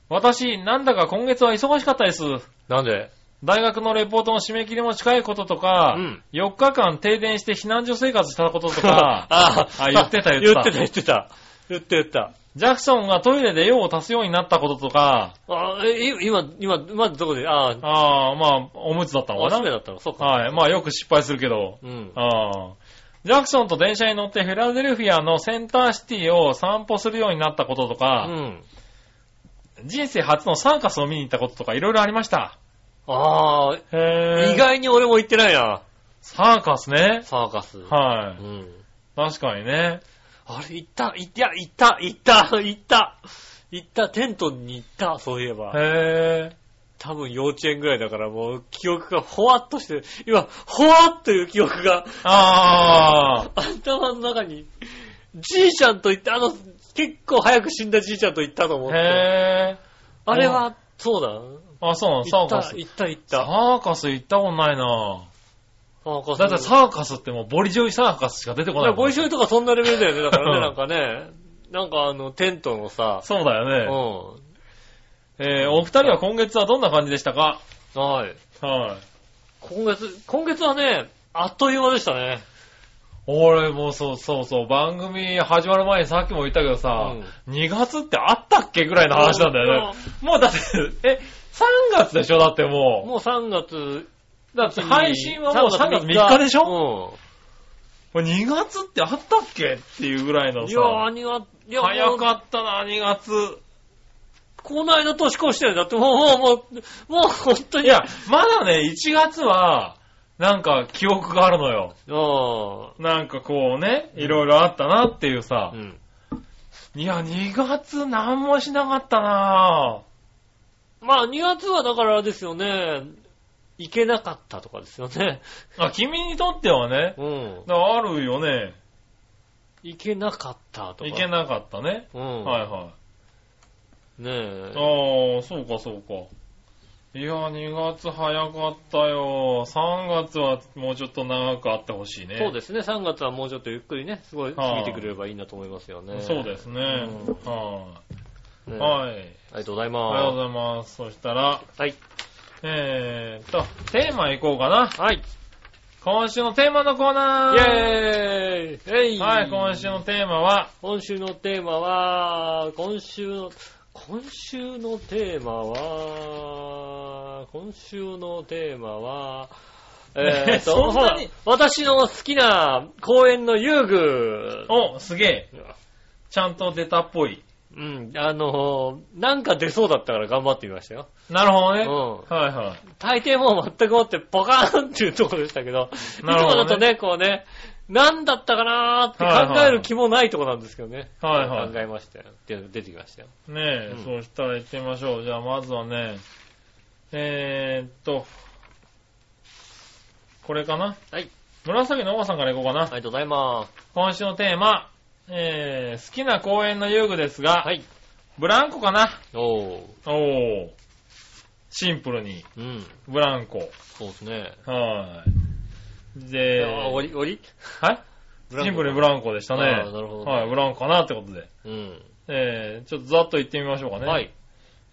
Speaker 3: 私、なんだか今月は忙しかったです。
Speaker 2: なんで
Speaker 3: 大学のレポートの締め切りも近いこととか、
Speaker 2: うん
Speaker 3: 4日間停電して避難所生活したこととか、
Speaker 2: あ
Speaker 3: あ言ってた言ってた
Speaker 2: 言ってた、言ってた。言ってた。
Speaker 3: ジャクソンがトイレで用を足すようになったこととか、
Speaker 2: あ、え、い今、今、まずどこで、ああ、
Speaker 3: ああ、まあ、おむつだったの
Speaker 2: お
Speaker 3: か
Speaker 2: しめだ
Speaker 3: な。
Speaker 2: ったのそうか。
Speaker 3: はい。まあ、よく失敗するけど。
Speaker 2: うん。
Speaker 3: ああ。ジャクソンと電車に乗ってフィラデルフィアのセンターシティを散歩するようになったことと
Speaker 2: う
Speaker 3: か、
Speaker 2: ん。
Speaker 3: 人生初のサーカスを見に行ったこととかいろいろありました。
Speaker 2: ああ、
Speaker 3: へ
Speaker 2: 意外に俺も行ってないな。
Speaker 3: サーカスね。
Speaker 2: サーカス。
Speaker 3: は
Speaker 2: う
Speaker 3: い。
Speaker 2: ん。
Speaker 3: 確かにね。
Speaker 2: あれ、行った、行った、行った、行った、行った、行った、テントに行った、そういえば。
Speaker 3: へえ。
Speaker 2: 多分幼稚園ぐらいだからもう記憶がほわっとして、今、ほわっという記憶が
Speaker 3: ああ。
Speaker 2: 頭の中に、じいちゃんと行った、あの、結構早く死んだじいちゃんと行ったと思って。
Speaker 3: へえ。
Speaker 2: あれは、そうだ。
Speaker 3: あ、そうなの、サ
Speaker 2: 行
Speaker 3: ー
Speaker 2: っ
Speaker 3: カ
Speaker 2: た、
Speaker 3: ス。
Speaker 2: 行った、行っ
Speaker 3: サ
Speaker 2: た。
Speaker 3: ーカス行ったことないな
Speaker 2: なんか
Speaker 3: だってサーカスってもうボリジョイサーカスしか出てこ
Speaker 2: いや、
Speaker 3: ないもん
Speaker 2: ボイショイとかそんなレベルだよね。だから
Speaker 3: う
Speaker 2: ね、
Speaker 3: ん
Speaker 2: なんかね、なんかあの、テントのさ、
Speaker 3: そうだ
Speaker 2: う
Speaker 3: よね。
Speaker 2: ん。
Speaker 3: えー、お二人は今月はどんな感じでしたか
Speaker 2: はい。
Speaker 3: はい。
Speaker 2: 今月、今月はね、あっという間でしたね。
Speaker 3: 俺もうそうそうそう、番組始まる前にさっきも言ったけどさ、2月ってあったっけぐらいの話なんだよね。もうだって、え、3月でしょだっても
Speaker 2: もう3月、
Speaker 3: う。だって配信はもう3月3日でしょ
Speaker 2: ょ
Speaker 3: 2月ってあったっけっていうぐらい
Speaker 2: うん。
Speaker 3: の
Speaker 2: いやー、
Speaker 3: さ、
Speaker 2: にわ、いや、
Speaker 3: 早
Speaker 2: もう
Speaker 3: かったな、2月。
Speaker 2: この間年越してるんだって、もう、もう、もう、もう、本当
Speaker 3: い
Speaker 2: に。
Speaker 3: や、まだね、1月は、なんか記憶があるのよ。
Speaker 2: う
Speaker 3: なんかこうね、いろいろあったなっていうさ
Speaker 2: ん。う。ん。
Speaker 3: いや、2月何もしなかったな
Speaker 2: まあ、2月はだからあれですよね、行けなかったとかですよね。
Speaker 3: あ、君にとってはね、
Speaker 2: うん。
Speaker 3: だからあるよね。
Speaker 2: 行けなかったとか。
Speaker 3: いけなかったね。
Speaker 2: うん。
Speaker 3: はいは
Speaker 2: ねえ
Speaker 3: い。。ああ、そうかそうか。いや、2月早かったよ。3月はもうちょっと長くあってほしいね。
Speaker 2: そうですね、3月はもうちょっとゆっくりね、すごい過ぎてくれればいいなと思いますよね。
Speaker 3: そうですね。
Speaker 2: う
Speaker 3: は
Speaker 2: ね
Speaker 3: い、
Speaker 2: あ
Speaker 3: はい。
Speaker 2: りがとうござい
Speaker 3: おはよ
Speaker 2: ま
Speaker 3: うございます。そしたら、
Speaker 2: す。はい。
Speaker 3: えーっと、テーマいこうかな。
Speaker 2: はい。
Speaker 3: 今週のテーマのコーナ
Speaker 2: イ
Speaker 3: ー
Speaker 2: ェーイえい
Speaker 3: はい、今週のテーマは、
Speaker 2: 今週のテーマは、今週の、今週のテーマは、今週のテーマ は、えー、と、
Speaker 3: そんなに
Speaker 2: 私の好きな公園の遊具。
Speaker 3: お、すげえ。ちゃんと出たっぽい。
Speaker 2: うん、あのー、なんか出そうだったから頑張ってみましたよ。
Speaker 3: なるほどね。
Speaker 2: うん。
Speaker 3: はいはい。
Speaker 2: 大抵もう全くもってポカーンっていうところでしたけど、
Speaker 3: なるほどね
Speaker 2: いつもだとね、こうね、なんだったかなーって考える気もないところなんですけどね。
Speaker 3: はいはい
Speaker 2: 考えましたよ。っていうの出てきましたよ。
Speaker 3: ねえ、
Speaker 2: うん
Speaker 3: そうしたら行ってみましょう。じゃあまずはね、えー、っと、これかな
Speaker 2: はい。
Speaker 3: 紫のおばさんから行こうかな。
Speaker 2: ありがとうございます。
Speaker 3: 今週のテーマ、えー、好きな公園の遊具ですが、
Speaker 2: はい。
Speaker 3: ブランコかな
Speaker 2: おー。
Speaker 3: おー。シンプルに、
Speaker 2: うん。
Speaker 3: ブランコ。
Speaker 2: そうですね。
Speaker 3: はーい。
Speaker 2: え
Speaker 3: で、
Speaker 2: ー、
Speaker 3: は
Speaker 2: 折
Speaker 3: い
Speaker 2: り、折り
Speaker 3: シンプルにブ
Speaker 2: ラ
Speaker 3: ランコでしたね。
Speaker 2: あーなるほどね
Speaker 3: はい、ブランコかなってことで。
Speaker 2: うん。
Speaker 3: えー、ちょっとざっと行ってみましょうかね。
Speaker 2: はい。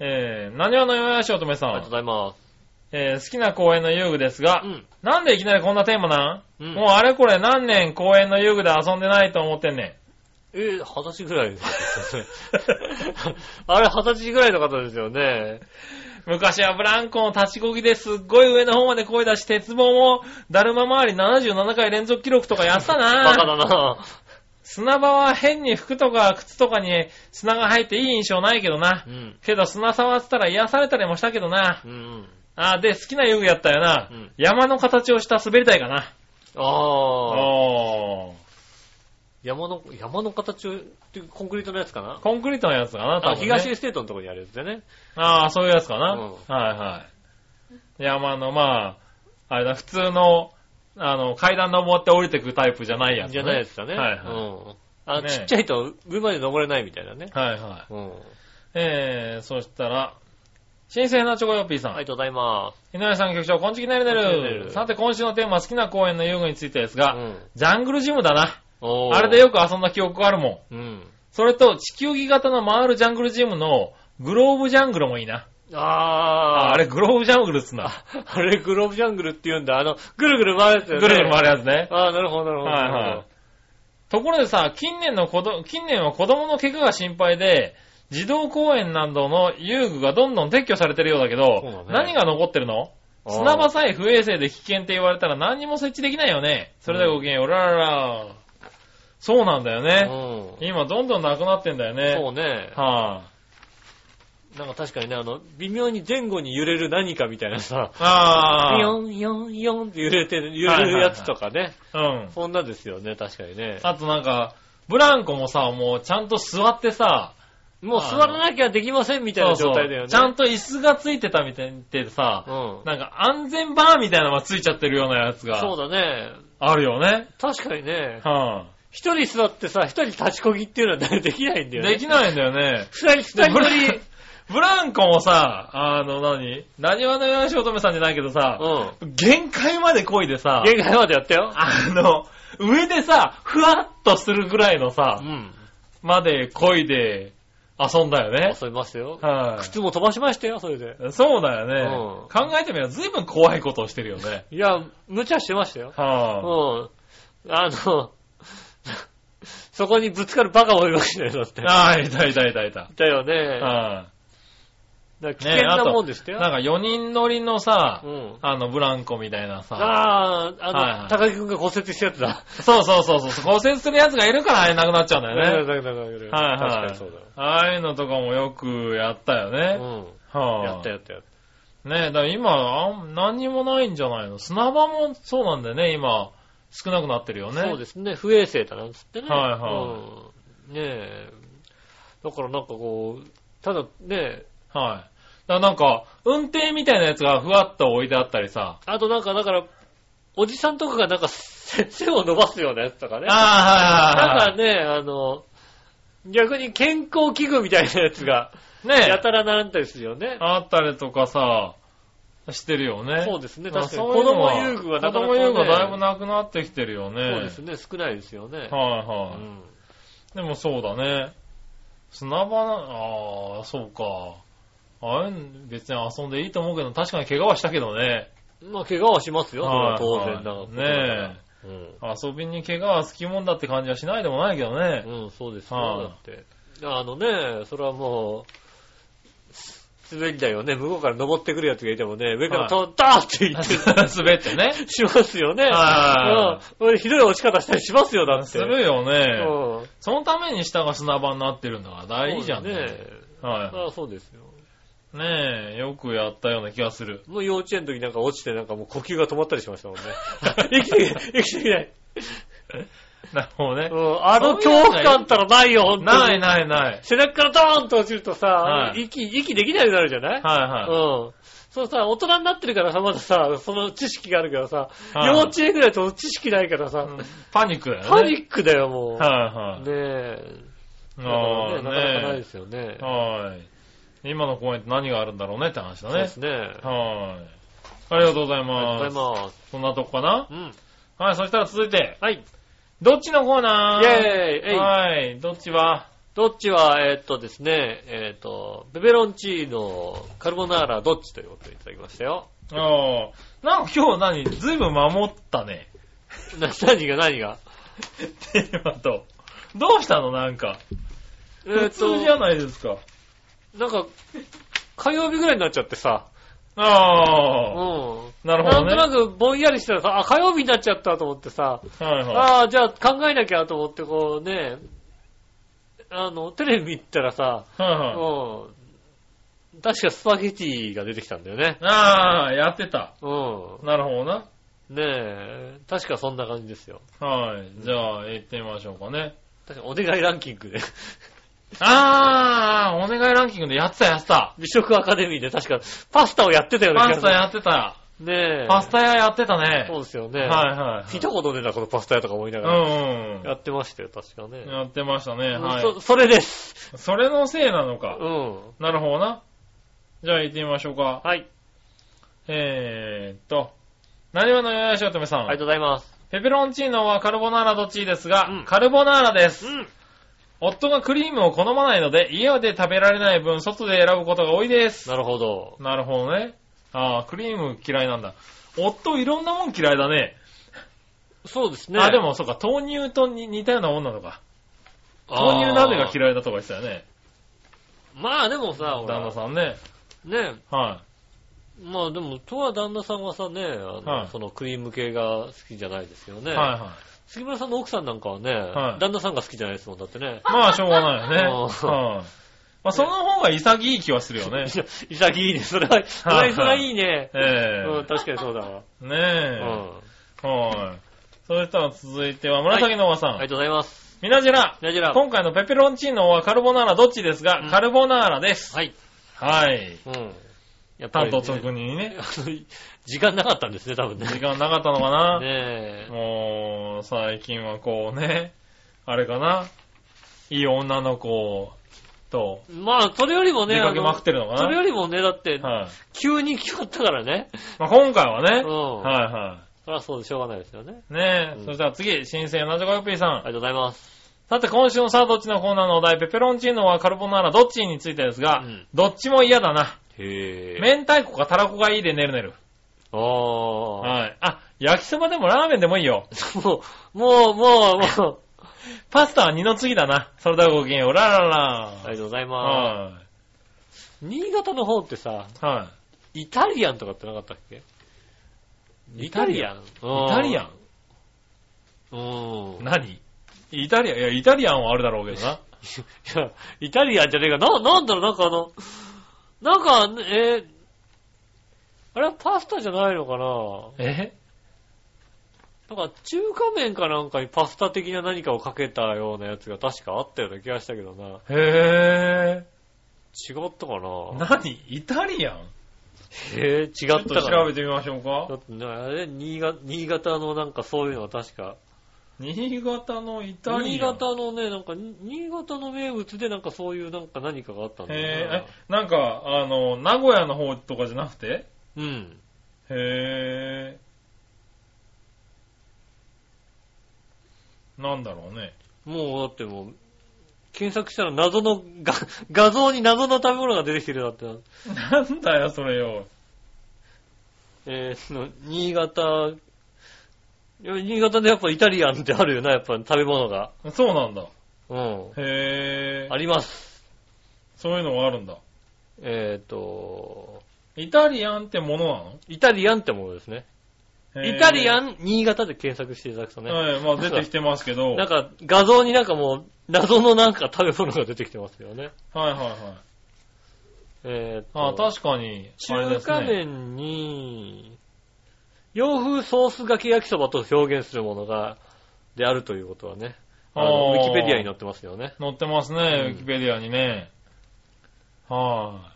Speaker 3: えー、何話のよやしおとめさ
Speaker 2: あ
Speaker 3: ん。
Speaker 2: りがとうございま
Speaker 3: えー好きな公園の遊具ですが、
Speaker 2: す。うん。
Speaker 3: なんでいきなりこんなテーマなん、
Speaker 2: うん
Speaker 3: もうあれこれ何年公園の遊具で遊んでないと思ってんねん。
Speaker 2: えー、二十歳ぐらい ですよね。あれ、二十歳ぐらいの方ですよね。
Speaker 3: 昔はブランコの立ちこぎですっごい上の方まで声出し、鉄棒も、だるま回り77回連続記録とかやった
Speaker 2: バカ
Speaker 3: な
Speaker 2: だな
Speaker 3: 砂場は変に服とか靴とかに砂が入っていい印象ないけどな
Speaker 2: う。ん。
Speaker 3: けど砂触ってたら癒されたりもしたけどな。
Speaker 2: うん。
Speaker 3: あーで、好きな遊具やったよな。
Speaker 2: うん
Speaker 3: 山の形をした滑り台かな。
Speaker 2: あー。
Speaker 3: おー。
Speaker 2: 山の、山の形を、っていうコンクリートのやつかな、
Speaker 3: コンクリートのやつかな、多
Speaker 2: あ
Speaker 3: 分、ね。
Speaker 2: 東エステートのところにあるやつだよね。
Speaker 3: ああ、そういうやつかな。
Speaker 2: うん
Speaker 3: はいはい。山の、まあ、あれだ、普通の、あの、階段登って降りてくタイプじゃないやつ、ね。
Speaker 2: じゃないやつだね。
Speaker 3: はいはい
Speaker 2: うん。あ、
Speaker 3: ね
Speaker 2: ちっちゃいと上まで登れないみたいなね。
Speaker 3: はいは
Speaker 2: うん。
Speaker 3: い。えー、そしたら、新鮮なチョコヨッピーさん。
Speaker 2: ありがとうございま
Speaker 3: 井上さん局長、こんちきなりな
Speaker 2: こんちきなりな
Speaker 3: る。
Speaker 2: る
Speaker 3: さて、今週のテーマ、好きな公園の遊具についてです
Speaker 2: す。
Speaker 3: が、
Speaker 2: うん。
Speaker 3: ジャングルジムだな。
Speaker 2: おー
Speaker 3: あれで。よく遊んだ記憶があるもん。
Speaker 2: うん。
Speaker 3: それと、地球儀型の回るジャングルジムの、グローブジャングルもいいな。
Speaker 2: あー、
Speaker 3: あれ、グローブジャングルっつうんだ。
Speaker 2: あれ、グローブジャングルって言うんだ。あの、ぐるぐる回るやつだ
Speaker 3: ぐ
Speaker 2: よ
Speaker 3: る
Speaker 2: ね
Speaker 3: ぐる回るやつね。
Speaker 2: ああ、なるほど、なるほど。
Speaker 3: はい
Speaker 2: なる
Speaker 3: は
Speaker 2: ほ
Speaker 3: い。ところでさ、近年の子ど、近年は子供の怪我が心配で、児童公園などの遊具がどんどん撤去されてるようだけど、
Speaker 2: そうだね
Speaker 3: 何が残ってるの
Speaker 2: ど
Speaker 3: 砂場さえ不衛生で危険って言われたら何にも設置できないよね。それではごきげんよう、おららら。そうなんだよね。
Speaker 2: うん。
Speaker 3: 今どんどんなくなってんだよね。
Speaker 2: そうね。
Speaker 3: は
Speaker 2: なんか確かにね、あの、微妙に前後に揺れる何かみたいなさ、
Speaker 3: あ、あ
Speaker 2: ヨ
Speaker 3: あ。
Speaker 2: ンヨンヨンって揺れてる、揺れるやつとかね。
Speaker 3: うん。
Speaker 2: そんなですよね、確かにね。
Speaker 3: あとなんか、ブランコもさ、もうちゃんと座ってさ、
Speaker 2: もう座らなきゃできませんみたいな状態だよね。
Speaker 3: そうそうちゃんと椅子がついてたみたいでさ、
Speaker 2: うん。
Speaker 3: なんか安全バーみたいなのがついちゃってるようなやつ
Speaker 2: そ
Speaker 3: が
Speaker 2: うだね。
Speaker 3: あるよね。
Speaker 2: 確かにね。
Speaker 3: は
Speaker 2: 一人座ってさ、一人立ちこぎっていうのはできないんだ
Speaker 3: い
Speaker 2: よ
Speaker 3: で
Speaker 2: ね。。
Speaker 3: きないんだよね
Speaker 2: 二人、二人乗り。
Speaker 3: でブランコもさ、あの何、何話のようしおとめさんじゃないけどさ、
Speaker 2: うん。
Speaker 3: 限界まで漕いでさ、
Speaker 2: 限界までやったよ。
Speaker 3: あの、上でさ、ふわっとするぐらいの
Speaker 2: う
Speaker 3: さ、
Speaker 2: ん。
Speaker 3: まで漕いで遊んだよね。
Speaker 2: 遊びますよ。
Speaker 3: は
Speaker 2: 靴も飛ばしましたよ、それで。
Speaker 3: い。そうだよね。
Speaker 2: うん
Speaker 3: 考えてみれば随分怖いことをしてるよね。
Speaker 2: いや、無茶してましたよ。う
Speaker 3: は
Speaker 2: ん。あの、 そこにぶつかるバカもいましたよ、だって。
Speaker 3: い。ああ、いたいたいたいた。
Speaker 2: だよね。
Speaker 3: はい。
Speaker 2: だから危険なもんでしたよ。
Speaker 3: なんか4人乗りのさ、
Speaker 2: うん。
Speaker 3: あの、ブランコみたいなさ。
Speaker 2: ああ、あの、
Speaker 3: はいはい
Speaker 2: 高木くんが骨折したやつだ。
Speaker 3: そうそうそうそう。骨折するやつがいるからあれなくなっちゃうんだよね。
Speaker 2: だからだからだから
Speaker 3: はいはい
Speaker 2: 確かにそう
Speaker 3: ああいうのとかもよくやったよ
Speaker 2: だ。
Speaker 3: ね。
Speaker 2: うん。
Speaker 3: はあ、
Speaker 2: やったやったやっ
Speaker 3: ねえ、だから今、あん何にもないんじゃないの砂場もそうなんだよね、今。少なくなってるよ
Speaker 2: た。
Speaker 3: ね。
Speaker 2: そう
Speaker 3: で
Speaker 2: ですね。不衛生だなんつってね。
Speaker 3: はいは
Speaker 2: うん。ねえ。だからなんかこう、ただねえ、
Speaker 3: す。はい。だからなんか、運転みたいなやつがふわっと置いてあったりさ。
Speaker 2: あとなんかだから、おじさんとかがなんか背背を伸ばすようなやつとかね。
Speaker 3: あ
Speaker 2: なんか
Speaker 3: はいはいはい
Speaker 2: ね、あの、逆に健康器具みたいなやつが、
Speaker 3: はい。ね
Speaker 2: や
Speaker 3: え
Speaker 2: たらなんですよね。
Speaker 3: あったりとかさ、してるよね。
Speaker 2: そうですね、
Speaker 3: まあ
Speaker 2: 確かに。
Speaker 3: そうい
Speaker 2: 子
Speaker 3: うの
Speaker 2: 供
Speaker 3: は
Speaker 2: 遊具はな
Speaker 3: 子
Speaker 2: かなか、
Speaker 3: 供
Speaker 2: ね、
Speaker 3: 遊具はだいぶなくなってきてるよね。
Speaker 2: そうですね、少ないですよね。
Speaker 3: はいうはい、
Speaker 2: ん
Speaker 3: でもそうだね。砂場な、ああ、そうか。あれ、別に遊んでいいと思うけど、確かに怪我はしたけどね。
Speaker 2: まあ、怪我はしますよ、それは当然だ
Speaker 3: はいはいね
Speaker 2: え。うん
Speaker 3: え。遊びに怪我は好きもんだって感じはしないでもないけど ね。
Speaker 2: うん、そうです
Speaker 3: は
Speaker 2: よ、
Speaker 3: い
Speaker 2: だって。あのね、それはもう、滑り台をね、向こうから登ってくるやつがいてもね、上から
Speaker 3: はい
Speaker 2: トン、ダーって言って
Speaker 3: 滑ってね。
Speaker 2: しますよね。
Speaker 3: は
Speaker 2: うん。俺ひどい落ち方したりしますよ、だって。
Speaker 3: するよね。
Speaker 2: うん。
Speaker 3: そのために下が砂場になってるんだから、大事じゃん
Speaker 2: そう
Speaker 3: ね。
Speaker 2: ですね。
Speaker 3: は
Speaker 2: ああそうですよ。
Speaker 3: い。ねえ、よくやったような気が する。
Speaker 2: もう幼稚園の時なんか落ちてなんかもう呼吸が止まったりしましたもんね。 生きていけない、生きていけない。
Speaker 3: なるほどね
Speaker 2: う。ん、あの恐怖感ったらないよ、本当に。
Speaker 3: ないないない。
Speaker 2: 背中からドーンと落ちるとさ、
Speaker 3: はい
Speaker 2: 息、息できなくなるじゃない、
Speaker 3: はいはい。
Speaker 2: うん。そうさ、大人になってるからさ、まださ、その知識があるからさ、
Speaker 3: はい
Speaker 2: 幼稚園ぐらいだと知識ないからさ、
Speaker 3: パニックだよね。
Speaker 2: パニックだよ、もう。
Speaker 3: はいはい。
Speaker 2: ねえ。だから
Speaker 3: あ
Speaker 2: ねなかなか
Speaker 3: あ、
Speaker 2: ない
Speaker 3: ね
Speaker 2: ですよね。
Speaker 3: え。はい。今の公演って何があるんだろうねって話だ
Speaker 2: そうで
Speaker 3: ね
Speaker 2: す。ね。あ
Speaker 3: はい。ありがとうござい
Speaker 2: りがと
Speaker 3: ま
Speaker 2: う
Speaker 3: す。
Speaker 2: ございます。
Speaker 3: そんなとこかな
Speaker 2: うん。
Speaker 3: はい、そしたら続いて、
Speaker 2: はい。イ
Speaker 3: どっちのコーナー
Speaker 2: ェーイえい
Speaker 3: はい、どっちは
Speaker 2: どっちは、えーっとですね、えーっと、ベベロンチーノ、カルボナーラ、どっちということでいただきましたよ。
Speaker 3: ああ、なんか今日何ずいぶん守ったね。
Speaker 2: な何が何が
Speaker 3: テーマと。どうしたのなんか。
Speaker 2: えー
Speaker 3: 普
Speaker 2: っと
Speaker 3: 通じゃないですか。
Speaker 2: なんか、火曜日ぐらいになっちゃってさ、うん。
Speaker 3: ああ、なるほどね
Speaker 2: なんとなくぼんやりしてたらさ、あ、火曜日になっちゃったと思ってさ、
Speaker 3: はいは
Speaker 2: ああ、じゃあ考えなきゃと思ってこうね、あの、テレビ見たらさ、
Speaker 3: い。は
Speaker 2: う
Speaker 3: いはい。
Speaker 2: ん。確かスパゲティが出てきたんだよね。
Speaker 3: ああ、やってた。
Speaker 2: う
Speaker 3: なるほどな。
Speaker 2: ん。ねえ、確かそんな感じですよ。
Speaker 3: はい。じゃあ、行ってみましょうかね。
Speaker 2: 確かお願いランキングで。
Speaker 3: あー、お願いランキングでやってたやってた。
Speaker 2: 美食アカデミーで確かパスタをやってたよね。
Speaker 3: パスタやってた。
Speaker 2: ねえ。
Speaker 3: パスタ屋やってた
Speaker 2: そう
Speaker 3: ね。
Speaker 2: ですよね。
Speaker 3: はいはいはい。
Speaker 2: 聞いたことねえな、このパスタ屋とか思いながら。
Speaker 3: うん
Speaker 2: やってましたよ、確かね。
Speaker 3: うん。やってましたね。は
Speaker 2: そ、それです。
Speaker 3: い。それのせいなの
Speaker 2: う
Speaker 3: か。
Speaker 2: ん。
Speaker 3: なるほどな。じゃあ行ってみましょうか。
Speaker 2: はい。
Speaker 3: えーっと。何わのよやしおとめさ
Speaker 2: ありが
Speaker 3: ん。
Speaker 2: とうございます。
Speaker 3: ペペロンチーノはカルボナーラどっちですが、
Speaker 2: うん
Speaker 3: カルボナーラです。
Speaker 2: ん。
Speaker 3: 夫がクリームを好まないので、家で食べられない分、外で選ぶことが多いです。
Speaker 2: なるほど。
Speaker 3: なるほどね。ああ、クリーム嫌いなんだ。夫いろんなもん嫌いだね。
Speaker 2: そうですね。
Speaker 3: あ、でもそうか、豆乳とに似たようなもんなのか。
Speaker 2: あー、
Speaker 3: 豆乳鍋が嫌いだとか言ってたよね。
Speaker 2: まあでもさ、ほら
Speaker 3: 旦那さんね。
Speaker 2: ね
Speaker 3: は
Speaker 2: まあでも、とは旦那さんはさね、あの、
Speaker 3: はい
Speaker 2: そのクリーム系が好きじゃないですよ
Speaker 3: い。
Speaker 2: ね。
Speaker 3: はいはい。
Speaker 2: 杉村さんの奥さんなんかはね、
Speaker 3: はい
Speaker 2: 旦那さんが好きじゃないですもん、だってね。
Speaker 3: まあ、しょうがないよね。
Speaker 2: うん
Speaker 3: はい。まあ、その方が潔い気はするよね。
Speaker 2: 潔いね。それは、それはそれはいいね。
Speaker 3: え
Speaker 2: うん、確かにそうだわ。
Speaker 3: え
Speaker 2: うん。
Speaker 3: ねえ。はい。それとは続いては、紫のおばさ
Speaker 2: ありが
Speaker 3: ん。
Speaker 2: とうございます。
Speaker 3: みなじら、
Speaker 2: ナジェラ。
Speaker 3: 今回のペペロンチーノはカルボナーラどっちですが、
Speaker 2: うん
Speaker 3: カルボナーラです。
Speaker 2: はい。
Speaker 3: はい。
Speaker 2: うん。やっぱ
Speaker 3: 担
Speaker 2: り、
Speaker 3: 当の国にね、
Speaker 2: 時間なかったんですね、多分ね。
Speaker 3: 時
Speaker 2: ね
Speaker 3: 間なかったのかな。
Speaker 2: え。
Speaker 3: もう、最近はこうね、あれかな、いい女の子と
Speaker 2: まあ、それよりも
Speaker 3: 出
Speaker 2: ね、
Speaker 3: かけまくってるの
Speaker 2: あの
Speaker 3: か
Speaker 2: それ
Speaker 3: な。
Speaker 2: よりもね、だって、
Speaker 3: はい。
Speaker 2: 急に決まったからね。
Speaker 3: まあ、今回は
Speaker 2: う
Speaker 3: ね
Speaker 2: ん。、はい。
Speaker 3: はいはい。
Speaker 2: それはそうでしょうがないですよね。
Speaker 3: ねえ、
Speaker 2: うん
Speaker 3: そしたら次、新生なじこよっぴーさ
Speaker 2: あ
Speaker 3: ん。
Speaker 2: りがとうございます。
Speaker 3: さて今週のさあどっちのコーナーのお題、ペペロンチーノはカルボナーラどっちについてですが、
Speaker 2: うん
Speaker 3: どっちも嫌だな。
Speaker 2: へえ。
Speaker 3: 明太子かたらこがいいでねるねる。
Speaker 2: ああ。
Speaker 3: はい。あ、焼きそばでもラーメンでもいいよ。
Speaker 2: もう、もう、もう、もう。
Speaker 3: パスタは二の次だな。それではごきげんよう。ラララ
Speaker 2: ありがとうござい
Speaker 3: ラ。
Speaker 2: ま
Speaker 3: は
Speaker 2: す。新潟の方ってさ、
Speaker 3: い。は
Speaker 2: イタリアンとかってなかったっけイタリアンイ
Speaker 3: い。イタリアン
Speaker 2: うん。い
Speaker 3: 何イタリアンいや、イタリアンはあるだろうけどな。
Speaker 2: や、 イタリアンじゃねえか。な、なんだろう、なんかあの、なんか、えーあれはパスタじゃないのか
Speaker 3: え
Speaker 2: ななんか中華麺かなんかにパスタ的な何かをかけたようなやつが確かあったような気がしたけどな。違
Speaker 3: へ
Speaker 2: ったか
Speaker 3: ぇー。
Speaker 2: な
Speaker 3: 何イタリアン
Speaker 2: へえ
Speaker 3: ち
Speaker 2: 違
Speaker 3: ょ
Speaker 2: っ
Speaker 3: ったと
Speaker 2: かな
Speaker 3: 調べてみましょう
Speaker 2: だ
Speaker 3: か。
Speaker 2: ってねあれ新潟、新潟のなんかそういうのは確か。
Speaker 3: 新潟のイタリアン。
Speaker 2: 新潟のね、なんか、に新潟の名物でなんかそういうなんか何かがあったんだよ
Speaker 3: へ
Speaker 2: ね
Speaker 3: え、えなんか、あの、名古屋の方とかじゃなくて
Speaker 2: うん。
Speaker 3: へえ。なんだろうね。
Speaker 2: もうだってもう、検索したら謎のが、 画像に謎の食べ物が出てきてるよだって。
Speaker 3: なんだよ、それよ。
Speaker 2: えー、その、新潟、いや新潟でやっぱイタリアンってあるよな、やっぱ食べ物が。
Speaker 3: そうなんだ。
Speaker 2: うん。
Speaker 3: へえ
Speaker 2: あ。ります。
Speaker 3: そういうのがあるんだ。
Speaker 2: えっ、と、
Speaker 3: イタリアンってものなの
Speaker 2: イタリアンってものですね。イタリアン、新潟で検索していただくと
Speaker 3: ン
Speaker 2: ね。
Speaker 3: はい、まあ出てきてますけど。
Speaker 2: なん
Speaker 3: はい
Speaker 2: か、画像になんかもう、謎のなんか食べ物が出てきてますよね。
Speaker 3: はいはい。
Speaker 2: えー、
Speaker 3: あ
Speaker 2: と、
Speaker 3: 確かに、あれ
Speaker 2: 中
Speaker 3: です
Speaker 2: 華
Speaker 3: ね。
Speaker 2: 麺に、洋風ソースがけ焼きそばと表現するものが、であるということはね、あのウ
Speaker 3: あー
Speaker 2: ィキペディアに載ってますよね。
Speaker 3: 載ってますね、ウィキペディアにね。は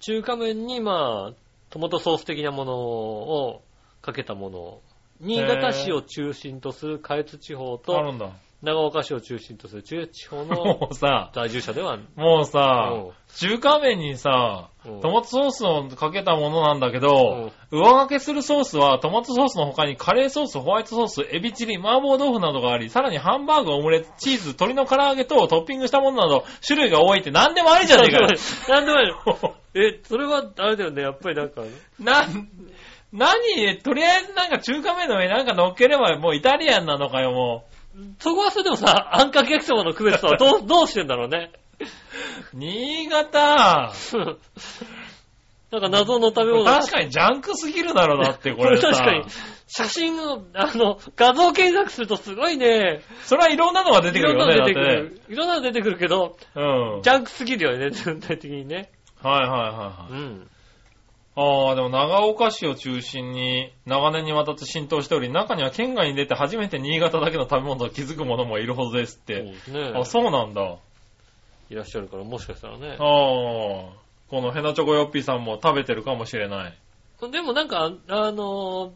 Speaker 2: 中華麺に、まあ、トマトソース的なものをかけたもの、新潟市を中心とする下越地方
Speaker 3: い。あ
Speaker 2: と、
Speaker 3: るんだ。
Speaker 2: 長岡市を中心とする中越地方の
Speaker 3: もうさ、
Speaker 2: 在住者では、うん
Speaker 3: もうさ、中華麺にさ、
Speaker 2: うん
Speaker 3: トマトソースをかけたものなんだけ
Speaker 2: うん
Speaker 3: ど、上掛けするソースはトマトソースの他にカレーソース、ホワイトソース、エビチリ、麻婆豆腐などがあり、さらにハンバーグ、オムレツ、チーズ、鶏の唐揚げ等をトッピングしたものなど、種類が多いって何でもありじゃねえかよ。
Speaker 2: なんでもない。 え、それは、あれだよね、やっぱり なんか、
Speaker 3: なん、何とりあえずなんか中華麺の上になんか乗っければもうイタリアンなのかよ、も
Speaker 2: そこはそれでもさ、あんかけ焼きそばの区別とはど う、どうしてんだろうね。
Speaker 3: う。新潟
Speaker 2: なんか謎の食べ物。
Speaker 3: 確かにジャンクすぎるだろ、だってこれさ。
Speaker 2: 確かに。写真を、あの、画像検索するとすごいね。
Speaker 3: それはいろんなのが出て
Speaker 2: い
Speaker 3: く
Speaker 2: ろ
Speaker 3: る
Speaker 2: ん
Speaker 3: よ
Speaker 2: な
Speaker 3: ね、だ
Speaker 2: の
Speaker 3: っ
Speaker 2: 出
Speaker 3: て
Speaker 2: てく
Speaker 3: ね。
Speaker 2: る。いろんなの出てくるけど、
Speaker 3: うん。
Speaker 2: ジャンクすぎるよね、全体的にね。
Speaker 3: はいはいはいはい。
Speaker 2: うん。
Speaker 3: ああ、でも長岡市を中心に長年にわたって浸透しており、中には県外に出て初めて新潟だけの食べ物を気づく者もいるほどで
Speaker 2: そ
Speaker 3: すっ
Speaker 2: う
Speaker 3: て。
Speaker 2: ですね。
Speaker 3: あ、そうなんだ。あ
Speaker 2: いらっしゃるから、もしかしたらね
Speaker 3: あ。。このヘナチョコヨッピーさんも食べてるかもしれない。
Speaker 2: でもなんか、あの、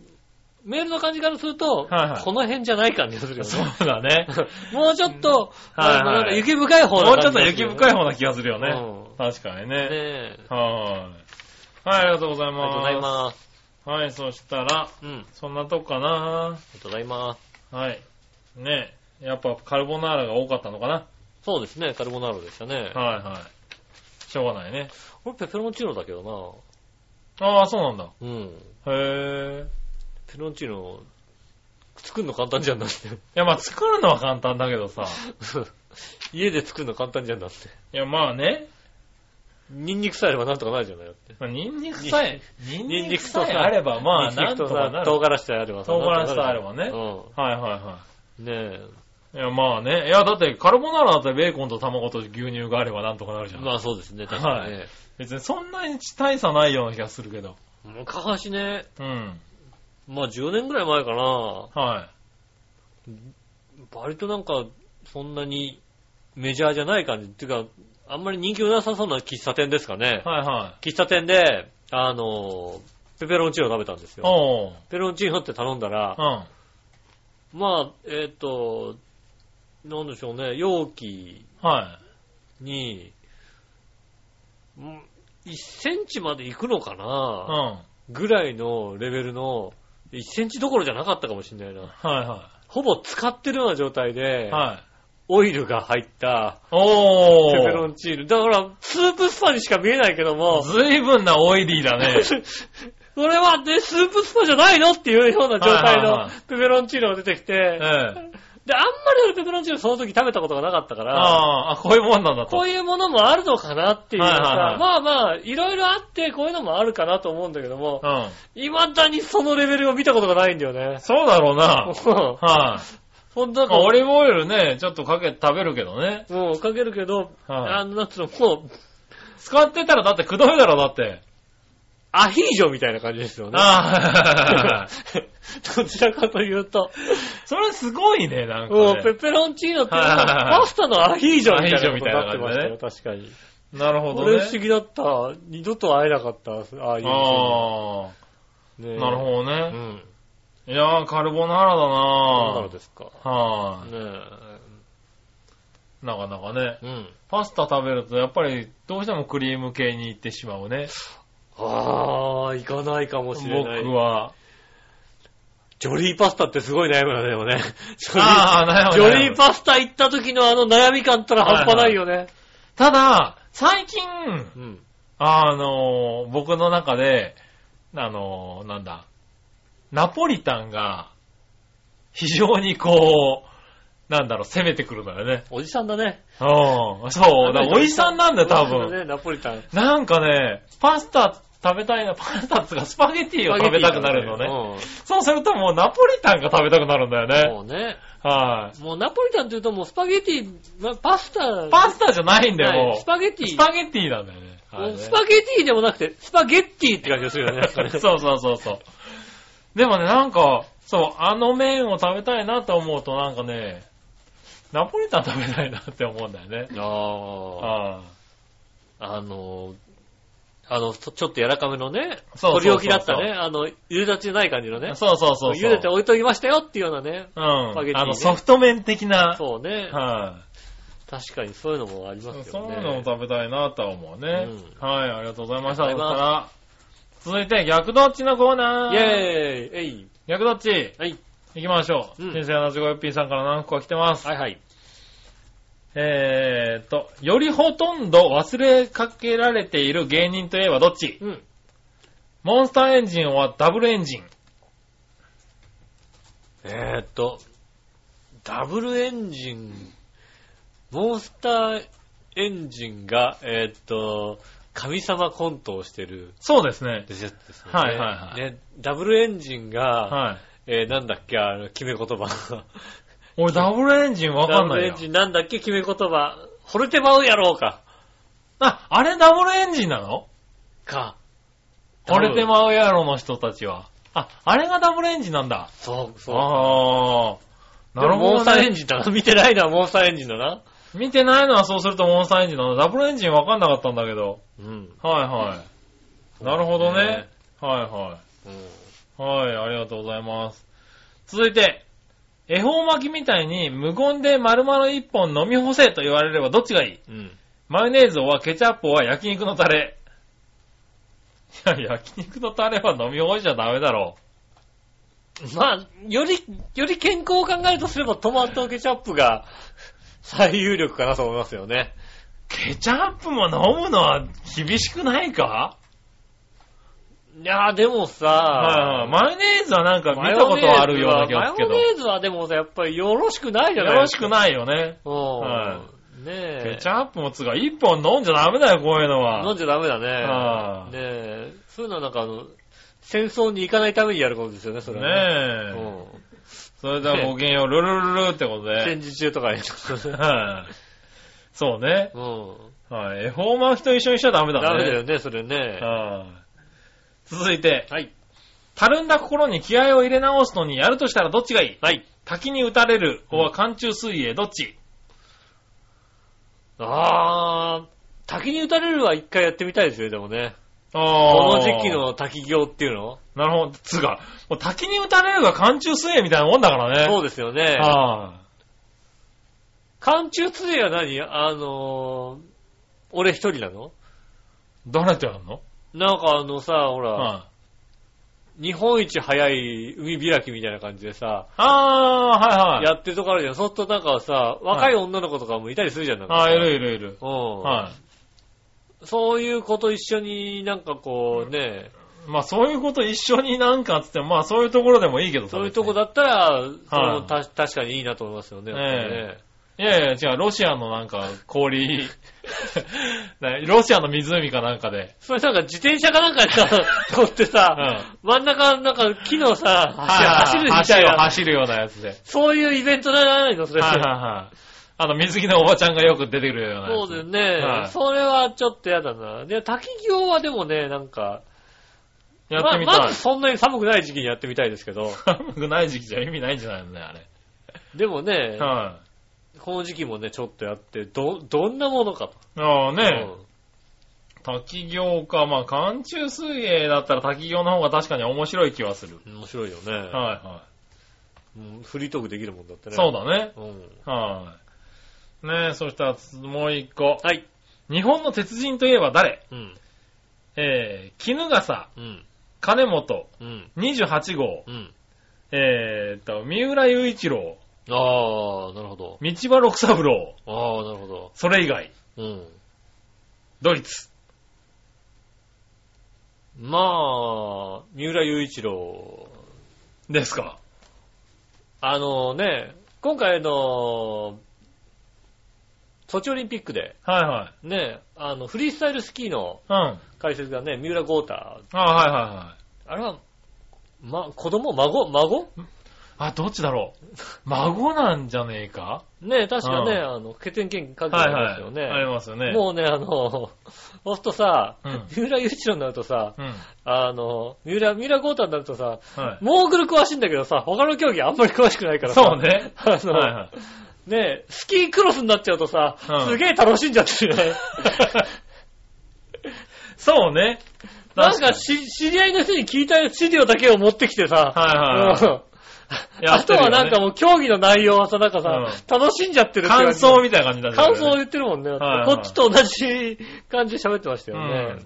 Speaker 2: メールの感じからすると、
Speaker 3: はいはい
Speaker 2: この辺じゃない感じがするよ
Speaker 3: そ
Speaker 2: ね。
Speaker 3: うだ ね。
Speaker 2: もうちょっと、
Speaker 3: はいはい
Speaker 2: あの、なんか雪深い
Speaker 3: も
Speaker 2: 方
Speaker 3: う
Speaker 2: な
Speaker 3: ちょ
Speaker 2: 感
Speaker 3: っ
Speaker 2: じ
Speaker 3: と
Speaker 2: がするよ
Speaker 3: 雪
Speaker 2: ね
Speaker 3: 深い方な気がするよね。
Speaker 2: う
Speaker 3: 確かに
Speaker 2: ん。
Speaker 3: ね。
Speaker 2: ねえ。
Speaker 3: はーい。はい、ありがとうござい
Speaker 2: ありがとうござい
Speaker 3: ま
Speaker 2: ます。
Speaker 3: す。はい、そしたら、
Speaker 2: うん。あり
Speaker 3: そんなとこかな。
Speaker 2: がとうございます。
Speaker 3: はい。ねやっぱカルボナーラが多かったのかな。
Speaker 2: そうですね、カルボナーラでしたね。
Speaker 3: はいはい。しょうがないね。
Speaker 2: 俺ペペロンチーノだけど
Speaker 3: ああ、そうなんだ。
Speaker 2: な。うん。
Speaker 3: へえ。
Speaker 2: ペペロンチーノ、作るの簡単じゃんだって。
Speaker 3: いや、まあ作るのは簡単だけどさ。
Speaker 2: 家で作るの簡単じゃんだって。
Speaker 3: いや、まあね。
Speaker 2: ニンニクさえあればなんとかなるじゃないだって。
Speaker 3: まあニンニクさえ、ニン
Speaker 2: ニン
Speaker 3: ニ
Speaker 2: ニ
Speaker 3: ク
Speaker 2: ク
Speaker 3: さ
Speaker 2: と
Speaker 3: え
Speaker 2: さ
Speaker 3: あれば、ま
Speaker 2: ニ
Speaker 3: あ、
Speaker 2: ンニ
Speaker 3: な
Speaker 2: ク
Speaker 3: んと
Speaker 2: と
Speaker 3: かな
Speaker 2: な
Speaker 3: る。
Speaker 2: 唐
Speaker 3: は
Speaker 2: 辛子さえあればさ
Speaker 3: 唐辛子さえあればね
Speaker 2: う
Speaker 3: いはいは
Speaker 2: ん。ね
Speaker 3: い。いや、まあね。いや、だってカルボナーラだってベーコンと卵と牛乳があればなんとかなるじ
Speaker 2: え。
Speaker 3: ゃん。
Speaker 2: まあそうですね、確かにね。
Speaker 3: 別にそんなに大差ないような気がするけど。
Speaker 2: 昔ね、
Speaker 3: うん。
Speaker 2: まあ10年ぐらい前かな、
Speaker 3: は
Speaker 2: 割となんか、そんなにメジャーじゃない感じ。っていうか、あんまり人気のなさそうな喫茶店ですかね
Speaker 3: い。。はいは
Speaker 2: 喫茶店で、あの、ペペロンチーノ食べたんです
Speaker 3: い。
Speaker 2: よ。
Speaker 3: おう。
Speaker 2: ペペロンチーノって頼んだら、
Speaker 3: うん。
Speaker 2: まあ、えっ、と、なんでしょうね、容器
Speaker 3: は
Speaker 2: に、ん1センチまで行くのか
Speaker 3: い。うん。
Speaker 2: な、
Speaker 3: は
Speaker 2: ぐらいのレベルの、1センチどころじゃなかったかもしれないな。
Speaker 3: いは
Speaker 2: ほぼ使ってるような状態で、
Speaker 3: い。はい。
Speaker 2: オイルが入った
Speaker 3: お
Speaker 2: ペペ
Speaker 3: ー
Speaker 2: ロ。ンチーノ。だから、スープスパにしか見えないけども、
Speaker 3: ずいぶんなオイリーだね。
Speaker 2: これはね、スープスパじゃないのっていうような状態
Speaker 3: はいはいは
Speaker 2: の
Speaker 3: い
Speaker 2: ペペロンチーノが出てき
Speaker 3: え
Speaker 2: て、
Speaker 3: え。
Speaker 2: で、あんまり俺ペペロンチーノその時食べたことがなかったから、
Speaker 3: ああ、こういうもんなんだと。
Speaker 2: こういうものもあるのかなっていうのさ、
Speaker 3: はいはいはい
Speaker 2: まあまあ、いろいろあって、こういうのもあるかなと思うんだけども
Speaker 3: う、ん。
Speaker 2: 未だにそのレベルを見たことがないんだよね。
Speaker 3: そうだろうな。はい、
Speaker 2: ほんとだ
Speaker 3: まあ
Speaker 2: か
Speaker 3: オリーブオイルね、ちょっとかけて食べるけどね。
Speaker 2: ら、もうかけるけど、
Speaker 3: はい
Speaker 2: あの、なんつうの、もう、
Speaker 3: 使ってたらだってくどいだろ、だって。
Speaker 2: アヒージョみたいな感じですよね。
Speaker 3: ああ、
Speaker 2: どちらかというと、
Speaker 3: それすごい ね、なん
Speaker 2: もう
Speaker 3: か、
Speaker 2: ペ
Speaker 3: ね。
Speaker 2: ペロンチーノっていうの
Speaker 3: はいはいはい
Speaker 2: はパスタのアヒージョみたいな
Speaker 3: アヒージョ
Speaker 2: こ
Speaker 3: み
Speaker 2: と
Speaker 3: たい
Speaker 2: に
Speaker 3: な
Speaker 2: なって
Speaker 3: 感じね
Speaker 2: ましたよ、確かに。
Speaker 3: なるほ
Speaker 2: こ
Speaker 3: どね
Speaker 2: れ。不思議だった。二度と会えなかった、ああいう店に。
Speaker 3: ああ、なる
Speaker 2: ど。
Speaker 3: ほど
Speaker 2: う
Speaker 3: ね。
Speaker 2: ん。
Speaker 3: いやー、カルボナーラだ
Speaker 2: そうなの
Speaker 3: な
Speaker 2: ですか。
Speaker 3: は
Speaker 2: ね
Speaker 3: い、
Speaker 2: え。
Speaker 3: なかなかね。
Speaker 2: うん。
Speaker 3: パスタ食べると、やっぱり、どうしてもクリーム系に行ってしまうね。
Speaker 2: ああ、行かないかもしれない。
Speaker 3: 僕は。
Speaker 2: ジョリーパスタってすごい悩むよね、でもね。ジョリー
Speaker 3: ああ、なるほ
Speaker 2: ジ
Speaker 3: ど。
Speaker 2: ョリーパスタ行った時のあの悩み感ったら半端ないよね。
Speaker 3: ただ、最近、
Speaker 2: うん。
Speaker 3: あのー、僕の中で、あのー、なんだ、ナポリタンが、非常にこう、なんだろう、攻めてくるのよね。
Speaker 2: おじさんだね。
Speaker 3: うん、そう、だからおじさんなんだよ、多
Speaker 2: おじさんだ
Speaker 3: 分。
Speaker 2: ね、ナポリタン。
Speaker 3: なんかね、パスタ食べたいな、パスタっつうかスパゲティを食べたくなるのね。
Speaker 2: ね。
Speaker 3: そうするともうナポリタンが食べたくなるんだよね。
Speaker 2: そうね。
Speaker 3: はい、
Speaker 2: もうナポリタンって言うともうスパゲティ、まパスタ。
Speaker 3: パスタじゃないんだよ、
Speaker 2: は
Speaker 3: も。
Speaker 2: いうスパゲティ。
Speaker 3: スパゲティなんだよね。あれ
Speaker 2: もう
Speaker 3: ね
Speaker 2: スパゲティでもなくて、スパゲッティって感じがする よね。なんかね
Speaker 3: そうそうそうそう。でもね、なんか、そう、あの麺を食べたいなと思うと、なんかね、ナポリタン食べたいなって思うんだよね。
Speaker 2: あ
Speaker 3: あ
Speaker 2: あ。あの、あの、ちょちょっと柔らかめのね、
Speaker 3: そうそうそうそう
Speaker 2: 取り置きだったね。あの、茹でたてじゃない感じの
Speaker 3: あ、
Speaker 2: ね。
Speaker 3: そうそうそうそう。
Speaker 2: 茹でて置いときましたよっていうようなね。
Speaker 3: うん。
Speaker 2: パゲティね
Speaker 3: あの、ソフト麺的な。
Speaker 2: そうね。
Speaker 3: は
Speaker 2: 確かにそういうのもあり
Speaker 3: い、
Speaker 2: ますよね。
Speaker 3: そういうのも食べたいなとは思うね、
Speaker 2: う
Speaker 3: はい、ありがとうございました。
Speaker 2: あ
Speaker 3: そ
Speaker 2: り
Speaker 3: し
Speaker 2: がとう
Speaker 3: た
Speaker 2: ござい
Speaker 3: ら、続いて逆どっちのコーナー
Speaker 2: イェーイえい
Speaker 3: 逆どっち
Speaker 2: はい。
Speaker 3: 行きましょう。
Speaker 2: うん
Speaker 3: 人生のごよっぴーさんから何個か来てます。
Speaker 2: はいはい。
Speaker 3: えーっと、よりほとんど忘れかけられている芸人といえばどっち
Speaker 2: うん。
Speaker 3: モンスターエンジンはダブルエンジン。
Speaker 2: えーっと、ダブルエンジン、モンスターエンジンが、えーっと、神様コントをしてる
Speaker 3: そうですね。
Speaker 2: ですですよね。
Speaker 3: はいはいはい
Speaker 2: ね、ダブルエンジンが、
Speaker 3: はい。
Speaker 2: えーなんだっけ、あの、決め言 葉。
Speaker 3: 俺ダブルエンジンわかん
Speaker 2: ダブ
Speaker 3: な
Speaker 2: ル
Speaker 3: い
Speaker 2: エ
Speaker 3: よ
Speaker 2: ン。ジンなんだっけ、決め言葉。惚れてまうやろうか。
Speaker 3: あ、あれダブルエンジンなの
Speaker 2: か。
Speaker 3: 惚れてまうやろの人たちは。あ、あれがダブルエンジンなんだ。
Speaker 2: そうそう。
Speaker 3: ああ。なる
Speaker 2: でもモン
Speaker 3: ほ
Speaker 2: スタ
Speaker 3: ど
Speaker 2: ーエン
Speaker 3: ね。
Speaker 2: ジンだな。見てないな、モンスターエンジンだな。
Speaker 3: 見てないのはそうするとモンスターエンジンなんだ。ダブルエンジンわかんなかったんだけど。
Speaker 2: うん。
Speaker 3: はいはい。なるほどね。はいはい。
Speaker 2: うん。
Speaker 3: はい、ありがとうございます。続いて、恵方巻きみたいに無言で丸々一本飲み干せと言われればどっちがいい
Speaker 2: うん。
Speaker 3: マヨネーズはケチャップは焼肉のタレ。いや、焼肉のタレは飲み干しちゃダメだろ
Speaker 2: まあ、より、より健康を考えるとすればトマトケチャップが 最有力かなと思いますよね。
Speaker 3: ケチャップも飲むのは厳しくないか
Speaker 2: いやーでもさ、
Speaker 3: はいはい。マヨネーズはなんか見たことはあるような気がするけど。
Speaker 2: マヨネ
Speaker 3: よ
Speaker 2: ーズはでもさ、やっぱりよろしくないじゃない
Speaker 3: ろしく
Speaker 2: い。
Speaker 3: ないよね。
Speaker 2: うん。
Speaker 3: は
Speaker 2: ねえ。
Speaker 3: ケチャップもつうか、一本飲んじゃダメだよ、こういうのは。
Speaker 2: 飲んじゃダメだね。
Speaker 3: は
Speaker 2: ね
Speaker 3: い
Speaker 2: え。そういうのはなんかあの、戦争に行かないためにやることですよね、それはね。
Speaker 3: ねえ。
Speaker 2: うん
Speaker 3: それではごきげんよう、ルルルルルってことで。
Speaker 2: 戦時中とかに。う
Speaker 3: はい。 そうね。
Speaker 2: ん。
Speaker 3: はい。恵方巻きと一緒にしちゃダメだね。
Speaker 2: ダメだよね、それね。
Speaker 3: はい。続いて、
Speaker 2: はい。
Speaker 3: たるんだ心に気合を入れ直すのにやるとしたらどっちがいい
Speaker 2: はい。
Speaker 3: 滝に打たれる、おは寒中水泳、どっち
Speaker 2: あー、滝に打たれるは一回やってみたいですよ、でもね。こ
Speaker 3: あ
Speaker 2: の時期。の滝行っていうの
Speaker 3: なるほど。つうか、もう滝に打たれるが寒中水泳みたいなもんだからね。
Speaker 2: そう
Speaker 3: う
Speaker 2: ですよね。
Speaker 3: は
Speaker 2: 寒中通夜は何あのー、俺一人なの
Speaker 3: い。誰とやんの
Speaker 2: なんかあのさ、ほら、
Speaker 3: はい。
Speaker 2: 日本一早い海開きみたいな感じでさ、
Speaker 3: あー、はいはい。
Speaker 2: やってるとこあるじゃん。そっとなんかさ、若い女の子とかもいたりするじゃん。なんか
Speaker 3: あー、いるいるいる。
Speaker 2: うん。
Speaker 3: は
Speaker 2: そういう子と一緒になんかこうね、
Speaker 3: い。まあそういうこと一緒になんかっつっても、まあそういうところでもいいけどさ
Speaker 2: そういうとこだったら、それも
Speaker 3: はい
Speaker 2: た確かにいいなと思いますよね。
Speaker 3: えいやいや、違う、ロシアのなんか、氷、 ねロシアの湖かなんかで。
Speaker 2: それなんか自転車かなんかで さ乗って
Speaker 3: う
Speaker 2: さ、
Speaker 3: ん。
Speaker 2: 真ん中なんか木のさ、走るみ
Speaker 3: 走
Speaker 2: たい
Speaker 3: る
Speaker 2: な、
Speaker 3: 走るようなやつで。
Speaker 2: そういうイベントじゃないのそれ。
Speaker 3: はいはいはい。あの、水着のおばちゃんがよく出てくるようなや
Speaker 2: そ
Speaker 3: つ。
Speaker 2: うだよね、
Speaker 3: はい
Speaker 2: それはちょっとやだな。で、滝行はでもね、なんか、
Speaker 3: やってみた
Speaker 2: ま
Speaker 3: い。
Speaker 2: まずそんなに寒くない時期にやってみたいですけ ど、
Speaker 3: 寒くない時期じゃ意味ないんじゃないのね、あれ。
Speaker 2: でもね、
Speaker 3: は
Speaker 2: この時期もね、ちょっとやって、ど、どんなものかと。
Speaker 3: い。ああ
Speaker 2: う
Speaker 3: ね
Speaker 2: ん、
Speaker 3: 滝行か。まあ、寒中水泳だったら滝行の方が確かに面白い気はする。
Speaker 2: 面白いよね。
Speaker 3: はいは
Speaker 2: うんフリートークできるもんだって
Speaker 3: い。
Speaker 2: ね。
Speaker 3: そうだね。
Speaker 2: うん。
Speaker 3: はい。ねえ、そしたらつもう一個。
Speaker 2: はい。
Speaker 3: 日本の鉄人といえば誰
Speaker 2: うん。
Speaker 3: えー、絹笠、
Speaker 2: うん。
Speaker 3: 金本、
Speaker 2: うん。
Speaker 3: 28号、
Speaker 2: うん。
Speaker 3: えーっと、三浦雄一郎、
Speaker 2: ああ、なるほど。
Speaker 3: 道場六三郎、
Speaker 2: ああ、なるほど。
Speaker 3: それ以外、
Speaker 2: うん。
Speaker 3: ドイツ。
Speaker 2: まあ、三浦雄一郎。
Speaker 3: ですか。
Speaker 2: あのね、今回の、ソチオリンピックで、
Speaker 3: はいはい。
Speaker 2: ね、あの、フリースタイルスキーの
Speaker 3: うん。あ
Speaker 2: 解説がね、三浦豪太。
Speaker 3: あはいはいはい。
Speaker 2: あれは、ま、子供孫孫
Speaker 3: あ、どっちだろう。孫なんじゃねえか
Speaker 2: ね、確かね、
Speaker 3: う
Speaker 2: あの、血縁研究関係
Speaker 3: はい
Speaker 2: あ
Speaker 3: は
Speaker 2: ります
Speaker 3: い。
Speaker 2: よね。
Speaker 3: ありますよね。
Speaker 2: もうね、あの、押すとさ、
Speaker 3: うん
Speaker 2: 三浦雄一郎になるとさ、
Speaker 3: うん。
Speaker 2: あの、三浦、三浦豪太になるとさ、
Speaker 3: は
Speaker 2: モーグル詳しいんだけどさ、他の競技あんまり詳しくないか
Speaker 3: い。
Speaker 2: らさ。
Speaker 3: そう。ね。
Speaker 2: あの、
Speaker 3: はいはい。
Speaker 2: ねえスキークロスになっちゃうとさ、
Speaker 3: うん
Speaker 2: すげえ楽しんじゃってる ね。
Speaker 3: そうね。
Speaker 2: なん
Speaker 3: 確
Speaker 2: か
Speaker 3: に
Speaker 2: し、知り合いの人に聞いた資料だけを持ってきてさ、
Speaker 3: はいはいは
Speaker 2: うん
Speaker 3: や
Speaker 2: あ
Speaker 3: って
Speaker 2: と
Speaker 3: るよ
Speaker 2: は
Speaker 3: ね
Speaker 2: なんかもう競技の内容はさ、なんかさ、楽しんじゃってるって感
Speaker 3: 感
Speaker 2: じ
Speaker 3: 想みたいな感じだね
Speaker 2: 感想を言ってるもんね。
Speaker 3: いはい
Speaker 2: こっちと同じ感じで喋ってましたよね。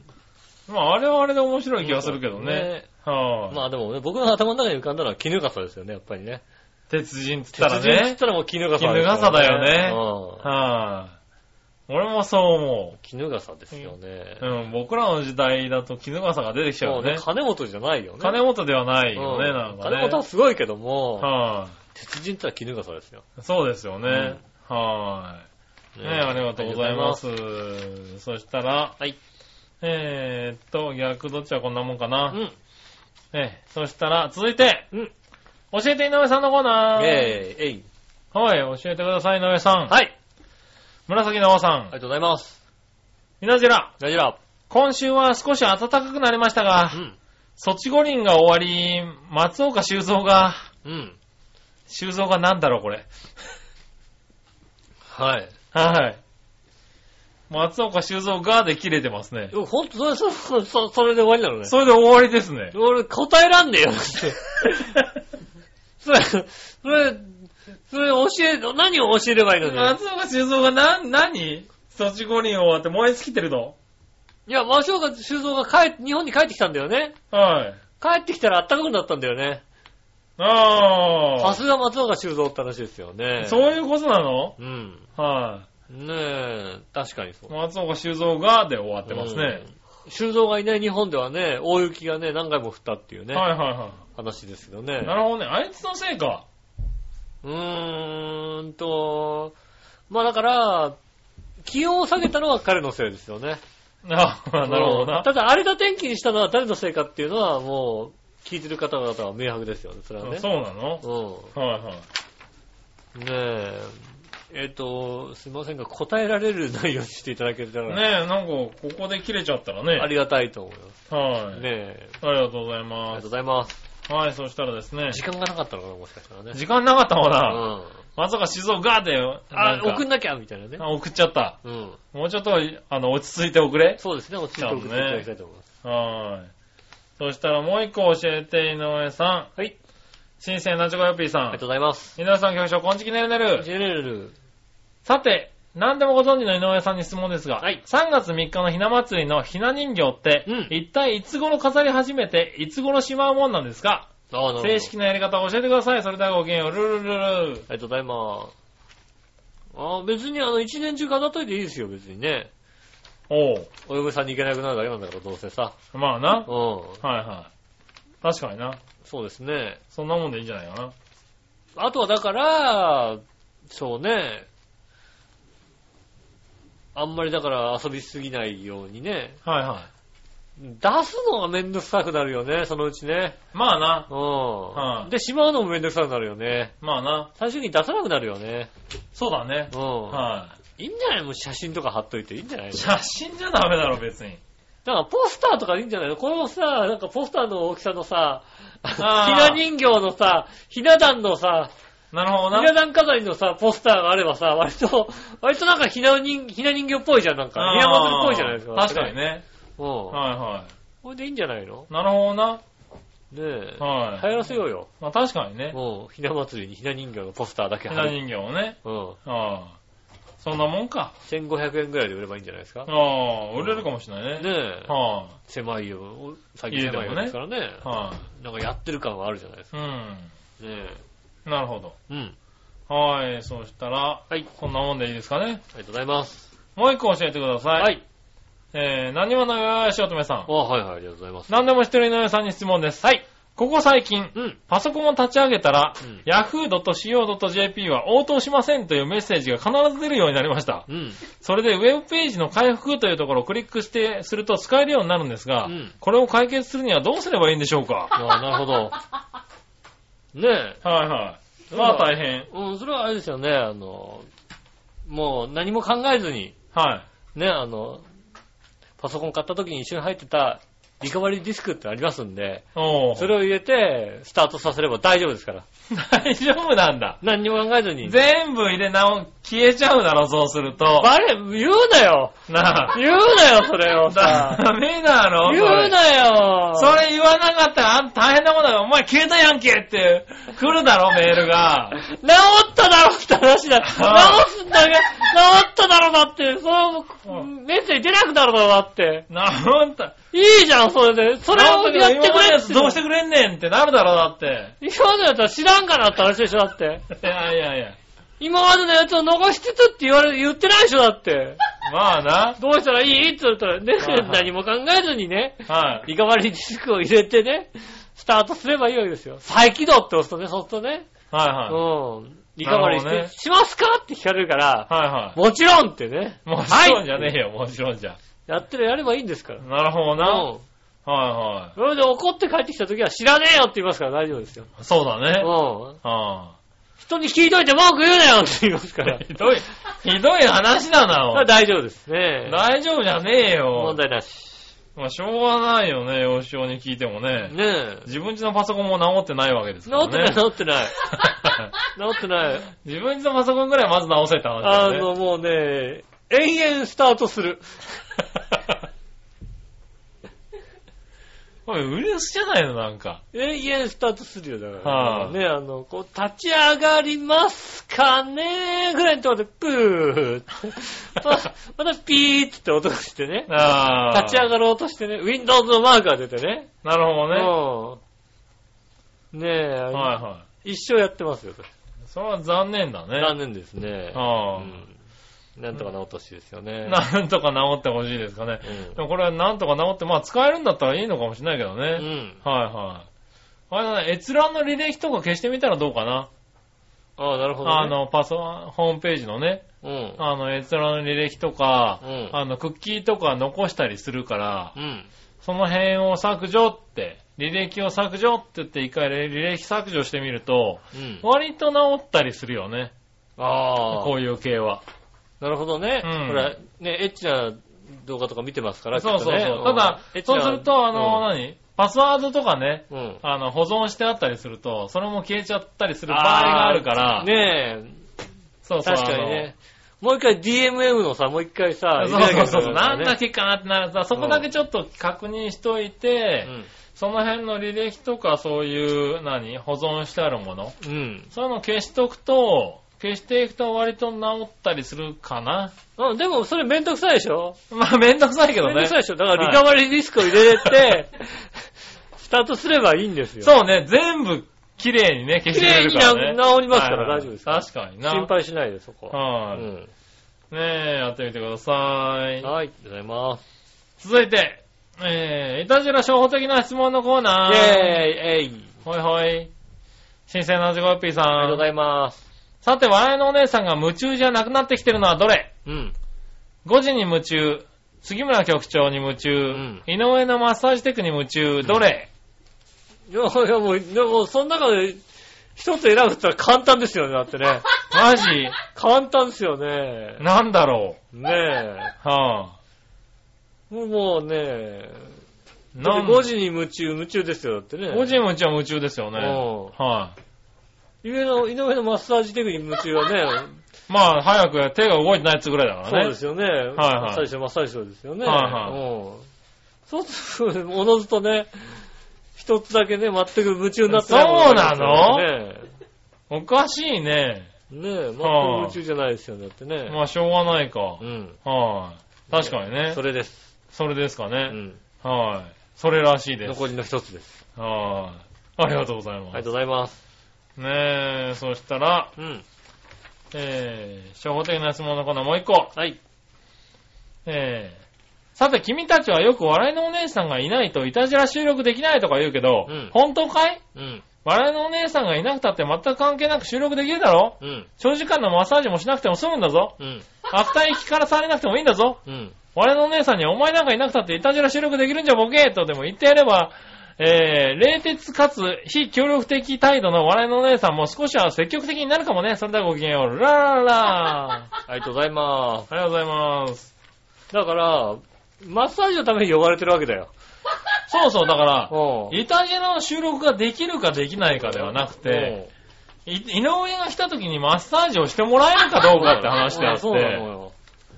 Speaker 3: うん。まあ、あれはあれで面白い気がするけどね。はい、
Speaker 2: まあでもね、僕の頭の中に浮かんだのは絹笠ですよね、やっぱり ね。
Speaker 3: 鉄人っつったら
Speaker 2: 鉄人って言っ
Speaker 3: ね。
Speaker 2: たらもう絹笠
Speaker 3: 衣笠だよね
Speaker 2: うん
Speaker 3: はい、俺もそう思
Speaker 2: 絹笠ですよね
Speaker 3: う。。うん、僕らの時代だと絹笠が出てきちゃう
Speaker 2: も
Speaker 3: よ
Speaker 2: うね
Speaker 3: ね、。
Speaker 2: 金本じゃないよね。
Speaker 3: 金本ではないよね、
Speaker 2: うん
Speaker 3: なんかね。
Speaker 2: 金本はすごいけども、
Speaker 3: はい、
Speaker 2: 鉄人ってのは絹笠ですよ。
Speaker 3: そうですよね。はい、
Speaker 2: ね
Speaker 3: ねありがとうございま。す。そしたら、
Speaker 2: はい。
Speaker 3: えーっと、逆どっちはこんなもんかな。
Speaker 2: うん。
Speaker 3: ええそしたら、続いて、
Speaker 2: うん
Speaker 3: 教えて井上さんのコーナー。
Speaker 2: えい、えい。
Speaker 3: はい、教えてください、井上さ
Speaker 2: は
Speaker 3: ん。
Speaker 2: い。あり
Speaker 3: 紫のおさん
Speaker 2: が。とうございます。
Speaker 3: みなじら、
Speaker 2: 大丈夫
Speaker 3: 今週は少し暖かくなりましたが、
Speaker 2: うん。
Speaker 3: ソチ五輪が終わり、松岡修造が、
Speaker 2: うん。
Speaker 3: 修造がなんだろう、これ。
Speaker 2: はい。
Speaker 3: はい。松岡修造がで切れてますね。
Speaker 2: ほんと、それ、そそそれで終わりなのね。
Speaker 3: それで終わりですね。
Speaker 2: 俺、答えらんねえよ、だって。それ、それ、それ教え、何を教えればいいのに。
Speaker 3: 松岡修造がな、何ソチ五輪終わって燃え尽きてるの
Speaker 2: いや、松岡修造が帰っ、日本に帰ってきたんだよね。
Speaker 3: はい。
Speaker 2: 帰ってきたら暖かくなったんだよね。
Speaker 3: あ
Speaker 2: さ
Speaker 3: あ。
Speaker 2: すが松岡修造って話ですよね。
Speaker 3: そういうことなの
Speaker 2: うん。
Speaker 3: は
Speaker 2: ねえ、確かにそう
Speaker 3: い。。松岡修造がで終わってますね。
Speaker 2: うん。修造がいない日本ではね、大雪がね、何回も降ったっていうね、
Speaker 3: はいはいは
Speaker 2: 話ですけど
Speaker 3: い。
Speaker 2: ね。
Speaker 3: なるほどね。あいつのせいか。
Speaker 2: うーんと、まあだから、気温を下げたのは彼のせいですよね。
Speaker 3: ああ、なるほど
Speaker 2: うん
Speaker 3: な。
Speaker 2: ただ、荒れた天気にしたのは誰のせいかっていうのは、もう、聞いてる方々は明白ですよね、それはね。
Speaker 3: そうなのはいはい。
Speaker 2: うん。ねえ。えっ、と、すいませんが、答えられる内容にしていただけたら、
Speaker 3: ねえ、なんか、ここで切れちゃったら
Speaker 2: あ
Speaker 3: ね。
Speaker 2: りがたいと思います。
Speaker 3: は
Speaker 2: ね
Speaker 3: い。
Speaker 2: え。
Speaker 3: ありがとうござい
Speaker 2: ありが
Speaker 3: ま
Speaker 2: とう
Speaker 3: す。
Speaker 2: ございます。
Speaker 3: はい、そしたらですね。
Speaker 2: 時間がなかったのかな、もしかした らね。
Speaker 3: 時間なかったもんな。
Speaker 2: うん。
Speaker 3: まさか静岡で、
Speaker 2: あ、送ん
Speaker 3: ん
Speaker 2: なきゃみたいなね。
Speaker 3: あ送っちゃった。
Speaker 2: うん。
Speaker 3: もうちょっと、あの、落ち着いて送れ。
Speaker 2: そうですね、落ち着いて送っていただきたいと思います。
Speaker 3: はい。そしたらもう一個教えて、井上さん。
Speaker 2: はい。
Speaker 3: 新鮮なチョコヨッピーさ
Speaker 2: ありが
Speaker 3: ん
Speaker 2: とう。ございます。
Speaker 3: 井上さん、局長、こんちきねるねる
Speaker 2: ジ。ェネルル。
Speaker 3: さて、何でもご存知の井上さんに質問ですが、
Speaker 2: はい
Speaker 3: 3月3日のひな祭りのひな人形って、
Speaker 2: うん
Speaker 3: 一体いつ頃飾り始めて、いつ頃しまうもんなんですか
Speaker 2: ああ、なるほど。
Speaker 3: 正式なやり方を教えてください。それではごきげんよう、ルルルル。
Speaker 2: ありがとうございます。ああ、別にあの、一年中飾っといていいですよ、別にね。
Speaker 3: おう。
Speaker 2: お嫁さんに行けなくなるだけなんだから、どうせさ。
Speaker 3: まあな。
Speaker 2: うん。
Speaker 3: はいはい。確かにな。
Speaker 2: そうですね。
Speaker 3: そんなもんでいいんじゃないかな。
Speaker 2: あとはだから、そうね。あんまりだから遊びすぎないようにね。
Speaker 3: はいは
Speaker 2: 出すのがめんどくさくなるよね、そのうちね。
Speaker 3: い。まあな。
Speaker 2: うん。
Speaker 3: い
Speaker 2: で、しまうのもめんどくさくなるよね。
Speaker 3: まあな。
Speaker 2: 最終的に出さなくなるよね。
Speaker 3: そうだね。
Speaker 2: うん。、
Speaker 3: はい
Speaker 2: いんじゃないの写真とか貼っといていいんじゃないの
Speaker 3: い。写真じゃダメだろ、別に。
Speaker 2: だからポスターとかいいんじゃないのこれもさ、なんかポスターの大きさのさ、ひ
Speaker 3: あ
Speaker 2: な
Speaker 3: ー
Speaker 2: 人形のさ、ひな壇のさ、
Speaker 3: なるほ
Speaker 2: ひ
Speaker 3: ど
Speaker 2: な
Speaker 3: な。
Speaker 2: 壇飾りのさ、ポスターがあればさ、割と、割となんかひな人、ひな人形っぽいじゃん、なんか。ひな祭りっぽいじゃないですか。
Speaker 3: 確かに。ね。
Speaker 2: うん。
Speaker 3: はいは
Speaker 2: これでいいんじゃないの
Speaker 3: い。なるほどな。
Speaker 2: ねえ。
Speaker 3: はい。
Speaker 2: 流行らせようよ。
Speaker 3: まあ確かにね。
Speaker 2: うん。ひな祭りにひな人形のポスターだけ
Speaker 3: ひ
Speaker 2: 貼
Speaker 3: な
Speaker 2: る。
Speaker 3: 人形をね。
Speaker 2: うん。
Speaker 3: ああ。そんなもんか。
Speaker 2: 1500円ぐらいで売ればいいんじゃないですか。ね
Speaker 3: ああ、売れるかもしれないね。
Speaker 2: え。
Speaker 3: は
Speaker 2: 狭いよ。最近狭いよですからね。
Speaker 3: い。は
Speaker 2: なんかやってる感はあるじゃないですか。
Speaker 3: い。う
Speaker 2: ねえ。
Speaker 3: ん。なるほど。
Speaker 2: うん。
Speaker 3: はい。そしたら、
Speaker 2: はい。あり
Speaker 3: こんなもんでいいですかね。
Speaker 2: がとうございます。
Speaker 3: もう一個教えてください。。
Speaker 2: はいい。
Speaker 3: えー、何はなよしおとめさん
Speaker 2: あ。はいはい、ありがとうございます。
Speaker 3: 何でも一人のよさんに質問です。はい。ここ最近、
Speaker 2: うん。
Speaker 3: パソコンを立ち上げたら、
Speaker 2: うん
Speaker 3: yahoo.co.jp は応答しませんというメッセージが必ず出るようになりました。
Speaker 2: うん。
Speaker 3: それでウェブページの回復というところをクリックしてすると使えるようになるんですが、
Speaker 2: うん
Speaker 3: これを解決するにはどうすればいいんでしょうか
Speaker 2: ああ、なるほど。ね
Speaker 3: はいはい。まあ大変
Speaker 2: え。。うん、それはあれですよね、あの、もう何も考えずに、
Speaker 3: はい。
Speaker 2: ね、あの、パソコン買った時に一緒に入ってたリカバリーディスクってありますんで、
Speaker 3: おー
Speaker 2: それを入れて、スタートさせれば大丈夫ですから。
Speaker 3: 大丈夫なんだ。
Speaker 2: 何にも考えずに。
Speaker 3: 全部入れ直、消えちゃうだろ、そうすると。
Speaker 2: バレ、言うな よ
Speaker 3: なあ。
Speaker 2: 言うなよ、それを さ。
Speaker 3: ダメだろ、
Speaker 2: 言
Speaker 3: それ
Speaker 2: うなよ
Speaker 3: それ言わなかったら、あんた大変なことだよ。お前消えたやんけって、来るだろ、メー ルが。
Speaker 2: 治っただろって話だ。
Speaker 3: はあ
Speaker 2: 治すんだけ、治っただろだって、その
Speaker 3: う
Speaker 2: メッセージ出なくなるだろだって。
Speaker 3: なんた、
Speaker 2: いいじゃん、それで。それをやって
Speaker 3: なん
Speaker 2: く
Speaker 3: た
Speaker 2: れ
Speaker 3: や
Speaker 2: っ
Speaker 3: つ
Speaker 2: て。
Speaker 3: どうしてくれんねんってなるだろ、だって。
Speaker 2: 今までのやつは知らんからって話でしょ、だって。
Speaker 3: いやいやいや。
Speaker 2: 今までのやつを残しつつって言われ、言ってないでしょ、だって。
Speaker 3: まあな。
Speaker 2: どうしたらいいって言ったら、ね
Speaker 3: はいは、い
Speaker 2: 何も考えずにね、
Speaker 3: はい。
Speaker 2: リカバリーディスクを入れてね、スタートすればいいわけですよ。再起動って押すとね、そうするとね、
Speaker 3: はいはい。
Speaker 2: うん。リカバリーして、
Speaker 3: なるほどね
Speaker 2: しますかって聞かれるから、
Speaker 3: はいはい。
Speaker 2: もちろんってね。
Speaker 3: もちろんじゃねえよ、もちろんじゃ。
Speaker 2: やってるやればいいんですから。
Speaker 3: なるほどな。
Speaker 2: うん。
Speaker 3: は
Speaker 2: それで怒って帰ってきた時は知らねえよって言いますから大丈夫ですよ。
Speaker 3: いはい。そうだね。
Speaker 2: うん。
Speaker 3: あ
Speaker 2: 人に聞いといて文句言うなよって言いますから
Speaker 3: あ。。 ひどい、ひどい話だな、
Speaker 2: そ
Speaker 3: お
Speaker 2: れはい大丈夫ですね。
Speaker 3: 大丈夫じゃねえよ
Speaker 2: 問。題なし。
Speaker 3: まあ、しょうがないよね、幼少に聞いてもね。
Speaker 2: ねえ。
Speaker 3: 自分家のパソコンも直ってないわけですか
Speaker 2: 治
Speaker 3: ら
Speaker 2: ってない、
Speaker 3: ね。
Speaker 2: 治って ない。治ってない。
Speaker 3: 自分家のパソコンぐらいまず直せって話だ
Speaker 2: あ
Speaker 3: よね。
Speaker 2: の、もうね、延々スタートす る。
Speaker 3: これウイルスじゃないのなんか。
Speaker 2: 延々スタートするよ、だから。
Speaker 3: はあ
Speaker 2: ね、あの、こう、立ち上がりますかねぐらいのところで、プー ってままたピーって音がしてね。
Speaker 3: ああ。
Speaker 2: 立ち上がろうとしてね、Windows のマークが出てね。
Speaker 3: なるほど
Speaker 2: う
Speaker 3: ね。
Speaker 2: ん。ねえ、
Speaker 3: はいは
Speaker 2: 一生やってますよ、それ。
Speaker 3: い。それは残念だね。
Speaker 2: 残念ですね。
Speaker 3: ああ
Speaker 2: うんなんとか治ってほしいですよね。
Speaker 3: なんとか治ってほしいですかね。
Speaker 2: うん
Speaker 3: でもこれはなんとか治って、まあ使えるんだったらいいのかもしれないけど
Speaker 2: う
Speaker 3: ね。
Speaker 2: ん。
Speaker 3: はいはい。あれだね、閲覧の履歴とか消してみたらどうかな。
Speaker 2: ああ、なるほど、ね。
Speaker 3: あ、の、パソ、ホームページのね、
Speaker 2: うん。
Speaker 3: あの、閲覧の履歴とか
Speaker 2: うん、
Speaker 3: あの、クッキーとか残したりするから、
Speaker 2: うん。
Speaker 3: その辺を削除って、履歴を削除って言って一回履歴削除してみると、
Speaker 2: うん。
Speaker 3: 割と治ったりするよね。
Speaker 2: ああ。
Speaker 3: こういう系は。
Speaker 2: なるほどね。
Speaker 3: うん
Speaker 2: これ、ね、エッチな動画とか見てますから、
Speaker 3: そうそう
Speaker 2: きっ
Speaker 3: そう。
Speaker 2: と
Speaker 3: た
Speaker 2: ね
Speaker 3: だ
Speaker 2: んエッ、チ
Speaker 3: そう
Speaker 2: な
Speaker 3: すると、あの、何パスワードとかね、
Speaker 2: うん。うん
Speaker 3: あの、保存してあったりすると、それも消えちゃったりする場合があるから、
Speaker 2: ね
Speaker 3: そう
Speaker 2: え、
Speaker 3: そう。
Speaker 2: 確かにね。もう一回 DMM のさ、もう一回さ
Speaker 3: あ、の。そうそうそう
Speaker 2: 入れなきゃいけいから
Speaker 3: な
Speaker 2: ね
Speaker 3: んだっけかなってなると、そこだけちょっと確認しといて、その辺の履歴とかそういう、何保存してあるもの。
Speaker 2: うん。うん
Speaker 3: そういうの消しとくと、消していくと割と治ったりするかな。
Speaker 2: あ。でも、それめんどくさいでしょ
Speaker 3: まあめんどくさいけど
Speaker 2: めんど
Speaker 3: ね
Speaker 2: くさい。でしょだから、リカバリーリスクを入れ て、スタートすればいいんですよ。う。
Speaker 3: そうね、全部綺麗にね、消し
Speaker 2: 綺
Speaker 3: てくれ
Speaker 2: 麗
Speaker 3: る
Speaker 2: に
Speaker 3: からね。
Speaker 2: な治りますから
Speaker 3: はいはい
Speaker 2: 大丈夫ですから。
Speaker 3: 確かにな。
Speaker 2: 心配しないで、そこは。
Speaker 3: はい、
Speaker 2: うん
Speaker 3: ねえ、やってみてください。
Speaker 2: はい、ありがとうございます。
Speaker 3: 続いて、えー、いたじら初歩的な質問のコー
Speaker 2: イェ
Speaker 3: ナ
Speaker 2: ーイ
Speaker 3: ー。
Speaker 2: えい
Speaker 3: ほいほい。新鮮なジゴヨッピーさ
Speaker 2: ありがとうご
Speaker 3: ん。
Speaker 2: ざいます。
Speaker 3: さて、笑いのお姉さんが夢中じゃなくなってきてるのはどれ
Speaker 2: うん。
Speaker 3: ?5 時に夢中、杉村局長に夢中、
Speaker 2: ん
Speaker 3: 井上のマッサージテクに夢中、どれ、
Speaker 2: いや、いやもう、でも、その中で、一つ選ぶって言ったら簡単ですよね、だって ね。
Speaker 3: マジ
Speaker 2: 簡単ですよね。
Speaker 3: なんだろ
Speaker 2: ね
Speaker 3: う。はぁ、
Speaker 2: え。もうもうね、
Speaker 3: な
Speaker 2: だっ
Speaker 3: ん
Speaker 2: て5時に夢中、夢中ですよ、だってね。
Speaker 3: 5時に夢中は夢中ですよね。
Speaker 2: う
Speaker 3: はい、
Speaker 2: 上の、井上のマッサージテクに夢中はね、
Speaker 3: まあ、早く手が動いてないっつうぐらいだからね。
Speaker 2: そうですよね。
Speaker 3: はい
Speaker 2: マッサージして、マッサージしてですよね。
Speaker 3: はいはい
Speaker 2: うん。そうすると、おのずとね、一つだけね、全く夢中になって
Speaker 3: そうなの
Speaker 2: ね
Speaker 3: おかしいね。
Speaker 2: え、ねえ全く
Speaker 3: はあ
Speaker 2: 夢中じゃないですよね、だってね。
Speaker 3: まあ、しょうがないか。はい、
Speaker 2: うん。
Speaker 3: 確かにね。
Speaker 2: それです。
Speaker 3: それですか
Speaker 2: う
Speaker 3: ね。
Speaker 2: ん。
Speaker 3: はい、それらしいです。
Speaker 2: 残りの一つです。
Speaker 3: はい、あ。りがとうござい
Speaker 2: あり
Speaker 3: ま
Speaker 2: がとうございます。
Speaker 3: す。ねえ、そしたら、
Speaker 2: うん。
Speaker 3: えー、初歩的な質問のコーナーもう一個。
Speaker 2: はい。
Speaker 3: えー、さて、君たちはよく笑いのお姉さんがいないといたじら収録できないとか言うけど、
Speaker 2: うん
Speaker 3: 本当かい
Speaker 2: うん。
Speaker 3: 笑いのお姉さんがいなくたって全く関係なく収録できるだろ
Speaker 2: うん。
Speaker 3: 長時間のマッサージもしなくても済むんだ ぞ。
Speaker 2: うん。
Speaker 3: アフターに聞からされなくてもいいんだぞ。
Speaker 2: うん。
Speaker 3: 我のお姉さんにお前なんかいなくたっていたじら収録できるんじゃボケーとでも言ってやれば、えー、冷徹かつ非協力的態度の笑いのお姉さんも少しは積極的になるかもね。それではごきげんよう。ララララ
Speaker 2: ありがとうございま
Speaker 3: ありがとうございます。
Speaker 2: す。だから、マッサージのために呼ばれてるわけだよ。
Speaker 3: そうそう、だから、
Speaker 2: う
Speaker 3: イタジラの収録ができるかできないかではなくて、い井上が来た時にマッサージをしてもらえるかどうかって話であって、
Speaker 2: そうなの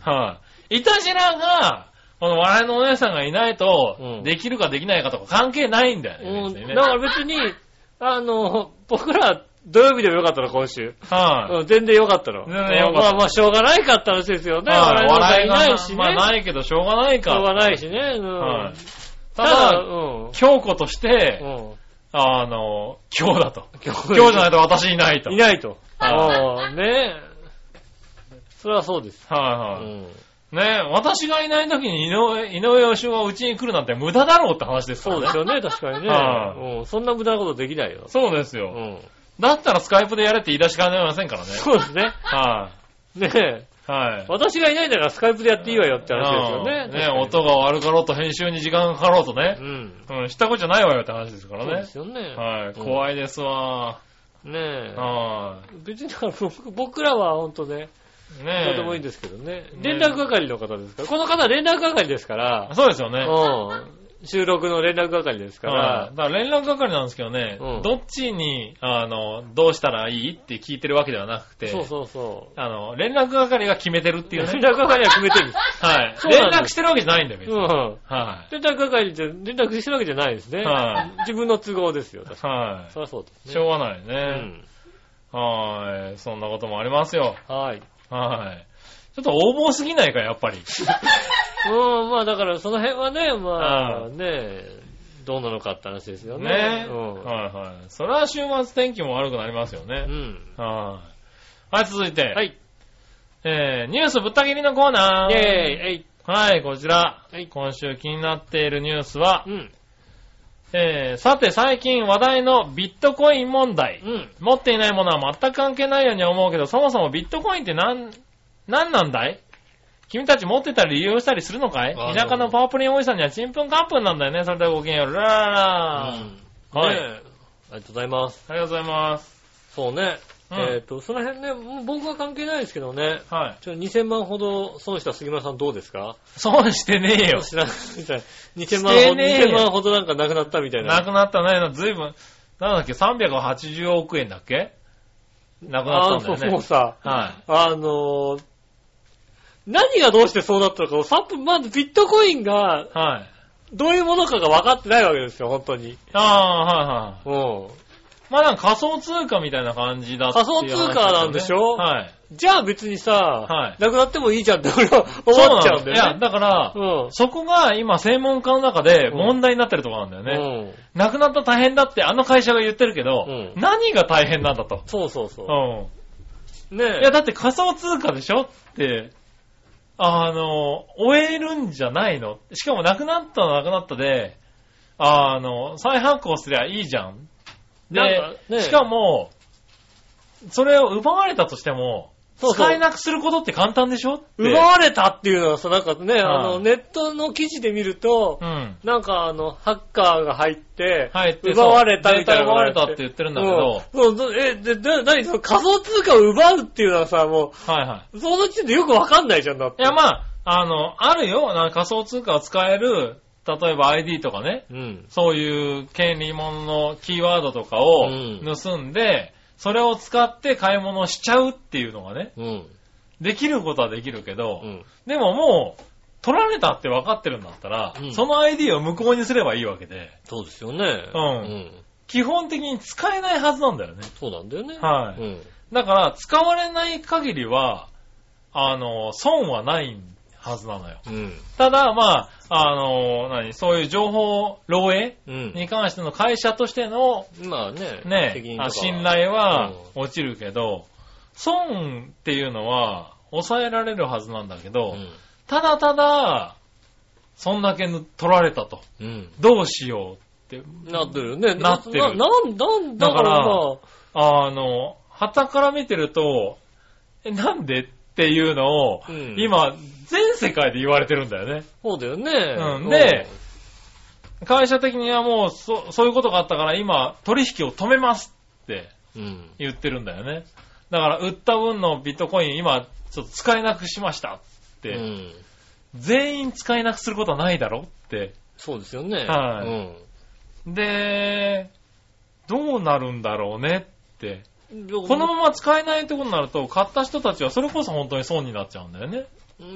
Speaker 3: はい、
Speaker 2: よ。
Speaker 3: イタジラが、この笑いのお姉さんがいないと
Speaker 2: う、ん
Speaker 3: できるかできないかとか関係ないんだよね。
Speaker 2: うん
Speaker 3: 別にね
Speaker 2: だから別に、あの、僕ら土曜日でもよかったの、今週。
Speaker 3: はい、
Speaker 2: うん、全然よかったの。
Speaker 3: 全然よかった
Speaker 2: まあまあ、しょうがないかった話ですよね。
Speaker 3: まあ
Speaker 2: 笑
Speaker 3: 笑
Speaker 2: い
Speaker 3: い
Speaker 2: の
Speaker 3: が
Speaker 2: ないしね。
Speaker 3: まあないけど、しょうがない
Speaker 2: しょうが
Speaker 3: か。
Speaker 2: ないしね。うん
Speaker 3: はい
Speaker 2: た
Speaker 3: た
Speaker 2: だ、う
Speaker 3: だ、
Speaker 2: ん。
Speaker 3: 京子として、
Speaker 2: うん
Speaker 3: あの、今日だと。
Speaker 2: 今日
Speaker 3: 今日じゃないと私いないと。
Speaker 2: い
Speaker 3: い。
Speaker 2: ないと。
Speaker 3: は
Speaker 2: うんねえ。それはそうです。う
Speaker 3: はいはい。
Speaker 2: ん。
Speaker 3: ね私がいない時に井上、井上義雄がうちに来るなんて無駄だろうって話ですか
Speaker 2: そ
Speaker 3: ら
Speaker 2: う
Speaker 3: ね。
Speaker 2: ですよね、確かにね。
Speaker 3: は
Speaker 2: うん。そんな無駄なことできないよ。
Speaker 3: そうです
Speaker 2: う
Speaker 3: よ。
Speaker 2: ん。
Speaker 3: だったらスカイプでやれって言い出しかねませんからね。
Speaker 2: そうですね。
Speaker 3: は
Speaker 2: ねえ。
Speaker 3: い。はい。
Speaker 2: 私がいないんだからスカイプでやっていいわよって話ですよね。
Speaker 3: うん
Speaker 2: 確
Speaker 3: ね
Speaker 2: かに
Speaker 3: 音が悪かろうと編集に時間がかかろうと
Speaker 2: う
Speaker 3: ね。
Speaker 2: ん。
Speaker 3: うん、したことじゃないわよって話ですから
Speaker 2: そうで
Speaker 3: ね
Speaker 2: す。よね。
Speaker 3: はい。
Speaker 2: うん
Speaker 3: 怖いですわ。
Speaker 2: ねえ。
Speaker 3: は
Speaker 2: 別にだから僕僕らは本当ね、
Speaker 3: い。ね
Speaker 2: どうでもいいんですけどね。連
Speaker 3: ね
Speaker 2: 絡係の方ですから。この方は連絡係ですから、
Speaker 3: そうですよね。
Speaker 2: うん。収録の連絡係ですか
Speaker 3: は
Speaker 2: ら
Speaker 3: い、だから連絡係なんですけどね、
Speaker 2: うん
Speaker 3: どっちに、あの、どうしたらいいって聞いてるわけではなくて、
Speaker 2: そうそうそう。
Speaker 3: あの、連絡係が決めてるってい
Speaker 2: 連
Speaker 3: うね。
Speaker 2: 絡係は決めてるんです。
Speaker 3: はい。
Speaker 2: そうな
Speaker 3: 連
Speaker 2: んです
Speaker 3: 絡してるわけじゃないんだよ、別
Speaker 2: う
Speaker 3: に。
Speaker 2: ん。
Speaker 3: はい。
Speaker 2: 連絡係って連絡してるわけじゃないですね。
Speaker 3: はい
Speaker 2: 自分の都合ですよ。確か
Speaker 3: は
Speaker 2: にそりゃそうで
Speaker 3: い。
Speaker 2: す
Speaker 3: し
Speaker 2: ね。
Speaker 3: ょうがないうね。
Speaker 2: ん。
Speaker 3: はい。そんなこともありますよ。
Speaker 2: はい。
Speaker 3: はい。ちょっと横暴すぎないか、やっぱり。
Speaker 2: うん、まあだからその辺はね、まあね、どうなのかって話ですよね。
Speaker 3: ねえ。
Speaker 2: うん。
Speaker 3: はいはい。それは週末天気も悪くなりますよね
Speaker 2: う。ん。
Speaker 3: はい。はい、続いて。
Speaker 2: はい。
Speaker 3: えー、ニュースぶった切りのコーナ
Speaker 2: イ
Speaker 3: ー。
Speaker 2: ェーイ、えい。
Speaker 3: はい、こちら。
Speaker 2: はい
Speaker 3: 今週気になっているニュースは
Speaker 2: う、ん。
Speaker 3: えー、さて最近話題のビットコイン問題。
Speaker 2: うん。
Speaker 3: 持っていないものは全く関係ないように思うけど、そもそもビットコインってなん、なんなんだい君たち持ってたり利用したりするのかい
Speaker 2: あー
Speaker 3: 田舎のパワープリンおじさんにはちんぷんかんぷんなんだよね。それではごきげんよう。ラララ
Speaker 2: う
Speaker 3: あ
Speaker 2: ん
Speaker 3: はい
Speaker 2: ねえありがとうございます。
Speaker 3: りがとうございます。
Speaker 2: そうね。
Speaker 3: うん
Speaker 2: えっと、その辺ね、もう僕は関係ないですけどね。
Speaker 3: はい。
Speaker 2: ちょ、2000万ほど損した杉村さんどうですか
Speaker 3: 損してねえよ。
Speaker 2: 知らないみたい。2000万ほ
Speaker 3: して
Speaker 2: ど、
Speaker 3: ねえよ
Speaker 2: 2000万ほどなんかなくなったみたいな。
Speaker 3: なくなったね。ずいぶん、なんだっけ、380億円だっけなくなったんだよ
Speaker 2: あーそうも
Speaker 3: ね
Speaker 2: う。さ、
Speaker 3: はい。
Speaker 2: あのー何がどうしてそうなったのかを、さっぱまずビットコインが
Speaker 3: はい。
Speaker 2: どういうものかが分かってないわけですよ、本当に。
Speaker 3: ああー、はいはい。
Speaker 2: うん。
Speaker 3: まあなんか仮想通貨みたいな感じだっていう話
Speaker 2: 仮想通貨なんでしょ
Speaker 3: はい。
Speaker 2: じゃあ別にさ、
Speaker 3: はい
Speaker 2: なくなってもいいじゃんって俺は思っちゃうんだ
Speaker 3: そなのい
Speaker 2: よ
Speaker 3: や、
Speaker 2: ね。
Speaker 3: だから、
Speaker 2: うん
Speaker 3: そこが今専門家の中で問題になってるところなんだよね。
Speaker 2: うん。
Speaker 3: なくなった大変だってあの会社が言ってるけど、
Speaker 2: うん
Speaker 3: 何が大変なんだと。
Speaker 2: そうそう
Speaker 3: う
Speaker 2: そ
Speaker 3: ん
Speaker 2: う。ねえ。
Speaker 3: いや、だって仮想通貨でしょって、あの、終えるんじゃないのしかもなくなったらなくなったで、あの、再発行すりゃいいじゃん。で、
Speaker 2: なんかね
Speaker 3: しかも、それを奪われたとしても、
Speaker 2: そうそう
Speaker 3: 使えなくすることって簡単でしょって。
Speaker 2: 奪われたっていうのはさ、なんかね、あ
Speaker 3: は
Speaker 2: の、
Speaker 3: い
Speaker 2: ネットの記事で見ると
Speaker 3: う、ん。
Speaker 2: なんかあの、ハッカーが入って、
Speaker 3: 入って、
Speaker 2: 奪われたみたいな
Speaker 3: そうデータ奪われたって言ってるんだけど、
Speaker 2: うんそう、え、で、な、なに、その仮想通貨を奪うっていうのはさ、も
Speaker 3: はいは
Speaker 2: う、その時点でよくわかんないじゃんだっ
Speaker 3: い。
Speaker 2: て。
Speaker 3: いや、まあ、あの、あるよ。なんか仮想通貨を使える、例えば ID とかね、
Speaker 2: うん。
Speaker 3: そういう権利物のキーワードとか
Speaker 2: う
Speaker 3: を
Speaker 2: ん
Speaker 3: 盗んで、それを使って買い物をしちゃうっていうのがね、
Speaker 2: うん。
Speaker 3: できることはできるけど、
Speaker 2: うん。
Speaker 3: でももう、取られたって分かってるんだったら、
Speaker 2: うん
Speaker 3: その ID を無効にすればいいわけで、
Speaker 2: そうですよね。
Speaker 3: うん
Speaker 2: うん。
Speaker 3: 基本的に使えないはずなんだよね。
Speaker 2: そうなんだよね。
Speaker 3: はい
Speaker 2: うん。
Speaker 3: だから、使われない限りは、あの、損はないはずなのよ。
Speaker 2: うん。
Speaker 3: ただ、まあ、あの、何、そういう情報漏洩
Speaker 2: うん。
Speaker 3: に関しての会社としての
Speaker 2: まあね、責
Speaker 3: ね
Speaker 2: 任、とか
Speaker 3: あ信頼は落ちるけど、損っていうのは抑えられるはずなんだけ
Speaker 2: う
Speaker 3: ど、
Speaker 2: ん。
Speaker 3: ただただ、そんだけ取られたと。
Speaker 2: うん。
Speaker 3: どうしようって、
Speaker 2: なってるよね。
Speaker 3: なってる
Speaker 2: な、なん、なんだ
Speaker 3: だ
Speaker 2: か
Speaker 3: から
Speaker 2: ら
Speaker 3: あの、旗から見てると、え、なんでっていうのを、
Speaker 2: うん
Speaker 3: 今、全世界で言われてるんだよね。
Speaker 2: そうだよね。
Speaker 3: うんで会社的にはもう、そ、そういうことがあったから今、取引を止めますって
Speaker 2: うん。
Speaker 3: 言ってるんだよね。だから、売った分のビットコイン今、ちょっと使えなくしましたっ
Speaker 2: う
Speaker 3: て、
Speaker 2: ん。
Speaker 3: 全員使えなくすることはないだろって。
Speaker 2: そうですよね。
Speaker 3: はい
Speaker 2: うん。
Speaker 3: で、どうなるんだろうねって。こ
Speaker 2: こ
Speaker 3: のまま使えないってことになると、買った人たちはそれこそ本当に損になっちゃうんだよね。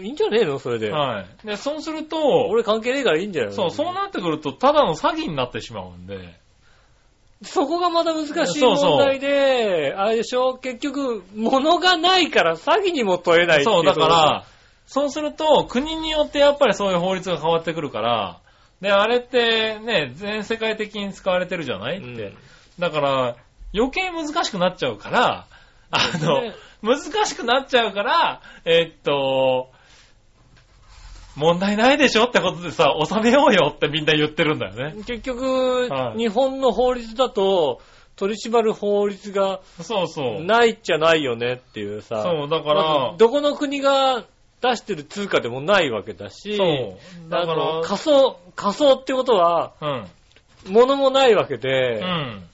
Speaker 2: いいんじゃねえのそれで。
Speaker 3: はい。で、そうすると、
Speaker 2: 俺関係ねえからいいんじゃないの
Speaker 3: そう、そうなってくると、ただの詐欺になってしまうんで、
Speaker 2: そこがまた難しい
Speaker 3: そうそう
Speaker 2: 問題で、あれでしょ結局、物がないから詐欺にも問えないってい
Speaker 3: そう、だか
Speaker 2: と
Speaker 3: ら、そうすると、国によってやっぱりそういう法律が変わってくるから、で、あれってね、全世界的に使われてるじゃないっ
Speaker 2: こ
Speaker 3: て。
Speaker 2: ろが、
Speaker 3: だから、余計難しくなっちゃうから、あの、
Speaker 2: ね
Speaker 3: 難しくなっちゃうから、えっと、問題ないでしょってことでさ、収めようよってみんな言ってるんだよね。
Speaker 2: うん結局、
Speaker 3: はい
Speaker 2: 日本の法律だと、取り締まる法律が
Speaker 3: そうそう。
Speaker 2: ないっちゃないよねっていうさ。
Speaker 3: そう、だか
Speaker 2: ま
Speaker 3: ら
Speaker 2: ず、どこの国が出してる通貨でもないわけだし、
Speaker 3: そう。だか
Speaker 2: あの
Speaker 3: ら、
Speaker 2: 仮想、仮想ってことは、
Speaker 3: うん。
Speaker 2: 物もないわけで、
Speaker 3: うん。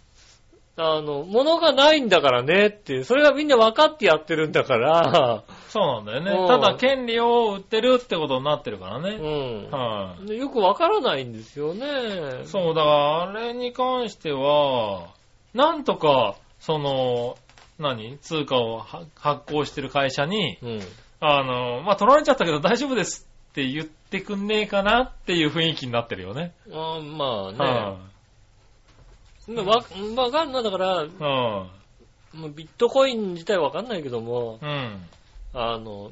Speaker 2: あの、物がないんだからねっていう、それがみんな分かってやってるんだ から、
Speaker 3: そうなんだよ
Speaker 2: う
Speaker 3: ね。
Speaker 2: ん
Speaker 3: ただ、権利を売ってるってことになってるから
Speaker 2: う
Speaker 3: ね。
Speaker 2: ん。
Speaker 3: はい。
Speaker 2: でよくわからないんですよね。
Speaker 3: そう、だから、あれに関しては、なんとか、その、何通貨をは発行してる会社に、
Speaker 2: うん。
Speaker 3: あの、まあ、取られちゃったけど大丈夫ですって言ってくんねえかなっていう雰囲気になってるよね。
Speaker 2: あま
Speaker 3: うん。
Speaker 2: あね。まあわ、わかんない。だから、
Speaker 3: うん。
Speaker 2: もうビットコイン自体わかんないけども、
Speaker 3: うん。
Speaker 2: あの、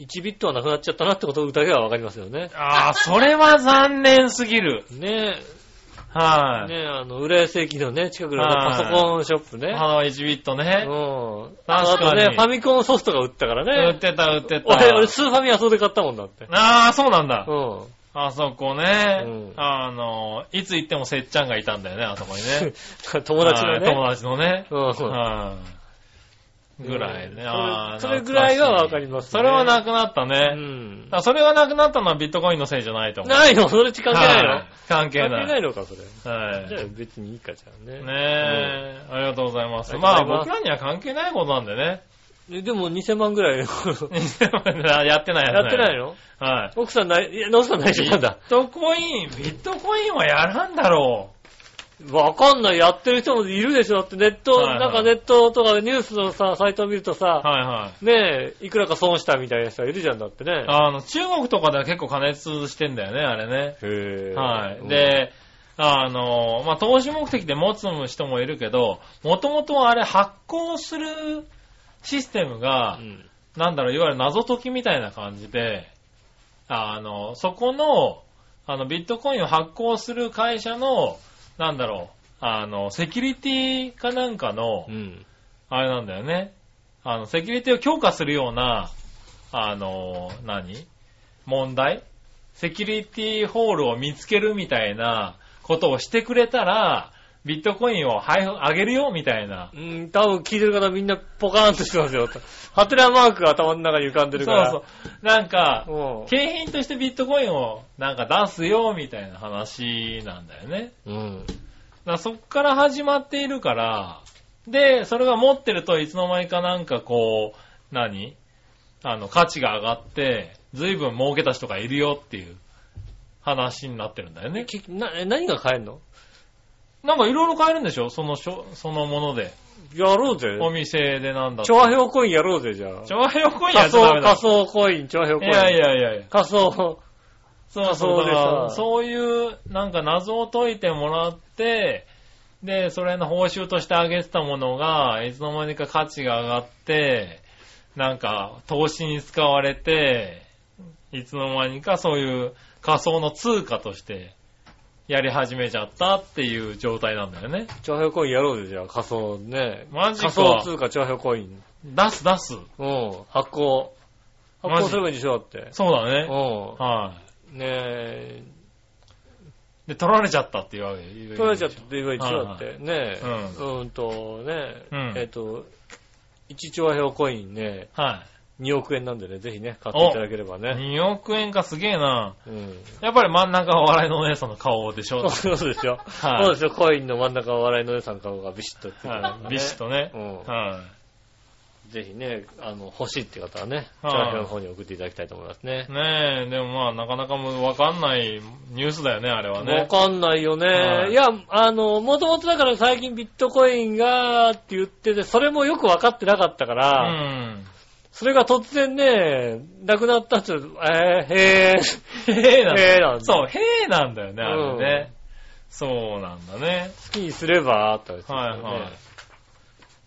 Speaker 2: 1ビットはなくなっちゃったなってことだけはわかりますよね。
Speaker 3: ああ、それは残念すぎる。
Speaker 2: ねえ。
Speaker 3: はい。
Speaker 2: ね、あの、浦安駅のね、近くのパソコンショップね。
Speaker 3: あの、1ビット
Speaker 2: う
Speaker 3: ね。
Speaker 2: ん。あ
Speaker 3: 確
Speaker 2: と
Speaker 3: かに
Speaker 2: ね、ファミコンソフトが売ったから
Speaker 3: 売っ
Speaker 2: ね。
Speaker 3: てた、売って た。
Speaker 2: 俺、俺、スーファミはそれで買ったもんだって。
Speaker 3: ああ、そうなんだ
Speaker 2: う。ん。
Speaker 3: あそこね、
Speaker 2: うん
Speaker 3: あの、いつ行ってもせっちゃんがいたんだよね、あそこにね。
Speaker 2: 友達の
Speaker 3: はい
Speaker 2: ね。
Speaker 3: 友達のね。
Speaker 2: うん。
Speaker 3: はい。ぐらいね。
Speaker 2: うん
Speaker 3: あー
Speaker 2: それそれぐらいはわかりますね
Speaker 3: それはなくなった
Speaker 2: う
Speaker 3: ね。
Speaker 2: ん。
Speaker 3: あそれはなくなったのはビットコインのせいじゃないと思う。
Speaker 2: ないのそれち関係ないの
Speaker 3: はい関係
Speaker 2: 関係
Speaker 3: ない。
Speaker 2: ないのか、それ。
Speaker 3: はい。
Speaker 2: じゃあ
Speaker 3: ね
Speaker 2: 別にいいか、じゃあね。
Speaker 3: え、ありがとうございます。
Speaker 2: あり
Speaker 3: ま
Speaker 2: がと
Speaker 3: あ
Speaker 2: うございます
Speaker 3: 僕らには関係ないことなんでね。
Speaker 2: えでも2000万ぐらいやって
Speaker 3: やってないや
Speaker 2: ない
Speaker 3: の
Speaker 2: の
Speaker 3: はい。
Speaker 2: 奥さんない、いや、奥さん内緒なんだ。
Speaker 3: ビットコイン、ビットコインはやらんだろ
Speaker 2: わかんない。やってる人もいるでしょ。だってネット、
Speaker 3: はいはい
Speaker 2: なんかネットとかニュースのさ、サイトを見るとさ、
Speaker 3: う。はいはい。
Speaker 2: ねえ、いくらか損したみたいな人がいるじゃんだってね。
Speaker 3: あの、中国とかでは結構加熱してんだよね、あれね。
Speaker 2: へ
Speaker 3: はい。
Speaker 2: で、
Speaker 3: で、あの、まあ、投資目的で持つ人もいるけど、もともとはあれ発行するシステムが、
Speaker 2: うん
Speaker 3: なんだろう、いわゆる謎解きみたいな感じで、あの、そこの、あの、ビットコインを発行する会社の、なんだろう、あの、セキュリティかなんかの
Speaker 2: う、ん。
Speaker 3: あれなんだよね。あの、セキュリティを強化するような、あの、何問題セキュリティホールを見つけるみたいなことをしてくれたら、ビットコインを配布、あげるよみたいな。
Speaker 2: うん、多分聞いてる方みんなポカーンとしてますよ。ハテナマークが頭の中に浮かんで
Speaker 3: そ
Speaker 2: る
Speaker 3: う
Speaker 2: から。
Speaker 3: そう。なんか、
Speaker 2: そ
Speaker 3: 景品としてビットコインをなんか出すよみたいな話なんだよね。
Speaker 2: うん。うん。
Speaker 3: だからそっから始まっているから、で、それが持ってるといつの間にかなんかこう、何あの、価値が上がって、随分儲けた人がいるよっていう話になってるんだよね。
Speaker 2: きなえ何が買えんの
Speaker 3: なんかいろいろ買えるんでしょそのしょ、そのもので。
Speaker 2: やろうぜ。
Speaker 3: お店でなんだ
Speaker 2: 調和表コインやろうぜ、じゃあ。
Speaker 3: 調和表コ
Speaker 2: 仮
Speaker 3: インやっちゃダ
Speaker 2: 想、
Speaker 3: メだ
Speaker 2: 仮。想コイン、調和表
Speaker 3: い
Speaker 2: コイン。
Speaker 3: やいやいやいや。
Speaker 2: 仮想。
Speaker 3: そうそう
Speaker 2: 仮想でさ
Speaker 3: だからそういう、なんか謎を解いてもらって、で、それの報酬としてあげてたものが、いつの間にか価値が上がって、なんか、投資に使われて、いつの間にかそういう仮想の通貨として、やり始めちゃったっていう状態なんだよね。
Speaker 2: 調和表コインやろうぜ、じゃあ。仮想ね。
Speaker 3: マジか
Speaker 2: 仮想通貨調和表コイン。
Speaker 3: 出す出す。
Speaker 2: うん。発行。
Speaker 3: マジ
Speaker 2: 発行すればいいんでしょ、だって。
Speaker 3: そうだ
Speaker 2: う
Speaker 3: ね。
Speaker 2: ん。
Speaker 3: は
Speaker 2: ねえ、
Speaker 3: い。で、取られちゃったっていうわけ。取
Speaker 2: 取られちゃったって言えば一応だって、ねえ、
Speaker 3: う
Speaker 2: うんとね、
Speaker 3: うん
Speaker 2: えっ、と、1兆票コインね、
Speaker 3: は
Speaker 2: 2億円なんでね、ぜひね、買っていただければ
Speaker 3: い。
Speaker 2: ね。
Speaker 3: 2億円かすげえな。
Speaker 2: うん。
Speaker 3: やっぱり真ん中は笑いのお姉さんの顔でしょ。
Speaker 2: そうそうですよ。
Speaker 3: はい
Speaker 2: そうですよ、コインの真ん中を笑いのお姉さんの顔がビシッとついてるから
Speaker 3: は
Speaker 2: ね
Speaker 3: いビシッとね
Speaker 2: う。
Speaker 3: は
Speaker 2: ん。ぜひね、あの、欲しいって方はね、
Speaker 3: は
Speaker 2: 調
Speaker 3: い
Speaker 2: 和票の方に送っていただきたいと思いますね
Speaker 3: い。。ねえ、でもまあなかなかもうわかんないニュースだよね、あれは
Speaker 2: わ
Speaker 3: ね。
Speaker 2: かんないよね。
Speaker 3: はい
Speaker 2: い、や、あの、もともとだから最近ビットコインがって言ってて、それもよくわかってなかったか
Speaker 3: う
Speaker 2: ら、
Speaker 3: ん。
Speaker 2: それが突然ね、なくなったっつう、えー、へー、
Speaker 3: へえなんだ
Speaker 2: へーなんだ
Speaker 3: そう、へえなんだよね、あ
Speaker 2: うん
Speaker 3: れね。そうなんだね。
Speaker 2: 好きにすれば、とか言ってた
Speaker 3: は
Speaker 2: よ
Speaker 3: い
Speaker 2: ね
Speaker 3: はい。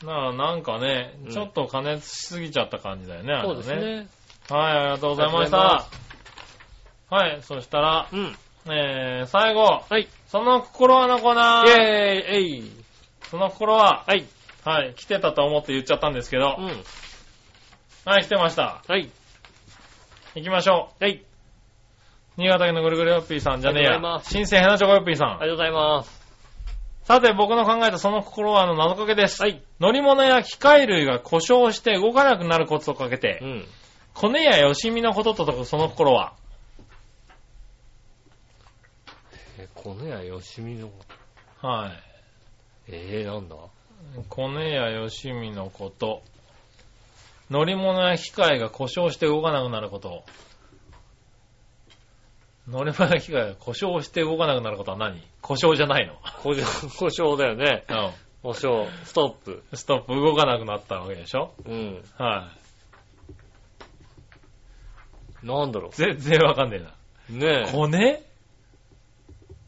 Speaker 3: なあ、なんかね、
Speaker 2: うん
Speaker 3: ちょっと加熱しすぎちゃった感じだよね、あれ
Speaker 2: そ
Speaker 3: は
Speaker 2: うです。ね。
Speaker 3: はい、ありがとうございまし
Speaker 2: ありが
Speaker 3: た
Speaker 2: と。
Speaker 3: はい、そしたら、
Speaker 2: うん。
Speaker 3: えー、最後、
Speaker 2: はい。イ
Speaker 3: その心はのコーナ
Speaker 2: ェーイ
Speaker 3: ー。
Speaker 2: えい
Speaker 3: その心は、
Speaker 2: はい。
Speaker 3: はい、来てたと思って言っちゃったんですけど
Speaker 2: う、ん。
Speaker 3: はい、来てました。
Speaker 2: はい。
Speaker 3: 行きましょ
Speaker 2: はい。
Speaker 3: う。新潟県のぐるぐるよっぴーさんじゃね
Speaker 2: あり
Speaker 3: え
Speaker 2: がとうござい
Speaker 3: や
Speaker 2: ま。す
Speaker 3: 新生ヘナチョコよっぴーさ
Speaker 2: あり
Speaker 3: ん。
Speaker 2: がとうございます。
Speaker 3: さて、僕の考えたその心はあの謎かけです。
Speaker 2: はい。
Speaker 3: 乗り物や機械類が故障して動かなくなるコツをかけ
Speaker 2: う
Speaker 3: て、
Speaker 2: ん。
Speaker 3: コネやよしみのことと解くその心は。
Speaker 2: え、このやよしみの、
Speaker 3: は
Speaker 2: えー、なんだ
Speaker 3: い。コネやよしみのこと。乗り物や機械が故障して動かなくなること。乗り物や機械が故障して動かなくなることは何故障じゃないの。
Speaker 2: 故障、 故障だよね。
Speaker 3: うん。
Speaker 2: 故障、ストップ。
Speaker 3: ストップ動かなくなったわけでしょ
Speaker 2: うん。
Speaker 3: は
Speaker 2: なんだろ
Speaker 3: い。 全然わかんね
Speaker 2: う。ね
Speaker 3: えな。
Speaker 2: え。
Speaker 3: コネ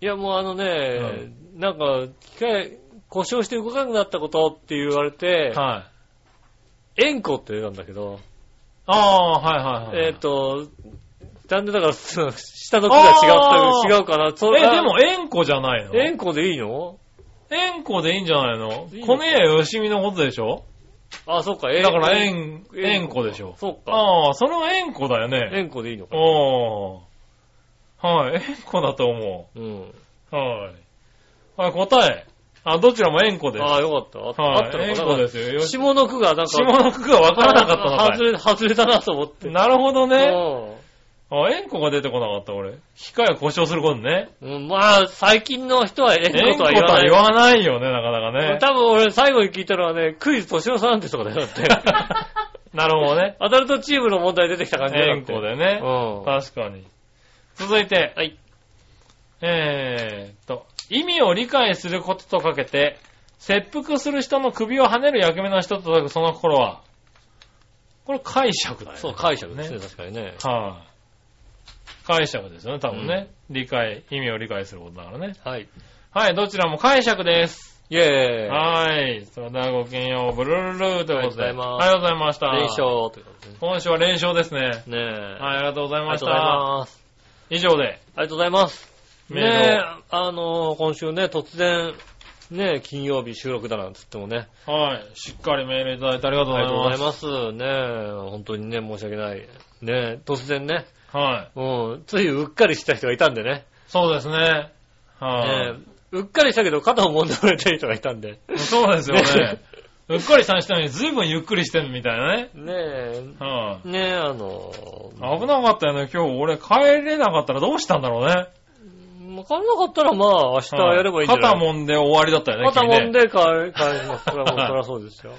Speaker 2: いや、もうあのね、なんか、機械、故障して動かなくなったことって言われて、
Speaker 3: はい。
Speaker 2: 円弧って出たんだけど、
Speaker 3: ああ、はいはいはい。
Speaker 2: えっ、と、なんでだから、下の句が違った、
Speaker 3: あー
Speaker 2: 違うかな。そ
Speaker 3: え、で、も、円子じゃないの
Speaker 2: 円弧でいいの
Speaker 3: 円子でいいんじゃないの
Speaker 2: いいのか
Speaker 3: こねやよしみのことでしょ
Speaker 2: あ、そっか、円
Speaker 3: だから、円、円子でしょ。
Speaker 2: そっか。
Speaker 3: ああ、それは円子だよね。
Speaker 2: 円弧でいいのか
Speaker 3: あ
Speaker 2: な。
Speaker 3: あ。はい、円子だと思
Speaker 2: うん。
Speaker 3: う。はい。はい、答え。あ、どちらも円子です。
Speaker 2: ああ、よかった。あ
Speaker 3: は
Speaker 2: あ
Speaker 3: い
Speaker 2: った、
Speaker 3: 円
Speaker 2: のか
Speaker 3: 子
Speaker 2: な
Speaker 3: で。すよ。よし
Speaker 2: 下の句がなんか、
Speaker 3: 下の句がわからなかったのか
Speaker 2: 外れ、外れたなと思って。
Speaker 3: い。なるほどね。
Speaker 2: ね。
Speaker 3: あ、円子が出てこなかった、俺。機械を故障することね。
Speaker 2: うん、まあ、最近の人は円
Speaker 3: 円
Speaker 2: 弧
Speaker 3: 子
Speaker 2: と
Speaker 3: と
Speaker 2: は
Speaker 3: は
Speaker 2: 言わない。
Speaker 3: 言わないよね、なかなかね。
Speaker 2: 多分俺最後に聞いたのはね、クイズ年の差なんですとかだよ、だって。
Speaker 3: なるほどね。
Speaker 2: アダルトチームの問題出てきた感じだよだ
Speaker 3: 円
Speaker 2: って。
Speaker 3: 弧で
Speaker 2: う
Speaker 3: ね。
Speaker 2: ん。は
Speaker 3: 確かに。続いて、
Speaker 2: い。
Speaker 3: えーっと、意味を理解することとかけて、切腹する人の首を跳ねる役目の人と解くその心は、これ解釈だよね。
Speaker 2: そう、解釈ですね、確かにね。
Speaker 3: はい、解釈ですよね、多分ね。理解、意味を理解することだからね。
Speaker 2: はい。
Speaker 3: はい、どちらも解釈です。
Speaker 2: イェーイ。
Speaker 3: はい。それではごきげんよう、ブルルルーというこ
Speaker 2: ありがとう
Speaker 3: とで。
Speaker 2: ございます
Speaker 3: ありがとうございました。
Speaker 2: 連勝ということでね。
Speaker 3: 今週は連勝ですね。
Speaker 2: ねえ。
Speaker 3: はい、ありがとうござい
Speaker 2: あり
Speaker 3: ま
Speaker 2: が
Speaker 3: し
Speaker 2: とうござい
Speaker 3: た。
Speaker 2: ます。
Speaker 3: 以上
Speaker 2: あ
Speaker 3: で、
Speaker 2: りがとうございます。ね
Speaker 3: メールを
Speaker 2: え、あのー、今週ね、突然、ねえ、金曜日収録だなんつってもね、
Speaker 3: はい、しっかりメールいただいてありがとう
Speaker 2: あ
Speaker 3: ご
Speaker 2: りが
Speaker 3: ざい
Speaker 2: とうござ
Speaker 3: ま
Speaker 2: い
Speaker 3: す。
Speaker 2: ます。ねえ、本当にね、申し訳ない。ねえ、突然ね、
Speaker 3: はい。
Speaker 2: うん、ついうっかりした人がいたんでね、
Speaker 3: そうですね。はい、
Speaker 2: ねえうっかりしたけど肩を揉んでくれてる人がいたんで、
Speaker 3: そうですよ
Speaker 2: ね
Speaker 3: ね。うっかりした人に随分ゆっくりしてるみたいなね。
Speaker 2: ねえ、
Speaker 3: は
Speaker 2: ねえ、あの
Speaker 3: い、
Speaker 2: ー、
Speaker 3: 危なかったよね。今日俺帰れなかったらどうしたんだろうね。
Speaker 2: わかんなかったらまあ、明日やればいいんじゃない
Speaker 3: 肩もんで終わりだったよね。
Speaker 2: 肩
Speaker 3: 君ね
Speaker 2: 揉ん。で帰帰ります。それはもう、そりゃそうですよ。
Speaker 3: ね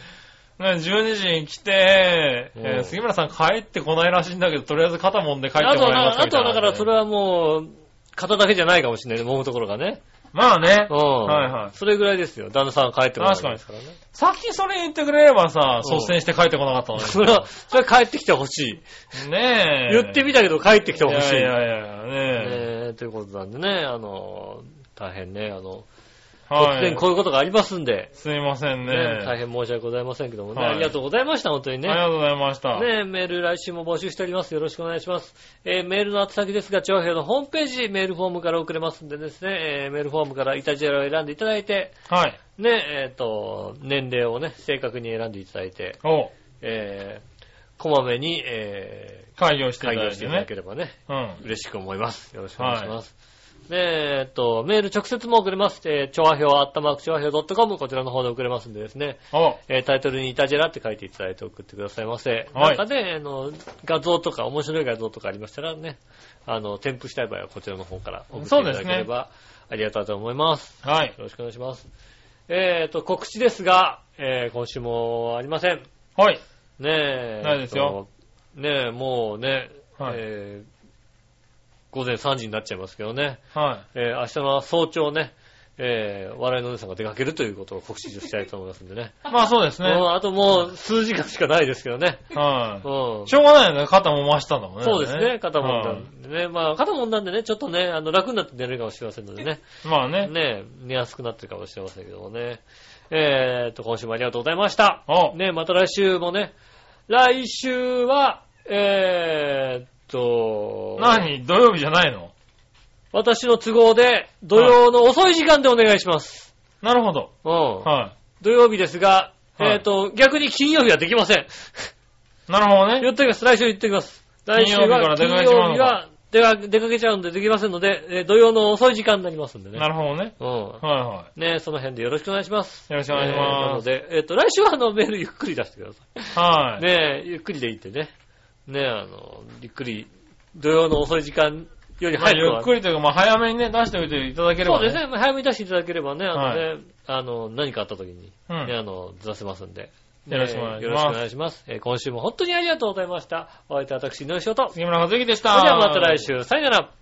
Speaker 3: 12時に来て、えー
Speaker 2: うん
Speaker 3: 杉村さん帰ってこないらしいんだけど、とりあえず肩もんで帰って
Speaker 2: あと
Speaker 3: もらいま
Speaker 2: はな、
Speaker 3: した
Speaker 2: あ
Speaker 3: み
Speaker 2: と
Speaker 3: たい
Speaker 2: は
Speaker 3: な
Speaker 2: だからそれはもう、肩だけじゃないかもしれないね、揉むところがね。
Speaker 3: まあね
Speaker 2: う。ん。
Speaker 3: はいはい
Speaker 2: それぐらいですよ。旦那さんが帰ってこないですからね。
Speaker 3: さっきそれ言ってくれればさ、
Speaker 2: うん
Speaker 3: 率先して帰ってこなかったの
Speaker 2: それは、それは帰ってきてほしい。
Speaker 3: に。ねえ。
Speaker 2: 言ってみたけど帰ってきてほしい。
Speaker 3: いやいやいや、ねえ。
Speaker 2: ねえということなんでね、あの、大変ね、あの、突
Speaker 3: は
Speaker 2: 然
Speaker 3: い。
Speaker 2: こういうことがありますんで、
Speaker 3: すいませんね。
Speaker 2: ね大
Speaker 3: あ
Speaker 2: 変申し訳ございませんけどもね、
Speaker 3: はい
Speaker 2: ありがとうございました、本当に
Speaker 3: り
Speaker 2: ね。
Speaker 3: がとうございました。
Speaker 2: ねえ、メール来週も募集しております。よろしくお願いします。えーメールの宛先ですが、長平のホームページ、メールフォームから送れますんでですね、えーメールフォームからイタジェラを選んでいただいて、
Speaker 3: はい。
Speaker 2: ねえ、えっ、と、年齢をね、正確に選んでいただいて、
Speaker 3: お
Speaker 2: えーこまめに、え
Speaker 3: 開業し
Speaker 2: ー
Speaker 3: てい
Speaker 2: 開
Speaker 3: ただ
Speaker 2: 業
Speaker 3: い
Speaker 2: してい
Speaker 3: て
Speaker 2: ただ
Speaker 3: ね
Speaker 2: け。ればね、
Speaker 3: うん。
Speaker 2: 嬉しく思います。よろしくお願いします。ねええっと、メール直接も送れます。えー、調和表、あったまく調和表 .com、こちらの方で送れますんでですね、
Speaker 3: お
Speaker 2: えータイトルにイタジェラって書いていただいて送ってくださいませ。
Speaker 3: はい
Speaker 2: なんかね、あの、画像とか、面白い画像とかありましたらね、あの、添付したい場合はこちらの方から送っていただければ、ありがたいと思います。
Speaker 3: はい。
Speaker 2: よろしくお願いします。えっ、と、告知ですが、えー今週もありません。
Speaker 3: はい。
Speaker 2: ねえ。
Speaker 3: ないですよ
Speaker 2: えっと。ねえ、もうね、
Speaker 3: はい
Speaker 2: えー午前3時になっちゃいますけどね、
Speaker 3: は
Speaker 2: えー明日の早朝ね、えー笑いのお姉さんが出かけるということを告知したいと思いますんでね。
Speaker 3: い。まあそうですね。
Speaker 2: うんあともう数時間しかないですけどね。
Speaker 3: は
Speaker 2: うん
Speaker 3: い。しょうがないよね。肩も回したんだもんね。
Speaker 2: そうですね、肩もんだ
Speaker 3: は
Speaker 2: んでね。まあ、肩もんだんでね、ちょっとね、あの、楽になって寝れるかもしれませんのでね。
Speaker 3: いまあね。
Speaker 2: ね寝やすくなってるかもしれませんけどもね。えーっと、今週もありがとうございました。
Speaker 3: お
Speaker 2: ねまた来週もね、来週は、えーっと、
Speaker 3: 何土曜日じゃないの
Speaker 2: 私の都合で、土曜の遅い時間でお願いします。
Speaker 3: なるほど。
Speaker 2: うん。
Speaker 3: は
Speaker 2: 土曜日ですが、
Speaker 3: はい
Speaker 2: えーっと、逆に金曜日はできません。
Speaker 3: い。なるほど ね。
Speaker 2: 言っておきます。来週言っておきます。来週は
Speaker 3: 金曜日から出かけちまう
Speaker 2: 金曜
Speaker 3: のか
Speaker 2: 日は出か出かけちゃうんでできませんので、えー土曜の遅い時間になりますんでね。
Speaker 3: なるほどね。
Speaker 2: うん。
Speaker 3: はいは
Speaker 2: ねその辺でよろしくお願いします。
Speaker 3: い。よろしくお願いしま
Speaker 2: えーなので、えっ、と、来週はあのメールゆっくり出してくださ。
Speaker 3: す。はいい。
Speaker 2: ねゆっくりでいいってね。ねあの、ゆっくり、土曜の遅い時間より
Speaker 3: まあ
Speaker 2: 早くは、
Speaker 3: ゆっくりというか、まあ早めにね、出しておいていただければ。
Speaker 2: そうですね。まあ早めに出していただければね、あのね、あの、何かあった時に、
Speaker 3: うん
Speaker 2: ね、あの、ずらせますんで。
Speaker 3: よろしくお願いします
Speaker 2: ねよろしくお願いします。えー今週も本当にありがとうございました。お相手は私、井上翔と。それ
Speaker 3: 杉村和之でした。
Speaker 2: ではまた来週、さよなら。